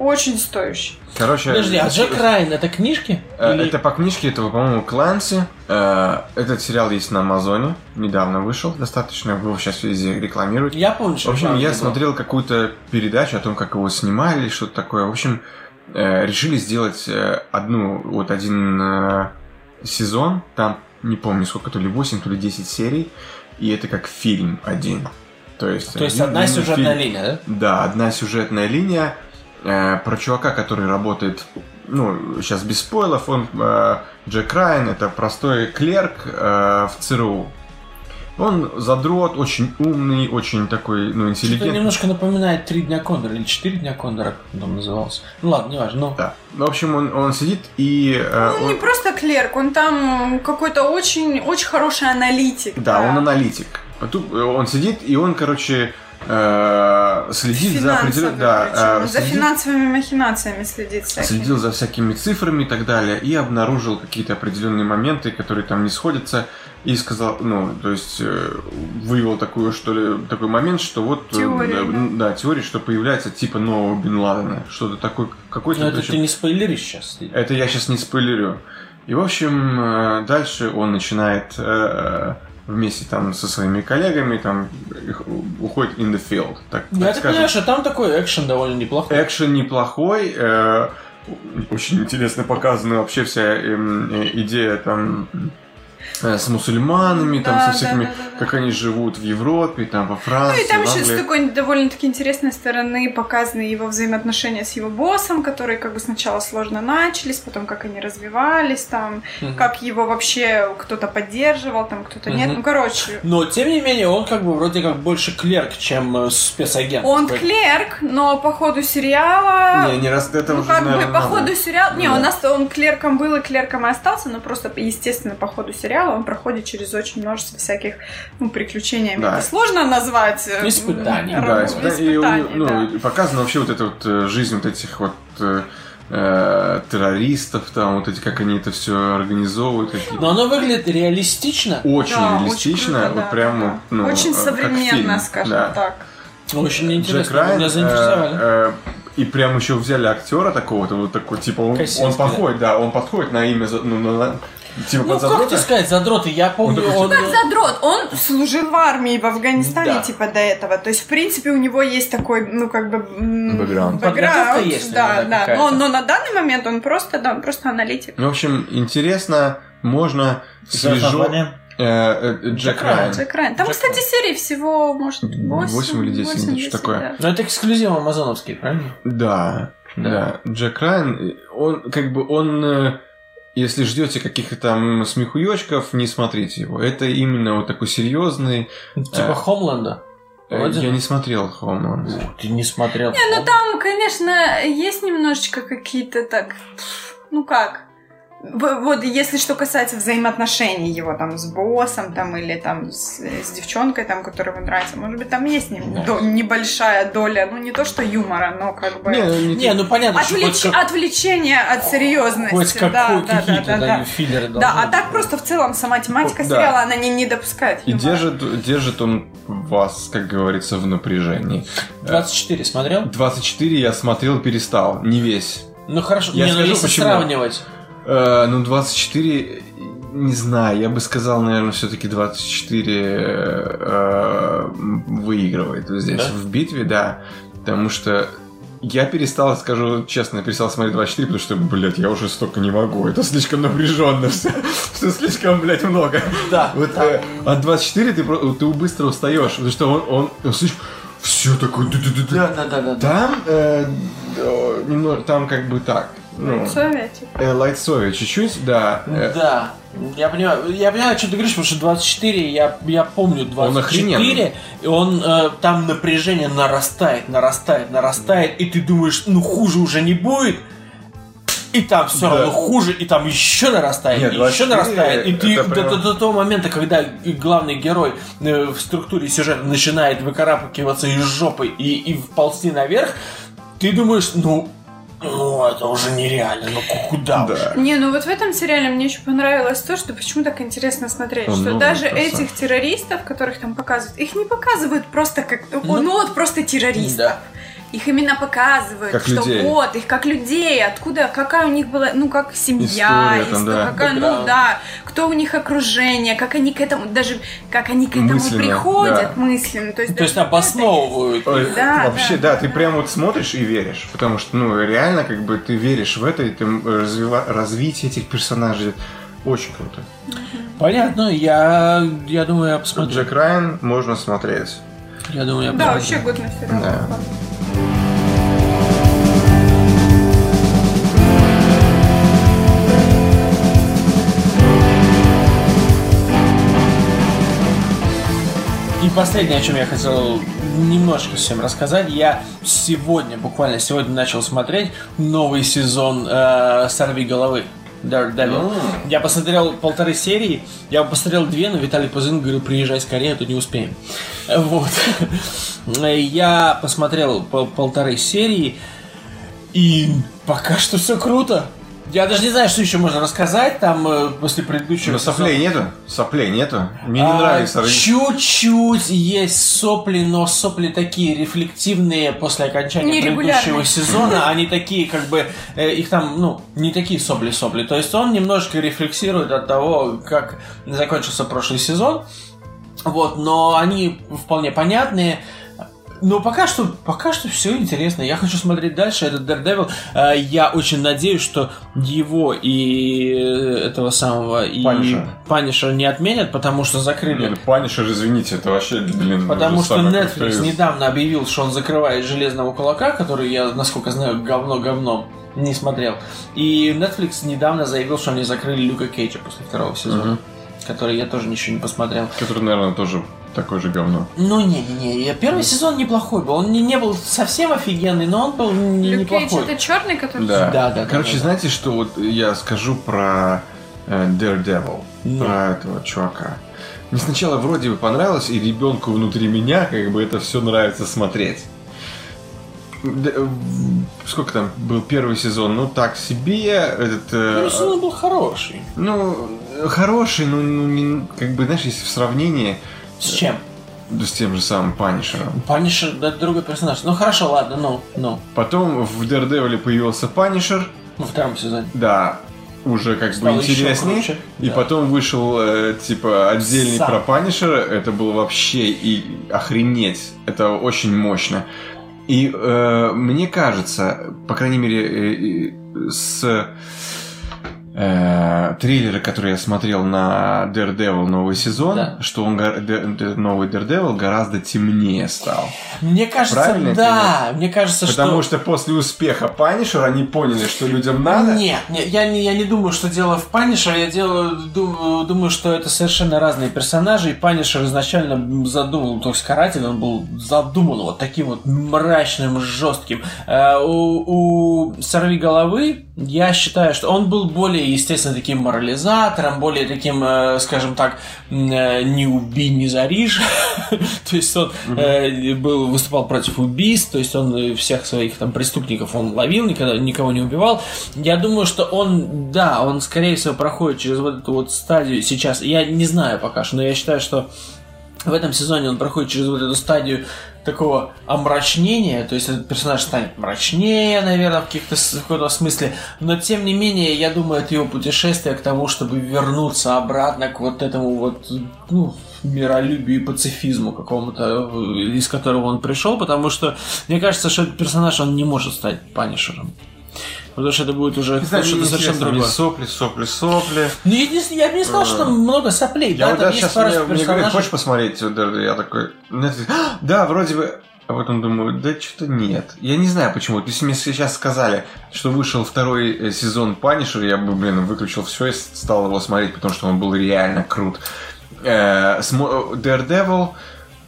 [SPEAKER 4] очень стоящий.
[SPEAKER 3] Короче,
[SPEAKER 8] Подожди, а Джек Райан это книжки?
[SPEAKER 3] э,
[SPEAKER 8] Или-
[SPEAKER 3] это по книжке этого, по-моему, Кланси. Э, Этот сериал есть на Амазоне. Недавно вышел достаточно. Его сейчас везде рекламируют.
[SPEAKER 8] Я помню,
[SPEAKER 3] В
[SPEAKER 8] что
[SPEAKER 3] общем,
[SPEAKER 8] правда
[SPEAKER 3] я
[SPEAKER 8] было.
[SPEAKER 3] смотрел какую-то передачу о том, как его снимали, что-то такое. В общем, э, решили сделать э, одну, вот один э, сезон, там, не помню, сколько, то ли 8, то ли 10 серий, и это как фильм один. То есть,
[SPEAKER 8] То есть
[SPEAKER 3] один
[SPEAKER 8] одна
[SPEAKER 3] длинный
[SPEAKER 8] сюжетная
[SPEAKER 3] фильм.
[SPEAKER 8] линия, да?
[SPEAKER 3] Да, одна сюжетная линия э, про чувака, который работает, ну, сейчас без спойлов, он э, Джек Райан, это простой клерк э, в ЦРУ. Он задрот, очень умный, очень такой, ну,
[SPEAKER 8] Что-то
[SPEAKER 3] интеллигентный.
[SPEAKER 8] немножко напоминает «Три дня Кондора» или «Четыре дня Кондора», как он там назывался. Ну ладно, неважно. Ну,
[SPEAKER 3] Да. Ну, В общем, он, он сидит и... э,
[SPEAKER 4] Ну, Он
[SPEAKER 3] он-
[SPEAKER 4] не просто клерк, он там какой-то очень-очень хороший аналитик.
[SPEAKER 3] Да, он аналитик. А тут, э, Он сидит, и он, короче, э, следит за определен-
[SPEAKER 4] Финансовый,
[SPEAKER 3] да,
[SPEAKER 4] причем,
[SPEAKER 3] э,
[SPEAKER 4] за
[SPEAKER 3] следит-
[SPEAKER 4] финансовыми махинациями следит всякими.
[SPEAKER 3] следил за всякими цифрами и так далее, и обнаружил какие-то определенные моменты, которые там не сходятся, и сказал, ну, то есть э, вывел такую, что ли, такой момент, что вот... э,
[SPEAKER 4] Теория,
[SPEAKER 3] э, ну, да. теория, что появляется типа нового Бен Ладена, что-то такое, какой-то...
[SPEAKER 8] это
[SPEAKER 3] причем-
[SPEAKER 8] ты не спойлеришь сейчас.
[SPEAKER 3] это я сейчас не спойлерю. И, в общем, э, дальше он начинает э, вместе там со своими коллегами, там, их- уходит in the field, так,
[SPEAKER 8] Ну,
[SPEAKER 3] так
[SPEAKER 8] я так
[SPEAKER 3] скажем.
[SPEAKER 8] понимаю, что там такой экшен довольно неплохой.
[SPEAKER 3] Экшен неплохой. э, очень интересно показана вообще вся эм, э, идея там э, с мусульманами, там со
[SPEAKER 4] Да,
[SPEAKER 3] всякими,
[SPEAKER 4] да, да, да, да.
[SPEAKER 3] как они живут в Европе, там во Франции.
[SPEAKER 4] Ну и там
[SPEAKER 3] в
[SPEAKER 4] еще с
[SPEAKER 3] Англии.
[SPEAKER 4] такой довольно-таки интересной стороны показаны его взаимоотношения с его боссом, которые как бы сначала сложно начались, потом как они развивались, там,
[SPEAKER 8] Мгм.
[SPEAKER 4] как его вообще кто-то поддерживал, там кто-то нет.
[SPEAKER 8] Мгм.
[SPEAKER 3] *laughs*
[SPEAKER 4] Ну, короче,
[SPEAKER 8] Но, тем не менее, он как бы вроде как больше клерк, чем э, спецагент.
[SPEAKER 4] он
[SPEAKER 8] Такой.
[SPEAKER 4] клерк, но по ходу сериала...
[SPEAKER 3] Не, не раз это
[SPEAKER 4] ну,
[SPEAKER 3] уже,
[SPEAKER 4] как
[SPEAKER 3] наверное,
[SPEAKER 4] бы, по
[SPEAKER 3] надо.
[SPEAKER 4] ходу сериала... Не,
[SPEAKER 3] Да.
[SPEAKER 4] у нас он клерком был и клерком и остался, но просто, естественно, по ходу сериала он проходит через очень множество всяких, ну, приключений.
[SPEAKER 3] Да.
[SPEAKER 4] Это сложно назвать... э,
[SPEAKER 8] Испытаний.
[SPEAKER 4] м,
[SPEAKER 3] Да,
[SPEAKER 4] работу,
[SPEAKER 3] испыта- и,
[SPEAKER 4] испытаний,
[SPEAKER 3] ну,
[SPEAKER 4] да.
[SPEAKER 3] и показана вообще вот эта вот э, жизнь вот этих вот э, э, террористов, там вот эти, как они это все организовывают. какие-
[SPEAKER 8] Но оно выглядит реалистично.
[SPEAKER 3] Очень
[SPEAKER 4] Да, очень
[SPEAKER 3] реалистично,
[SPEAKER 4] круто,
[SPEAKER 3] вот
[SPEAKER 4] да,
[SPEAKER 3] прям
[SPEAKER 4] да.
[SPEAKER 3] вот, ну,
[SPEAKER 4] Очень
[SPEAKER 3] э, как
[SPEAKER 4] современно,
[SPEAKER 3] фильм,
[SPEAKER 4] скажем
[SPEAKER 3] да.
[SPEAKER 4] так.
[SPEAKER 8] Очень мне
[SPEAKER 3] Джек
[SPEAKER 8] интересно,
[SPEAKER 3] Райан,
[SPEAKER 8] меня
[SPEAKER 3] э,
[SPEAKER 8] заинтересовали.
[SPEAKER 3] э, и прям еще взяли актера такого-то, вот такой, типа, он,
[SPEAKER 8] Косинский,
[SPEAKER 3] он подходит, да. он подходит на имя, за- ну, на- на- типа,
[SPEAKER 8] Ну,
[SPEAKER 3] под
[SPEAKER 8] как
[SPEAKER 3] задрота.
[SPEAKER 8] тебе сказать, задроты, я помню,
[SPEAKER 3] такой, типа-
[SPEAKER 8] он... э,
[SPEAKER 4] Задрот, он служил в армии в Афганистане,
[SPEAKER 8] Да.
[SPEAKER 4] типа, до этого. То есть, в принципе, у него есть такой, ну, как бы... м,
[SPEAKER 3] Бэкграунд.
[SPEAKER 8] Подготовка есть,
[SPEAKER 4] да,
[SPEAKER 8] наверное,
[SPEAKER 4] да.
[SPEAKER 8] какая-то.
[SPEAKER 4] Но, но на данный момент он просто, да, он просто аналитик.
[SPEAKER 3] Ну, в общем, интересно, можно
[SPEAKER 5] Сейчас
[SPEAKER 3] свежо... Э,
[SPEAKER 5] название.
[SPEAKER 3] э, э, Джек Райан.
[SPEAKER 4] Джек Райан. Там,
[SPEAKER 8] Джек
[SPEAKER 4] кстати, серий всего, может, 8,
[SPEAKER 3] Восемь или десять, что такое.
[SPEAKER 8] Но ну, это эксклюзив амазоновский, правильно?
[SPEAKER 3] Да, да. Джек Райан, э, он как бы он, э, если ждете каких-то там смехуёчков, не смотрите его. Это именно вот такой серьезный.
[SPEAKER 8] Типа Хомланда. Вроде
[SPEAKER 3] Я
[SPEAKER 8] да.
[SPEAKER 3] не смотрел Хоумланд.
[SPEAKER 8] Ух, Ты не смотрел.
[SPEAKER 4] Не, ну там, конечно, есть немножечко какие-то так, ну как, в- вот если что касается взаимоотношений его там с боссом там или там с, с девчонкой там, которая ему нравится, может быть там есть не-
[SPEAKER 8] Да.
[SPEAKER 4] до- небольшая доля, ну не то что юмора, но как бы
[SPEAKER 3] Не, ну, не-
[SPEAKER 8] Не, ну понятно, что
[SPEAKER 4] отвлеч-
[SPEAKER 8] хоть как-
[SPEAKER 4] отвлечение от серьезности,
[SPEAKER 8] хоть
[SPEAKER 4] да,
[SPEAKER 8] какой
[SPEAKER 4] да, да,
[SPEAKER 8] какие-то
[SPEAKER 4] да, да.
[SPEAKER 8] да, филлеры
[SPEAKER 4] Да, а
[SPEAKER 8] должны
[SPEAKER 4] так
[SPEAKER 8] быть.
[SPEAKER 4] просто в целом сама тематика
[SPEAKER 3] Да.
[SPEAKER 4] сериала она не, не допускает.
[SPEAKER 3] И
[SPEAKER 4] юмора.
[SPEAKER 3] держит, держит он вас, как говорится, в напряжении.
[SPEAKER 8] 24 смотрел?
[SPEAKER 3] 24 я смотрел, перестал. Не весь.
[SPEAKER 8] Ну хорошо,
[SPEAKER 3] Я
[SPEAKER 8] не, ну,
[SPEAKER 3] скажу,
[SPEAKER 8] если
[SPEAKER 3] почему.
[SPEAKER 8] сравнивать.
[SPEAKER 3] Э, ну, 24, э, не знаю, я бы сказал, наверное, все-таки 24 э, э, выигрывает здесь
[SPEAKER 8] Да?
[SPEAKER 3] в битве, да. Потому что я перестал, скажу честно, перестал смотреть 24, потому что, блядь, я уже столько не могу. Это слишком *laughs* напряженно все. Все слишком, блядь, много.
[SPEAKER 8] Да,
[SPEAKER 3] Вот э, от 24 ты, про- ты быстро устаешь, потому что он, он, все такое... ду-ду-ду-ду.
[SPEAKER 8] да, да, да, да. да.
[SPEAKER 3] Там, э, э, немного, там как бы так. ну,
[SPEAKER 4] Советик.
[SPEAKER 3] э, лайтсовее чуть-чуть, да. э,
[SPEAKER 8] Да, я понимаю, я понимаю, о чем ты говоришь, потому что 24, я, я помню 24,
[SPEAKER 3] охрененный.
[SPEAKER 8] и он, э, там напряжение нарастает, нарастает, нарастает, и ты думаешь, ну хуже уже не будет, И там все
[SPEAKER 11] Да.
[SPEAKER 8] равно хуже, и там еще нарастает,
[SPEAKER 3] Нет,
[SPEAKER 8] и
[SPEAKER 3] вообще
[SPEAKER 8] еще нарастает. И ты
[SPEAKER 3] это
[SPEAKER 8] до,
[SPEAKER 3] прям-
[SPEAKER 8] до- до того момента, когда и главный герой э, в структуре сюжета начинает выкарабкиваться из жопы и, и вползти наверх, ты думаешь, ну, ну это уже нереально, ну куда уж.
[SPEAKER 4] Не, ну вот в этом сериале мне еще понравилось то, что почему так интересно смотреть,
[SPEAKER 3] Он
[SPEAKER 4] что
[SPEAKER 3] новый,
[SPEAKER 4] даже
[SPEAKER 3] красавчик.
[SPEAKER 4] этих террористов, которых там показывают, их не показывают просто как, ну, ну вот просто террористов.
[SPEAKER 8] Да.
[SPEAKER 4] Их именно показывают,
[SPEAKER 3] Как
[SPEAKER 4] что
[SPEAKER 3] людей.
[SPEAKER 4] вот, их как людей, откуда, какая у них была, ну как семья,
[SPEAKER 3] История там,
[SPEAKER 4] ист-
[SPEAKER 3] да,
[SPEAKER 4] какая, ну
[SPEAKER 8] бэкграунд.
[SPEAKER 4] да, кто у них окружение, как они к этому, даже как они к этому
[SPEAKER 3] Мысленно,
[SPEAKER 4] приходят мысленно. То есть,
[SPEAKER 8] То есть
[SPEAKER 4] даже
[SPEAKER 8] обосновывают.
[SPEAKER 3] Ой,
[SPEAKER 4] Да,
[SPEAKER 3] Э, вообще, да, ты прям вот смотришь и веришь, потому что, ну, реально, как бы ты веришь в это, и ты м, развива- развитие этих персонажей очень круто.
[SPEAKER 8] Понятно, я, я думаю, я посмотрю.
[SPEAKER 3] Джек Райан можно смотреть.
[SPEAKER 8] Я думаю, я
[SPEAKER 4] Да,
[SPEAKER 8] посмотрю.
[SPEAKER 4] вообще годный сериал.
[SPEAKER 3] Да.
[SPEAKER 8] И последнее, о чем я хотел немножко всем рассказать, я сегодня, буквально сегодня начал смотреть новый сезон э, «Сорви головы». Daredevil. Я посмотрел полторы серии, я посмотрел две, но Виталий Пузын говорю, приезжай скорее, а то не успеем. Вот. *laughs* Я посмотрел пол- полторы серии, и пока что все круто. Я даже не знаю, что еще можно рассказать там э, после предыдущего
[SPEAKER 3] Но
[SPEAKER 8] сезона.
[SPEAKER 3] соплей нету? Соплей нету? Мне не
[SPEAKER 8] А,
[SPEAKER 3] нравится.
[SPEAKER 8] Чуть-чуть есть сопли, но сопли такие рефлективные после окончания
[SPEAKER 4] Нерегулярные.
[SPEAKER 8] предыдущего сезона. Они такие, как бы, э, их там, ну, не такие сопли-сопли. То есть он немножко рефлексирует от того, как закончился прошлый сезон. Вот, но они вполне понятные. Но пока что, пока что все интересно. Я хочу смотреть дальше этот Daredevil. Э, Я очень надеюсь, что его и э, этого самого и
[SPEAKER 3] Панишера.
[SPEAKER 8] Панишера не отменят, потому что закрыли.
[SPEAKER 3] Нет, Панишер, извините, это вообще, блин,
[SPEAKER 8] Потому
[SPEAKER 3] уже
[SPEAKER 8] что
[SPEAKER 3] самое
[SPEAKER 8] Netflix
[SPEAKER 3] крутое.
[SPEAKER 8] недавно объявил, что он закрывает «Железного кулака», который я, насколько знаю, говно-говном не смотрел. И Netflix недавно заявил, что они закрыли Люка Кейджа после второго сезона,
[SPEAKER 3] Мгм.
[SPEAKER 8] который я тоже ничего не посмотрел.
[SPEAKER 3] Который, наверное, тоже такое же говно.
[SPEAKER 8] Ну, не-не-не, я- первый сезон неплохой был. Он не, не был совсем офигенный, но он был не-
[SPEAKER 4] Люк Кейдж
[SPEAKER 8] неплохой.
[SPEAKER 4] это черный, который...
[SPEAKER 3] Да.
[SPEAKER 8] Да, да, да,
[SPEAKER 3] Короче,
[SPEAKER 8] да, да.
[SPEAKER 3] знаете, что вот я скажу про э, Daredevil,
[SPEAKER 8] Ну.
[SPEAKER 3] про этого чувака. Мне сначала вроде бы понравилось, и ребенку внутри меня как бы это все нравится смотреть. Д- э, Сколько там был первый сезон? Ну так себе. Этот, э,
[SPEAKER 8] Первый сезон был хороший.
[SPEAKER 3] ну, э, хороший, ну, ну, не- как бы, знаешь, если в сравнении э,
[SPEAKER 8] С чем?
[SPEAKER 3] да, с тем же самым Панишером.
[SPEAKER 8] Панишер, да, другой персонаж. Ну, хорошо, ладно, ну, ну.
[SPEAKER 3] Потом в Daredevil появился Панишер,
[SPEAKER 8] Во втором сезоне.
[SPEAKER 3] Да, уже как
[SPEAKER 8] Стало
[SPEAKER 3] бы
[SPEAKER 8] еще
[SPEAKER 3] интереснее.
[SPEAKER 8] круче.
[SPEAKER 3] И
[SPEAKER 8] Да.
[SPEAKER 3] потом вышел, э, типа, отдельный
[SPEAKER 8] Сам.
[SPEAKER 3] про Панишера. Это было вообще и охренеть. Это очень мощно. И э, мне кажется, по крайней мере, э, э, с э, трейлера, который я смотрел на Daredevil новый сезон,
[SPEAKER 8] Да.
[SPEAKER 3] что он гор- Дэ- Дэ- новый Daredevil гораздо темнее стал.
[SPEAKER 8] Мне кажется,
[SPEAKER 3] Правильно я
[SPEAKER 8] да. Мне кажется,
[SPEAKER 3] Потому что после успеха Панишера они поняли, что людям надо.
[SPEAKER 8] Нет, нет, я не, я не думаю, что дело в Панишер, я делаю, думаю, думаю, что это совершенно разные персонажи, и Панишер изначально задумал, то есть Каратель, он был задуман вот таким вот мрачным, жестким. Э, У, у Сорви Головы, я считаю, что он был более, естественно, таким морализатором, более таким, э, скажем так, м, э, не убей, не заришь. *laughs* То есть он э, был, выступал против убийств, то есть он э, всех своих там преступников он ловил, никогда никого не убивал. Я думаю, что он, да, он скорее всего проходит через вот эту вот стадию сейчас. Я не знаю пока что, но я считаю, что в этом сезоне он проходит через вот эту стадию такого омрачнения, то есть этот персонаж станет мрачнее, наверное, в каких-то с- в каком-то смысле, но тем не менее, я думаю, это его путешествие к тому, чтобы вернуться обратно к вот этому вот, ну, миролюбию и пацифизму какому-то, э, из которого он пришел, потому что мне кажется, что этот персонаж, он не может стать панишером. Потому что это будет уже что-то совершенно другое.
[SPEAKER 3] Сопли, сопли, сопли.
[SPEAKER 8] Ну, я, не, я бы не сказал, что там много соплей,
[SPEAKER 3] А. Я
[SPEAKER 8] да,
[SPEAKER 3] вот
[SPEAKER 8] там
[SPEAKER 3] даже
[SPEAKER 8] есть
[SPEAKER 3] сейчас
[SPEAKER 8] пара
[SPEAKER 3] мне, мне говорят,
[SPEAKER 8] персонажей.
[SPEAKER 3] хочешь посмотреть? Вот даже Я такой, Netflix, «А, да, вроде бы. А потом думаю, да что-то нет. Я не знаю почему. Вот Если мне сейчас сказали, что вышел второй э, сезон Панишера, я бы, блин, выключил все и с- стал его смотреть, потому что он был реально крут. Э, смо- э, Daredevil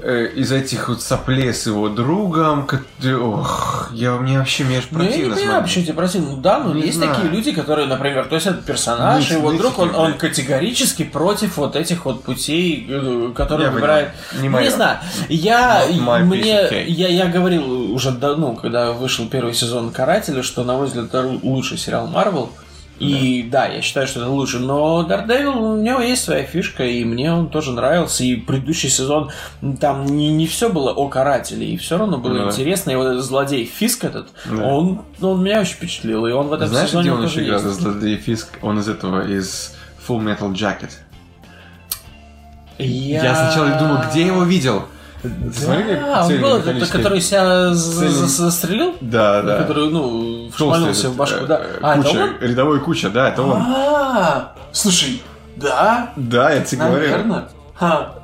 [SPEAKER 3] э, из этих вот соплей с его другом. ко- Ох, я, мне вообще, мне аж
[SPEAKER 8] Ну, я не
[SPEAKER 3] противно
[SPEAKER 8] понимаю,
[SPEAKER 3] смотреть.
[SPEAKER 8] почему тебе противно. Ну да, но
[SPEAKER 3] Не
[SPEAKER 8] есть
[SPEAKER 3] знаю. Ну,
[SPEAKER 8] такие люди, которые, например, то есть этот персонаж,
[SPEAKER 3] Ныть-
[SPEAKER 8] его друг, он,
[SPEAKER 3] нытики,
[SPEAKER 8] он
[SPEAKER 3] блядь.
[SPEAKER 8] категорически против вот этих вот путей, э, которые
[SPEAKER 3] Я
[SPEAKER 8] выбирает. Ну,
[SPEAKER 3] понимаю. Не моё.
[SPEAKER 8] знаю. Я,
[SPEAKER 3] Not my piece
[SPEAKER 8] мне,
[SPEAKER 3] of cake.
[SPEAKER 8] я, я говорил уже давно, когда вышел первый сезон «Карателя», что, на мой взгляд, это лу- лучший сериал Марвел. И да. я считаю, что это лучше. Но Дардевил, у него есть своя фишка, и мне он тоже нравился. И предыдущий сезон м, там не, не все было о карателе, и все равно было
[SPEAKER 3] Ну да.
[SPEAKER 8] интересно. И вот этот злодей Фиск этот,
[SPEAKER 3] Да.
[SPEAKER 8] он, он меня очень впечатлил. И он в этом
[SPEAKER 3] Знаешь,
[SPEAKER 8] сезоне
[SPEAKER 3] где он
[SPEAKER 8] тоже
[SPEAKER 3] еще играл?
[SPEAKER 8] есть.
[SPEAKER 3] Злодей Фиск. Он из этого, из Full Metal Jacket.
[SPEAKER 8] Я...
[SPEAKER 3] Я, сначала и думал, где я его видел. Ты смотри, как
[SPEAKER 8] Да, он
[SPEAKER 3] цельный
[SPEAKER 8] был этот,
[SPEAKER 3] металлический.
[SPEAKER 8] который себя за-
[SPEAKER 3] Цельный.
[SPEAKER 8] за- застрелил?
[SPEAKER 3] Да, да.
[SPEAKER 8] Который, ну,
[SPEAKER 3] Толстый
[SPEAKER 8] шмальнул себе
[SPEAKER 3] этот,
[SPEAKER 8] в башку,
[SPEAKER 3] э,
[SPEAKER 8] да.
[SPEAKER 3] э,
[SPEAKER 8] А, это
[SPEAKER 3] куча,
[SPEAKER 8] он?
[SPEAKER 3] рядовой куча, да, это он.
[SPEAKER 8] А, слушай, да,
[SPEAKER 3] Да, я тебе говорю.
[SPEAKER 8] наверное. Ха,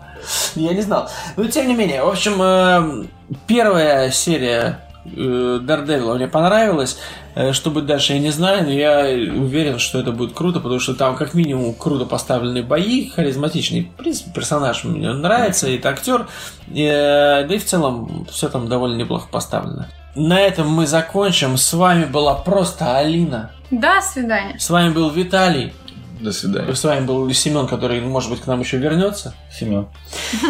[SPEAKER 8] Ну, Я не знал. Но тем не менее, в общем, э, первая серия Дардевила мне понравилась. Э, Что будет дальше, я не знаю, но я уверен, что это будет круто, потому что там как минимум круто поставлены бои, харизматичный, в принципе, персонаж мне нравится, и это актер, Э, да и в целом все там довольно неплохо поставлено. На этом мы закончим. С вами была просто Алина.
[SPEAKER 4] До свидания.
[SPEAKER 8] С вами был Виталий.
[SPEAKER 3] До свидания.
[SPEAKER 8] С вами был Семен, который, может быть, к нам еще вернется.
[SPEAKER 5] Семен.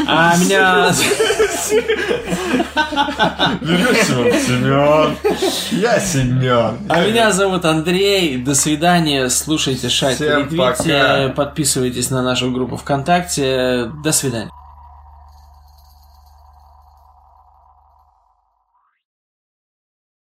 [SPEAKER 8] А меня...
[SPEAKER 3] Вернешься вам, Семен. Я Семен.
[SPEAKER 8] А меня зовут Андрей. До свидания. Слушайте Шайт
[SPEAKER 3] Всем
[SPEAKER 8] Ретвите.
[SPEAKER 3] пока.
[SPEAKER 8] Подписывайтесь на нашу группу ВКонтакте. До свидания.